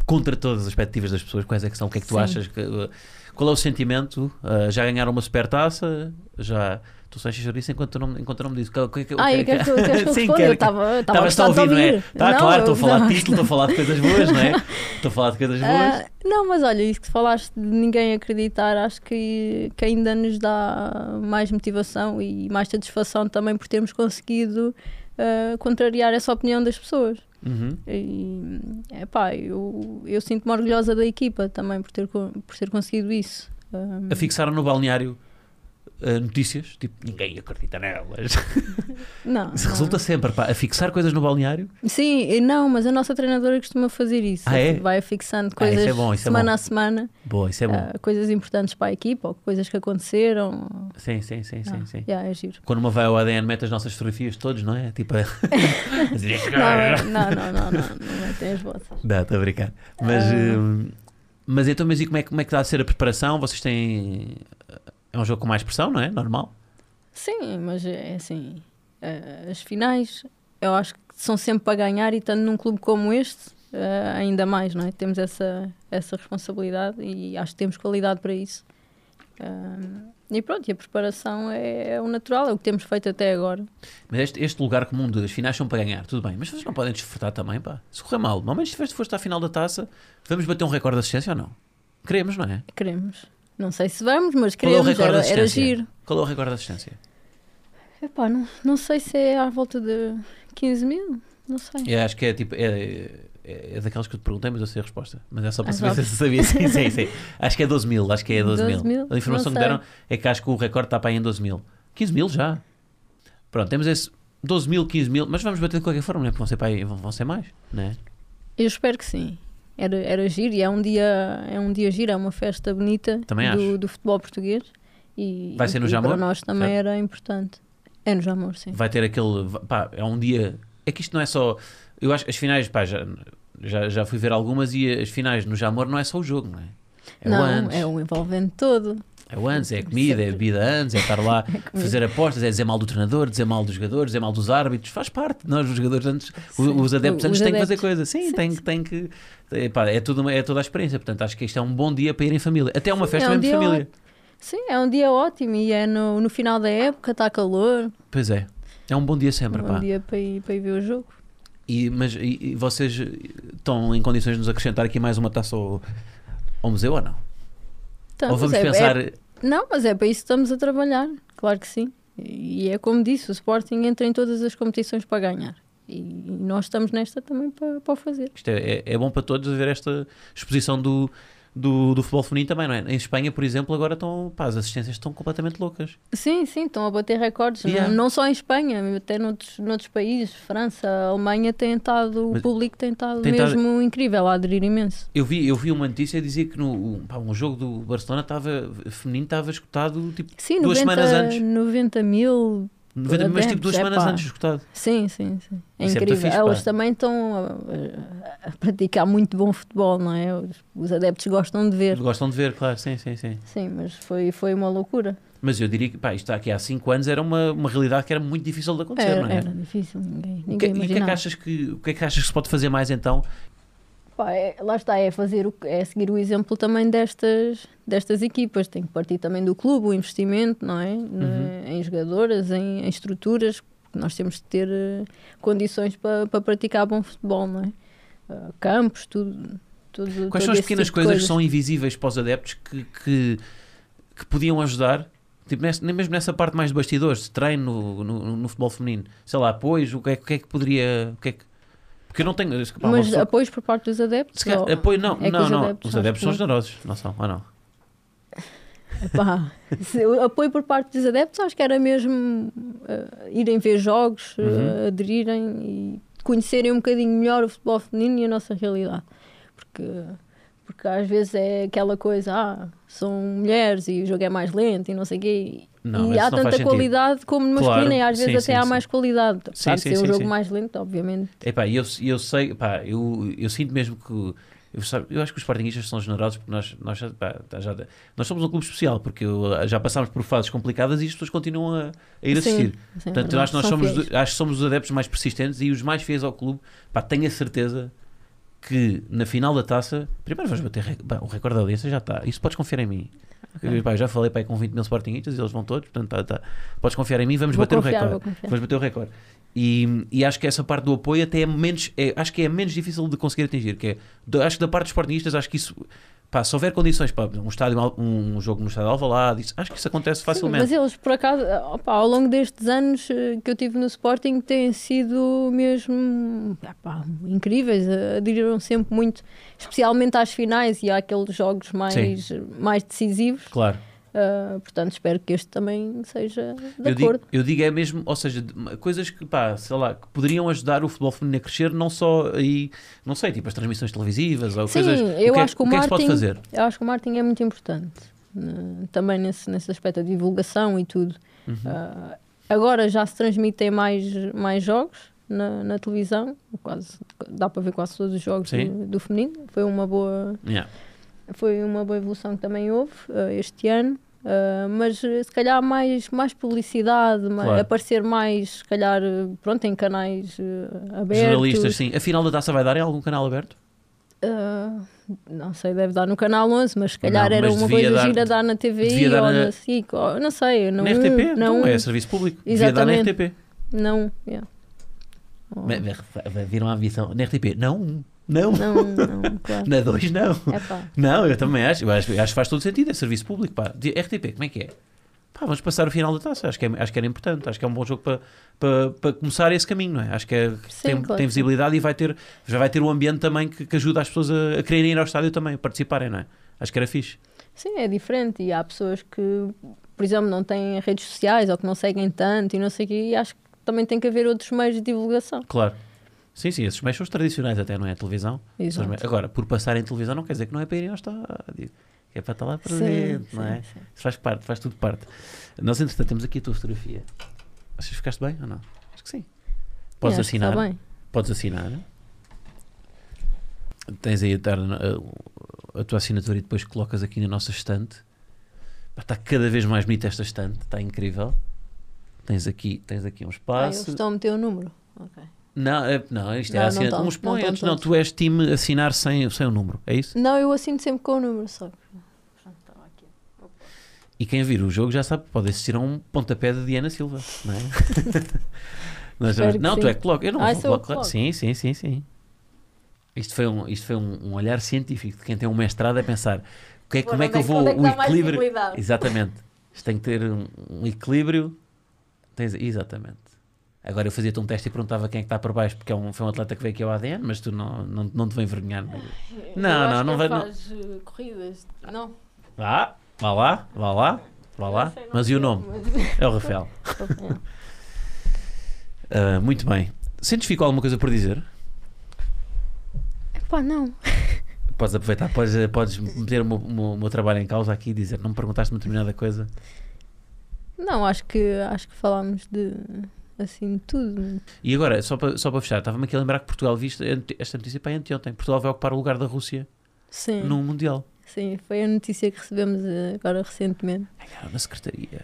Speaker 2: Contra todas as expectativas das pessoas, quais é que são? O que é que tu
Speaker 1: Sim.
Speaker 2: achas? que- uh, qual é o sentimento? Uh, já ganharam uma super taça? Já. Tu só enches disso enquanto eu não, enquanto eu não me dizes. O que é que- o
Speaker 1: Ah,
Speaker 2: que é
Speaker 1: e queres que eu, queres que eu
Speaker 2: Sim,
Speaker 1: responda?
Speaker 2: quero-
Speaker 1: Eu estava estava
Speaker 2: Estavas a
Speaker 1: gostando de
Speaker 2: ouvir, não é? Tá,
Speaker 1: Não,
Speaker 2: claro, estou
Speaker 1: eu-
Speaker 2: a falar
Speaker 1: não.
Speaker 2: de título, estou a falar de coisas boas, não é? Estou a falar de coisas boas.
Speaker 1: Ah, não, mas olha, isso que falaste de ninguém acreditar, acho que, que ainda nos dá mais motivação e mais satisfação também por termos conseguido ah, contrariar essa opinião das pessoas.
Speaker 2: Uhum.
Speaker 1: E, epá, eu, eu sinto-me orgulhosa da equipa também por ter, co- por ter conseguido isso. Ah,
Speaker 2: Afixaram no balneário uh, notícias, tipo, ninguém acredita nelas.
Speaker 1: Ah. não,
Speaker 2: Isso Resulta
Speaker 1: não.
Speaker 2: sempre, pá, afixar coisas no balneário.
Speaker 1: Sim, e não, mas a nossa treinadora costuma fazer isso.
Speaker 2: Ah, é?
Speaker 1: Vai fixando
Speaker 2: Ah, isso é
Speaker 1: coisas
Speaker 2: bom, isso é
Speaker 1: semana
Speaker 2: bom.
Speaker 1: a semana,
Speaker 2: Boa, isso é bom.
Speaker 1: ah, coisas importantes para a equipa ou coisas que aconteceram.
Speaker 2: Sim, sim, sim, sim,
Speaker 1: Ah,
Speaker 2: sim.
Speaker 1: yeah, é giro.
Speaker 2: Quando uma vai ao ADN, mete as nossas fotografias todos, não é? Tipo. a-
Speaker 1: é. Não, não, não, não, não, não tem as botas.
Speaker 2: Não, estou a brincar. Mas,
Speaker 1: Ah.
Speaker 2: hum, mas então, mas e como é, que- como é que está a ser a preparação? Vocês têm. É um jogo com mais pressão, não é? Normal.
Speaker 1: Sim, mas é assim, eh, as finais eu acho que são sempre para ganhar e estando num clube como este, eh, ainda mais, não é? Temos essa, essa responsabilidade e acho que temos qualidade para isso. Ah, e pronto, e a preparação é, o natural, é o que temos feito até agora.
Speaker 2: Mas este, este lugar comum de as finais são para ganhar, tudo bem. Mas vocês não podem desfrutar também, pá. Se correr mal, não, mas se foste- foste à final da taça, vamos bater um recorde de assistência ou não? Queremos, não é?
Speaker 1: Queremos. Não sei se vamos, mas
Speaker 2: Qual é o
Speaker 1: queremos.
Speaker 2: recorde de
Speaker 1: era, era
Speaker 2: assistência?
Speaker 1: giro.
Speaker 2: Qual é o recorde de assistência?
Speaker 1: Epá, não, não sei se é à volta de 15 mil, não sei.
Speaker 2: Eu acho que é tipo. É, é, é daquelas que eu te perguntei, mas eu sei a resposta. Mas é só para
Speaker 1: Ah,
Speaker 2: saber se
Speaker 1: sabe.
Speaker 2: se sabia. Sim, sim, sim. Acho que é 12 mil. Acho que é 12,
Speaker 1: 12
Speaker 2: mil.
Speaker 1: mil?
Speaker 2: A informação que
Speaker 1: Não
Speaker 2: deram é que acho que o recorde está para aí em 12 mil. 15 mil já. Pronto, temos esse 12 mil, 15 mil. Mas vamos bater de qualquer forma, né? Porque vão ser, para aí, vão, vão ser mais, né?
Speaker 1: Eu espero que sim. Era, era giro e é um dia, é um dia giro, é uma festa bonita
Speaker 2: Também acho.
Speaker 1: do, do futebol português. E,
Speaker 2: Vai ser no
Speaker 1: e
Speaker 2: Jamor?
Speaker 1: Para nós também
Speaker 2: Certo.
Speaker 1: era importante. É no Jamor, sim.
Speaker 2: Vai ter aquele. Pá, é um dia. É que isto não é só. Eu acho que as finais, pá, já, já, já fui ver algumas e as finais no Jamor não é só o jogo, não é? É o
Speaker 1: não,
Speaker 2: antes.
Speaker 1: é o envolvente todo.
Speaker 2: É o antes, é a comida, é a bebida antes, é estar lá, fazer apostas, é dizer mal do treinador, dizer mal dos jogadores, dizer mal dos árbitros, faz parte. Nós, os jogadores antes, o-
Speaker 1: Sim.
Speaker 2: os adeptos antes,
Speaker 1: Os
Speaker 2: têm que fazer
Speaker 1: adeptos.
Speaker 2: coisas. Sim,
Speaker 1: Sim,
Speaker 2: tem, que- tem que. É, pá, é, tudo uma- é toda a experiência. Portanto, acho que isto é um bom dia para ir em família. Até uma
Speaker 1: Sim,
Speaker 2: festa
Speaker 1: é um
Speaker 2: mesmo de
Speaker 1: dia
Speaker 2: família.
Speaker 1: Sim, é um dia ótimo e é no, no final da época, está calor.
Speaker 2: Pois é, é um bom dia sempre,
Speaker 1: é um
Speaker 2: pá.
Speaker 1: dia para ir, para ir ver o jogo.
Speaker 2: E, mas e, e vocês estão em condições de nos acrescentar aqui mais uma taça ao, ao museu ou não?
Speaker 1: Então,
Speaker 2: ou
Speaker 1: mas
Speaker 2: vamos
Speaker 1: é- é-
Speaker 2: pensar.
Speaker 1: Não, mas é para isso que estamos a trabalhar, claro que sim. E é como disse, o Sporting entra em todas as competições para ganhar. E nós estamos nesta também para, para o fazer.
Speaker 2: Isto é, é, é bom para todos ver esta exposição do, do, do futebol feminino também, não é? Em Espanha, por exemplo, agora estão. Pá, as assistências estão completamente loucas.
Speaker 1: Sim, sim, estão a bater recordes, não-
Speaker 2: Yeah.
Speaker 1: não, só em Espanha, até noutros, noutros países, França, Alemanha, tem estado,
Speaker 2: Mas-
Speaker 1: o público tem estado
Speaker 2: Tem estado-
Speaker 1: mesmo incrível, a aderir imenso.
Speaker 2: Eu vi, eu vi uma notícia a dizer que no, um, pá, um jogo do Barcelona estava, feminino estava escutado tipo
Speaker 1: Sim,
Speaker 2: Duas
Speaker 1: 90,
Speaker 2: semanas antes.
Speaker 1: 90 mil,
Speaker 2: 90, mas tipo duas
Speaker 1: Adeptos,
Speaker 2: semanas
Speaker 1: epá.
Speaker 2: antes escutado.
Speaker 1: sim, sim, sim. É
Speaker 2: Isso é muito
Speaker 1: incrível.
Speaker 2: fixe, pá.
Speaker 1: Elas também estão a- a, a praticar muito bom futebol, não é? Os, os adeptos gostam de ver.
Speaker 2: Gostam de ver, claro, sim, sim, sim.
Speaker 1: Sim, mas foi, foi uma loucura.
Speaker 2: Mas eu diria que pá, isto aqui há 5 anos era uma, uma realidade que era muito difícil de acontecer,
Speaker 1: Era,
Speaker 2: não é?
Speaker 1: era difícil, ninguém,
Speaker 2: O que,
Speaker 1: ninguém
Speaker 2: e o que é que
Speaker 1: imaginava.
Speaker 2: achas que o que é que achas que se pode fazer mais então?
Speaker 1: Pá, é- lá está, é fazer o, é seguir o exemplo também destas, destas equipas. Tem que partir também do clube, o investimento, não é? Na-
Speaker 2: Uhum.
Speaker 1: Em jogadoras, em, em estruturas. Nós temos de ter eh, condições para praticar bom futebol, não é? Eh, campos, tudo. tudo
Speaker 2: Quais
Speaker 1: todo
Speaker 2: são as
Speaker 1: esse
Speaker 2: pequenas
Speaker 1: tipo de
Speaker 2: coisas, que são invisíveis para os adeptos que, que, que podiam ajudar? Tipo, nessa- nem mesmo nessa parte mais de bastidores, de treino no, no- no futebol feminino. Sei lá, pois, o que é, o que, é que poderia. O que é que... Porque eu não tenho. pá, uma
Speaker 1: Mas
Speaker 2: pessoa-
Speaker 1: apoios por parte dos adeptos?
Speaker 2: se calhar-
Speaker 1: ou-
Speaker 2: apoio, não,
Speaker 1: é que
Speaker 2: não,
Speaker 1: os
Speaker 2: não.
Speaker 1: adeptos
Speaker 2: os
Speaker 1: acho
Speaker 2: adeptos
Speaker 1: que
Speaker 2: são
Speaker 1: não.
Speaker 2: generosos, não são, ou não?
Speaker 1: Pá, se- o apoio por parte dos adeptos, acho que era mesmo eh, irem ver jogos, eh,
Speaker 2: Uhum.
Speaker 1: aderirem e conhecerem um bocadinho melhor o futebol feminino e a nossa realidade. Porque, porque às vezes é aquela coisa, ah, são mulheres e o jogo é mais lento e não sei o quê.
Speaker 2: Não,
Speaker 1: e
Speaker 2: isso
Speaker 1: há
Speaker 2: não faz
Speaker 1: tanta
Speaker 2: sentido.
Speaker 1: qualidade como no
Speaker 2: Claro,
Speaker 1: masculino e às vezes até
Speaker 2: sim, sim,
Speaker 1: há
Speaker 2: sim.
Speaker 1: mais qualidade.
Speaker 2: Sim,
Speaker 1: Apesar de
Speaker 2: sim,
Speaker 1: ser um
Speaker 2: sim,
Speaker 1: jogo
Speaker 2: sim.
Speaker 1: mais lento, obviamente.
Speaker 2: Epá, eu, eu sei, pá, eu, eu sinto mesmo que. Eu, sabe, eu acho que os Sportingistas são generosos porque nós, nós, já- pá, tá já- nós somos um clube especial, porque eu- já passámos por fases complicadas e as pessoas continuam a, a ir
Speaker 1: Sim, Sim,
Speaker 2: assistir.
Speaker 1: é
Speaker 2: Portanto, eu
Speaker 1: verdade,
Speaker 2: acho que nós
Speaker 1: são
Speaker 2: somos,
Speaker 1: fiéis.
Speaker 2: acho que somos os adeptos mais persistentes e os mais fiéis ao clube. Pá, tenho a certeza que na final da taça, primeiro vamos bater rec- pá, o recorde da audiência, já está. Isso podes confiar em mim. Eu, pá, eu já falei pá, com 20 mil Sportingistas e eles vão todos, portanto, tá, tá. podes confiar em mim, vamos
Speaker 1: Vou
Speaker 2: bater o
Speaker 1: confiar,
Speaker 2: recorde.
Speaker 1: vou confiar.
Speaker 2: Vamos bater o recorde. E, e acho que essa parte do apoio até é menos, é- acho que é menos difícil de conseguir atingir. Que é, do- acho que da parte dos sportingistas, acho que isso, pá, se houver condições para um, estádio, al- um jogo no estádio Alvalade, isso, acho que isso acontece facilmente.
Speaker 1: Mas eles, por acaso, opa, ao longo destes anos eh, que eu tive no Sporting, têm sido mesmo opa, incríveis. eh, Aderiram sempre muito, especialmente às finais e àqueles jogos mais, mais decisivos.
Speaker 2: Claro.
Speaker 1: Eh, portanto, espero que este também seja de
Speaker 2: Eu digo,
Speaker 1: acordo.
Speaker 2: eu digo é mesmo, ou seja, de- coisas que, pá, sei lá, que poderiam ajudar o futebol feminino a crescer, não só aí, não sei, tipo as transmissões televisivas ou
Speaker 1: Sim,
Speaker 2: coisas.
Speaker 1: eu
Speaker 2: o que é,
Speaker 1: acho que o
Speaker 2: o que é que se pode
Speaker 1: marketing-
Speaker 2: fazer?
Speaker 1: Eu acho que o Martin é muito importante né, também nesse, nesse aspecto da divulgação e tudo.
Speaker 2: Uhum.
Speaker 1: Ah, agora já se transmitem mais, mais jogos na, na televisão, quase dá para ver quase todos os jogos
Speaker 2: Sim.
Speaker 1: do, do feminino. Foi uma boa
Speaker 2: Yeah.
Speaker 1: foi uma boa evolução que também houve ah, este ano. ah, mas eh, se calhar mais, mais publicidade, ma-
Speaker 2: Claro.
Speaker 1: aparecer mais, se calhar, eh, pronto, em canais eh, abertos.
Speaker 2: Jornalistas, sim. A final da taça vai dar em algum canal aberto?
Speaker 1: Ah, não sei, deve dar no canal 11, mas se calhar
Speaker 2: Não,
Speaker 1: era
Speaker 2: mas
Speaker 1: uma
Speaker 2: devia
Speaker 1: coisa
Speaker 2: dar-
Speaker 1: gira dar na TVI
Speaker 2: devia dar
Speaker 1: ou
Speaker 2: na-
Speaker 1: na SIC, ou- não sei, um, não
Speaker 2: na RTP? Então
Speaker 1: não,
Speaker 2: é serviço público. Devia dar na
Speaker 1: Exatamente.
Speaker 2: RTP.
Speaker 1: não, um, yeah. Ou-
Speaker 2: Mas- mas- mas Viram a ambição? Na RTP? Não. Não.
Speaker 1: não, não, claro. É
Speaker 2: Na 2, não.
Speaker 1: Epá,
Speaker 2: Não, eu também acho. Eu acho, eu acho que faz todo sentido. É serviço público. Pá. De- RTP, como é que é? Pá, vamos passar o final da taça. Acho que, é, acho que era importante. Acho que é um bom jogo para, para, para começar esse caminho, não é? Acho que é-
Speaker 1: Sim,
Speaker 2: tem,
Speaker 1: claro que
Speaker 2: tem visibilidade e vai ter, já vai ter um ambiente também que, que ajuda as pessoas a, a quererem ir ao estádio também, a participarem, não é? Acho que era fixe.
Speaker 1: Sim, é diferente. E há pessoas que, por exemplo, não têm redes sociais ou que não seguem tanto e não sei o quê. E acho que também tem que haver outros meios de divulgação.
Speaker 2: Claro. Sim, sim, esses meios são os tradicionais até, não é? A televisão. São os
Speaker 1: Exato.
Speaker 2: meios- Agora, por passar em televisão não quer dizer que não é para irem ao estádio. É para estar lá presente, não é?
Speaker 1: sim.
Speaker 2: Isso faz parte, faz tudo parte. Nós, entretanto, temos aqui a tua fotografia. Achas que ficaste bem ou não? Acho que sim. Podes
Speaker 1: Sim, acho que
Speaker 2: assinar.
Speaker 1: Está tá bem.
Speaker 2: Podes assinar. Tens aí a, dar, eh, a, a tua assinatura e depois colocas aqui na nossa estante. Pá, Está cada vez mais bonita esta estante, está incrível. Tens aqui, tens aqui um
Speaker 1: Ah,
Speaker 2: espaço.
Speaker 1: eles estão a meter o número. Ok.
Speaker 2: Não, é- não, isto é
Speaker 1: Não, não
Speaker 2: assinar.
Speaker 1: tão,
Speaker 2: Uns põem,
Speaker 1: não tão
Speaker 2: outros não.
Speaker 1: todos.
Speaker 2: Tu és time assinar sem, sem o número, é isso?
Speaker 1: Não, eu assino sempre com o número só. Pronto, estava aqui.
Speaker 2: E quem vir o jogo já sabe, pode assistir a um pontapé de Diana Silva, não é? Nós
Speaker 1: Espero
Speaker 2: chamamos-
Speaker 1: que
Speaker 2: não, tu
Speaker 1: sim.
Speaker 2: é que coloca. Eu não
Speaker 1: Ah, sou
Speaker 2: vou
Speaker 1: eu
Speaker 2: colocar.
Speaker 1: que coloco.
Speaker 2: Sim, sim, sim, sim. Isto foi, um, isto foi um, um olhar científico de quem tem um mestrado a pensar o que é-
Speaker 1: Pô,
Speaker 2: como é
Speaker 1: onde
Speaker 2: que eu
Speaker 1: é que-
Speaker 2: vou
Speaker 1: onde é que
Speaker 2: o
Speaker 1: dá mais
Speaker 2: equilíbrio.
Speaker 1: visibilidade?
Speaker 2: Exatamente. Isto tem que ter um, um equilíbrio. Tens- exatamente. Agora eu fazia-te um teste e perguntava quem é que está por baixo, porque é um, foi um atleta que veio aqui ao ADN, mas tu não, não, não te vou envergonhar. não é? Não,
Speaker 1: Eu
Speaker 2: não,
Speaker 1: acho
Speaker 2: não
Speaker 1: que
Speaker 2: vai-
Speaker 1: ele
Speaker 2: não.
Speaker 1: faz eh, corridas. Não.
Speaker 2: Vá, vá lá, vá lá, vá lá.
Speaker 1: não sei, não
Speaker 2: Mas e o
Speaker 1: sei,
Speaker 2: nome?
Speaker 1: mas-
Speaker 2: É o Rafael. Ah, muito bem. Sentes que ficou alguma coisa por dizer?
Speaker 1: Epá, não.
Speaker 2: Podes aproveitar, podes, podes meter o meu, o meu- o meu trabalho em causa aqui e dizer, não me perguntaste uma determinada coisa.
Speaker 1: Não, acho que, acho que falámos de assim de tudo.
Speaker 2: E agora, só para, só para fechar, estava-me aqui a lembrar que Portugal visto esta notícia para anteontem. Portugal vai ocupar o lugar da Rússia
Speaker 1: Sim,
Speaker 2: no Mundial.
Speaker 1: sim, foi a notícia que recebemos eh, agora recentemente.
Speaker 2: Ai, cara, na Secretaria.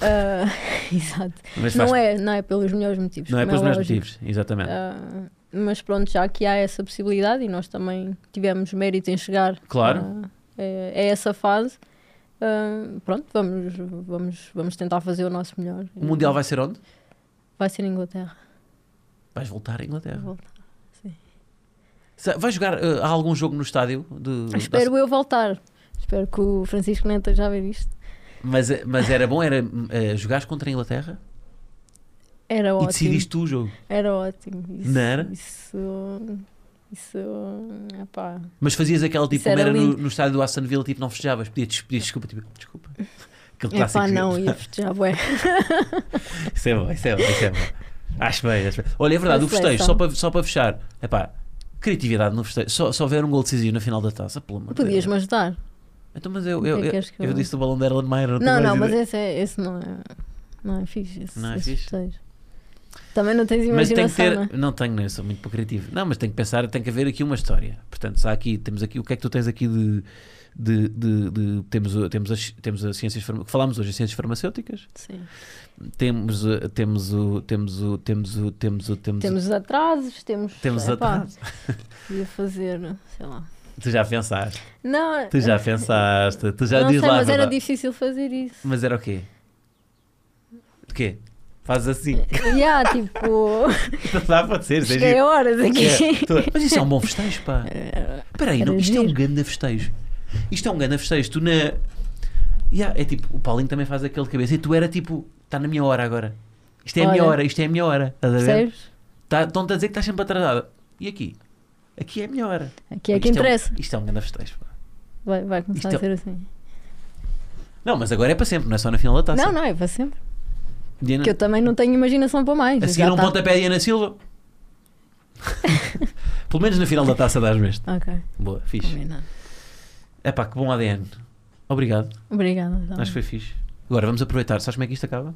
Speaker 1: Ah, exato.
Speaker 2: Mas
Speaker 1: Não
Speaker 2: faz-
Speaker 1: é, não é pelos melhores motivos.
Speaker 2: não é
Speaker 1: como
Speaker 2: pelos meus
Speaker 1: lógico.
Speaker 2: motivos, é? exatamente.
Speaker 1: Ah, mas pronto, já que há essa possibilidade e nós também tivemos mérito em chegar
Speaker 2: Claro.
Speaker 1: a, a essa fase, ah, pronto, vamos, vamos, vamos tentar fazer o nosso melhor.
Speaker 2: O Mundial vai ser onde?
Speaker 1: Vai ser na Inglaterra.
Speaker 2: Vais voltar à Inglaterra.
Speaker 1: Vou-
Speaker 2: Sa- Vai jogar, eh, há algum jogo no estádio? De,
Speaker 1: Espero eu voltar. Espero que o Francisco Neto já ver isto.
Speaker 2: Mas, eh, mas era bom, era eh, jogares contra a Inglaterra
Speaker 1: Era
Speaker 2: e
Speaker 1: ótimo.
Speaker 2: decidiste tu o jogo.
Speaker 1: Era ótimo. Isso,
Speaker 2: Não era?
Speaker 1: Isso. Isso. Epá.
Speaker 2: Mas fazias aquele tipo,
Speaker 1: Isso
Speaker 2: como
Speaker 1: era
Speaker 2: era no,
Speaker 1: lindo.
Speaker 2: no estádio do Aston Villa, tipo, não festejavas, pedias, pedias desculpa, tipo, desculpa. Aquele Um clássico.
Speaker 1: Epá,
Speaker 2: que-
Speaker 1: não, ia festejar. Bué.
Speaker 2: Isso é bom, isso é bom, isso é bom. Acho bem, acho bem. Olha, é verdade,
Speaker 1: A
Speaker 2: o festejo,
Speaker 1: seleção.
Speaker 2: só para, só para fechar, epá, criatividade no festejo, só, só houver um gol decisivo na final da taça, pelo amor de Deus.
Speaker 1: Podias-me ajudar?
Speaker 2: Então, mas eu,
Speaker 1: que é
Speaker 2: eu,
Speaker 1: que
Speaker 2: eu,
Speaker 1: queres que
Speaker 2: eu
Speaker 1: eu-
Speaker 2: disse do balão da Erlenmeyer,
Speaker 1: Não,
Speaker 2: não, tenho
Speaker 1: não,
Speaker 2: mais
Speaker 1: mas
Speaker 2: ideia.
Speaker 1: esse, é, esse não é. Não é fixe. Esse,
Speaker 2: Não é
Speaker 1: esse
Speaker 2: fixe?
Speaker 1: festejo. Também não tens
Speaker 2: Mas tem
Speaker 1: imaginação.
Speaker 2: que ter.
Speaker 1: não é?
Speaker 2: Não tenho, não, eu sou muito pouco criativo. Não, mas tem que pensar, tem que haver aqui uma história. Portanto, se há aqui, temos aqui, o que é que tu tens aqui de. de- de- de- temos, a- temos, as, temos as ciências. farma- que Falámos hoje as ciências farmacêuticas.
Speaker 1: Sim.
Speaker 2: Temos, uh, temos o. Temos o. Temos o. Temos o. Temos, o-
Speaker 1: Temos é. os atrasos, temos.
Speaker 2: temos
Speaker 1: epá,
Speaker 2: atraso.
Speaker 1: Podia fazer, sei lá.
Speaker 2: Tu já pensaste.
Speaker 1: Não,
Speaker 2: Tu já pensaste. Tu já
Speaker 1: não
Speaker 2: diz
Speaker 1: sei,
Speaker 2: lá. a
Speaker 1: mas era
Speaker 2: verdade.
Speaker 1: difícil fazer isso.
Speaker 2: Mas era o quê? O quê? Faz assim.
Speaker 1: yeah, tipo,
Speaker 2: Dá pode ser. isso é
Speaker 1: cheguei
Speaker 2: giro.
Speaker 1: a horas
Speaker 2: É,
Speaker 1: aqui.
Speaker 2: tu- Mas isso é um bom festejo, pá.
Speaker 1: Era-
Speaker 2: Espera aí,
Speaker 1: Era
Speaker 2: não, isto é um
Speaker 1: giro.
Speaker 2: grande festejo. Isto é um grande festejo. Tu na. Yeah, é tipo, o Paulinho também faz aquele de cabeça. E tu era tipo, está na minha hora agora. Isto é a minha
Speaker 1: Olha.
Speaker 2: hora, isto é a minha hora. Estás a ver?
Speaker 1: Percebes?
Speaker 2: Tá, Estão-te a dizer que estás sempre atrasada. E aqui? Aqui é a minha hora.
Speaker 1: Aqui é que
Speaker 2: Isto um-
Speaker 1: interessa.
Speaker 2: isto é um grande festejo. pá.
Speaker 1: Vai, vai começar
Speaker 2: Isto é-
Speaker 1: a ser assim.
Speaker 2: Não, mas agora é para sempre, não é só na final da taça.
Speaker 1: Não, não, é para sempre.
Speaker 2: Diana-
Speaker 1: Porque eu também não tenho imaginação para mais.
Speaker 2: Hum. a seguir
Speaker 1: Já
Speaker 2: um
Speaker 1: tá.
Speaker 2: pontapé de Ana Silva. Pelo menos na final da taça dás-me este.
Speaker 1: Ok,
Speaker 2: Boa, fixe.
Speaker 1: combinado.
Speaker 2: É pá, que bom ADN. Obrigado,
Speaker 1: Obrigada. então.
Speaker 2: acho que foi fixe. Agora vamos aproveitar. Sabes como é que isto acaba?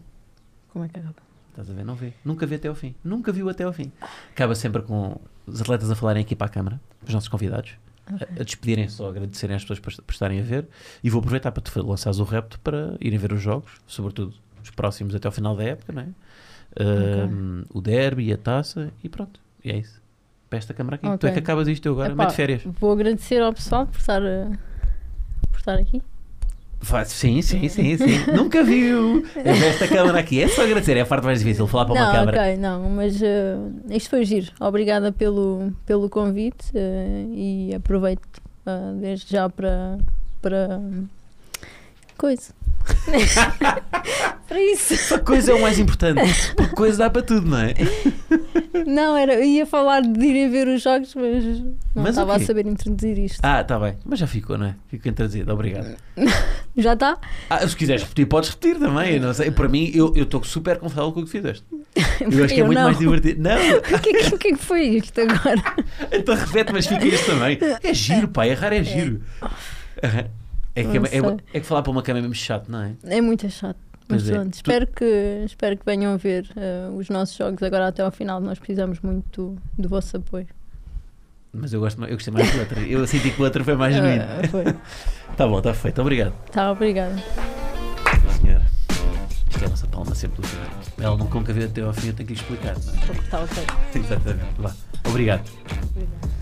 Speaker 1: Como é que acaba?
Speaker 2: Estás a ver? Não vê. Nunca vê até ao fim. Nunca viu até ao fim. Acaba sempre com os atletas a falarem aqui para a câmara, os nossos convidados, a, a despedirem só, agradecerem às pessoas por, por estarem a ver. E vou aproveitar para te fa- lançares o repto para irem ver os jogos, sobretudo os próximos até ao final da época, não é? Ahm, o derby, a taça e pronto. E é isso. Para esta câmara aqui. Tu é
Speaker 1: Ok.
Speaker 2: que acabas isto eu agora,
Speaker 1: Epá,
Speaker 2: mete férias.
Speaker 1: Vou agradecer ao pessoal por estar, eh, por estar aqui.
Speaker 2: Vai- sim, sim, sim, sim. Nunca viu. É para esta câmara aqui. É só agradecer, é a parte mais difícil, falar para
Speaker 1: não,
Speaker 2: uma câmara.
Speaker 1: ok, não, mas eh, isto foi giro. Obrigada pelo, pelo convite eh, e aproveito eh, desde já para. para coisa. para isso.
Speaker 2: A coisa é o mais importante. Porque coisa dá para tudo, não é?
Speaker 1: Não, era, eu ia falar de irem ver os jogos, mas não
Speaker 2: Mas o
Speaker 1: estava a
Speaker 2: quê?
Speaker 1: saber introduzir isto.
Speaker 2: Ah, tá bem. Mas já ficou, não é? Ficou introduzido, obrigado.
Speaker 1: Já tá? está?
Speaker 2: Ah, se quiseres repetir, podes repetir também. eu não sei. Para mim, eu eu estou super confortável com o que fizeste. Eu acho que é muito
Speaker 1: não.
Speaker 2: mais divertido. Não,
Speaker 1: O que, é que, que foi isto agora?
Speaker 2: então repete, mas fica isto também. É giro, pá, errar é giro. Aham. É que, é,
Speaker 1: Não
Speaker 2: é- é que falar para uma cama é mesmo chato, não é?
Speaker 1: É muito chato.
Speaker 2: Pois
Speaker 1: Mas
Speaker 2: é.
Speaker 1: pronto,
Speaker 2: Tu-
Speaker 1: espero, que, espero que venham ver eh, os nossos jogos agora até ao final. Nós precisamos muito do, do vosso apoio.
Speaker 2: Mas eu, gosto, mais- eu gostei mais do outro. Eu senti que o outro foi mais genuíno.
Speaker 1: Ah, foi.
Speaker 2: Tá bom, tá feito. Obrigado.
Speaker 1: Tá, obrigada.
Speaker 2: Senhora. Isto é a nossa palma sempre do final. Ela nunca viu até ao fim, eu tenho que lhe explicar. não é?
Speaker 1: Tá, ok.
Speaker 2: Exatamente. Vá. Obrigado.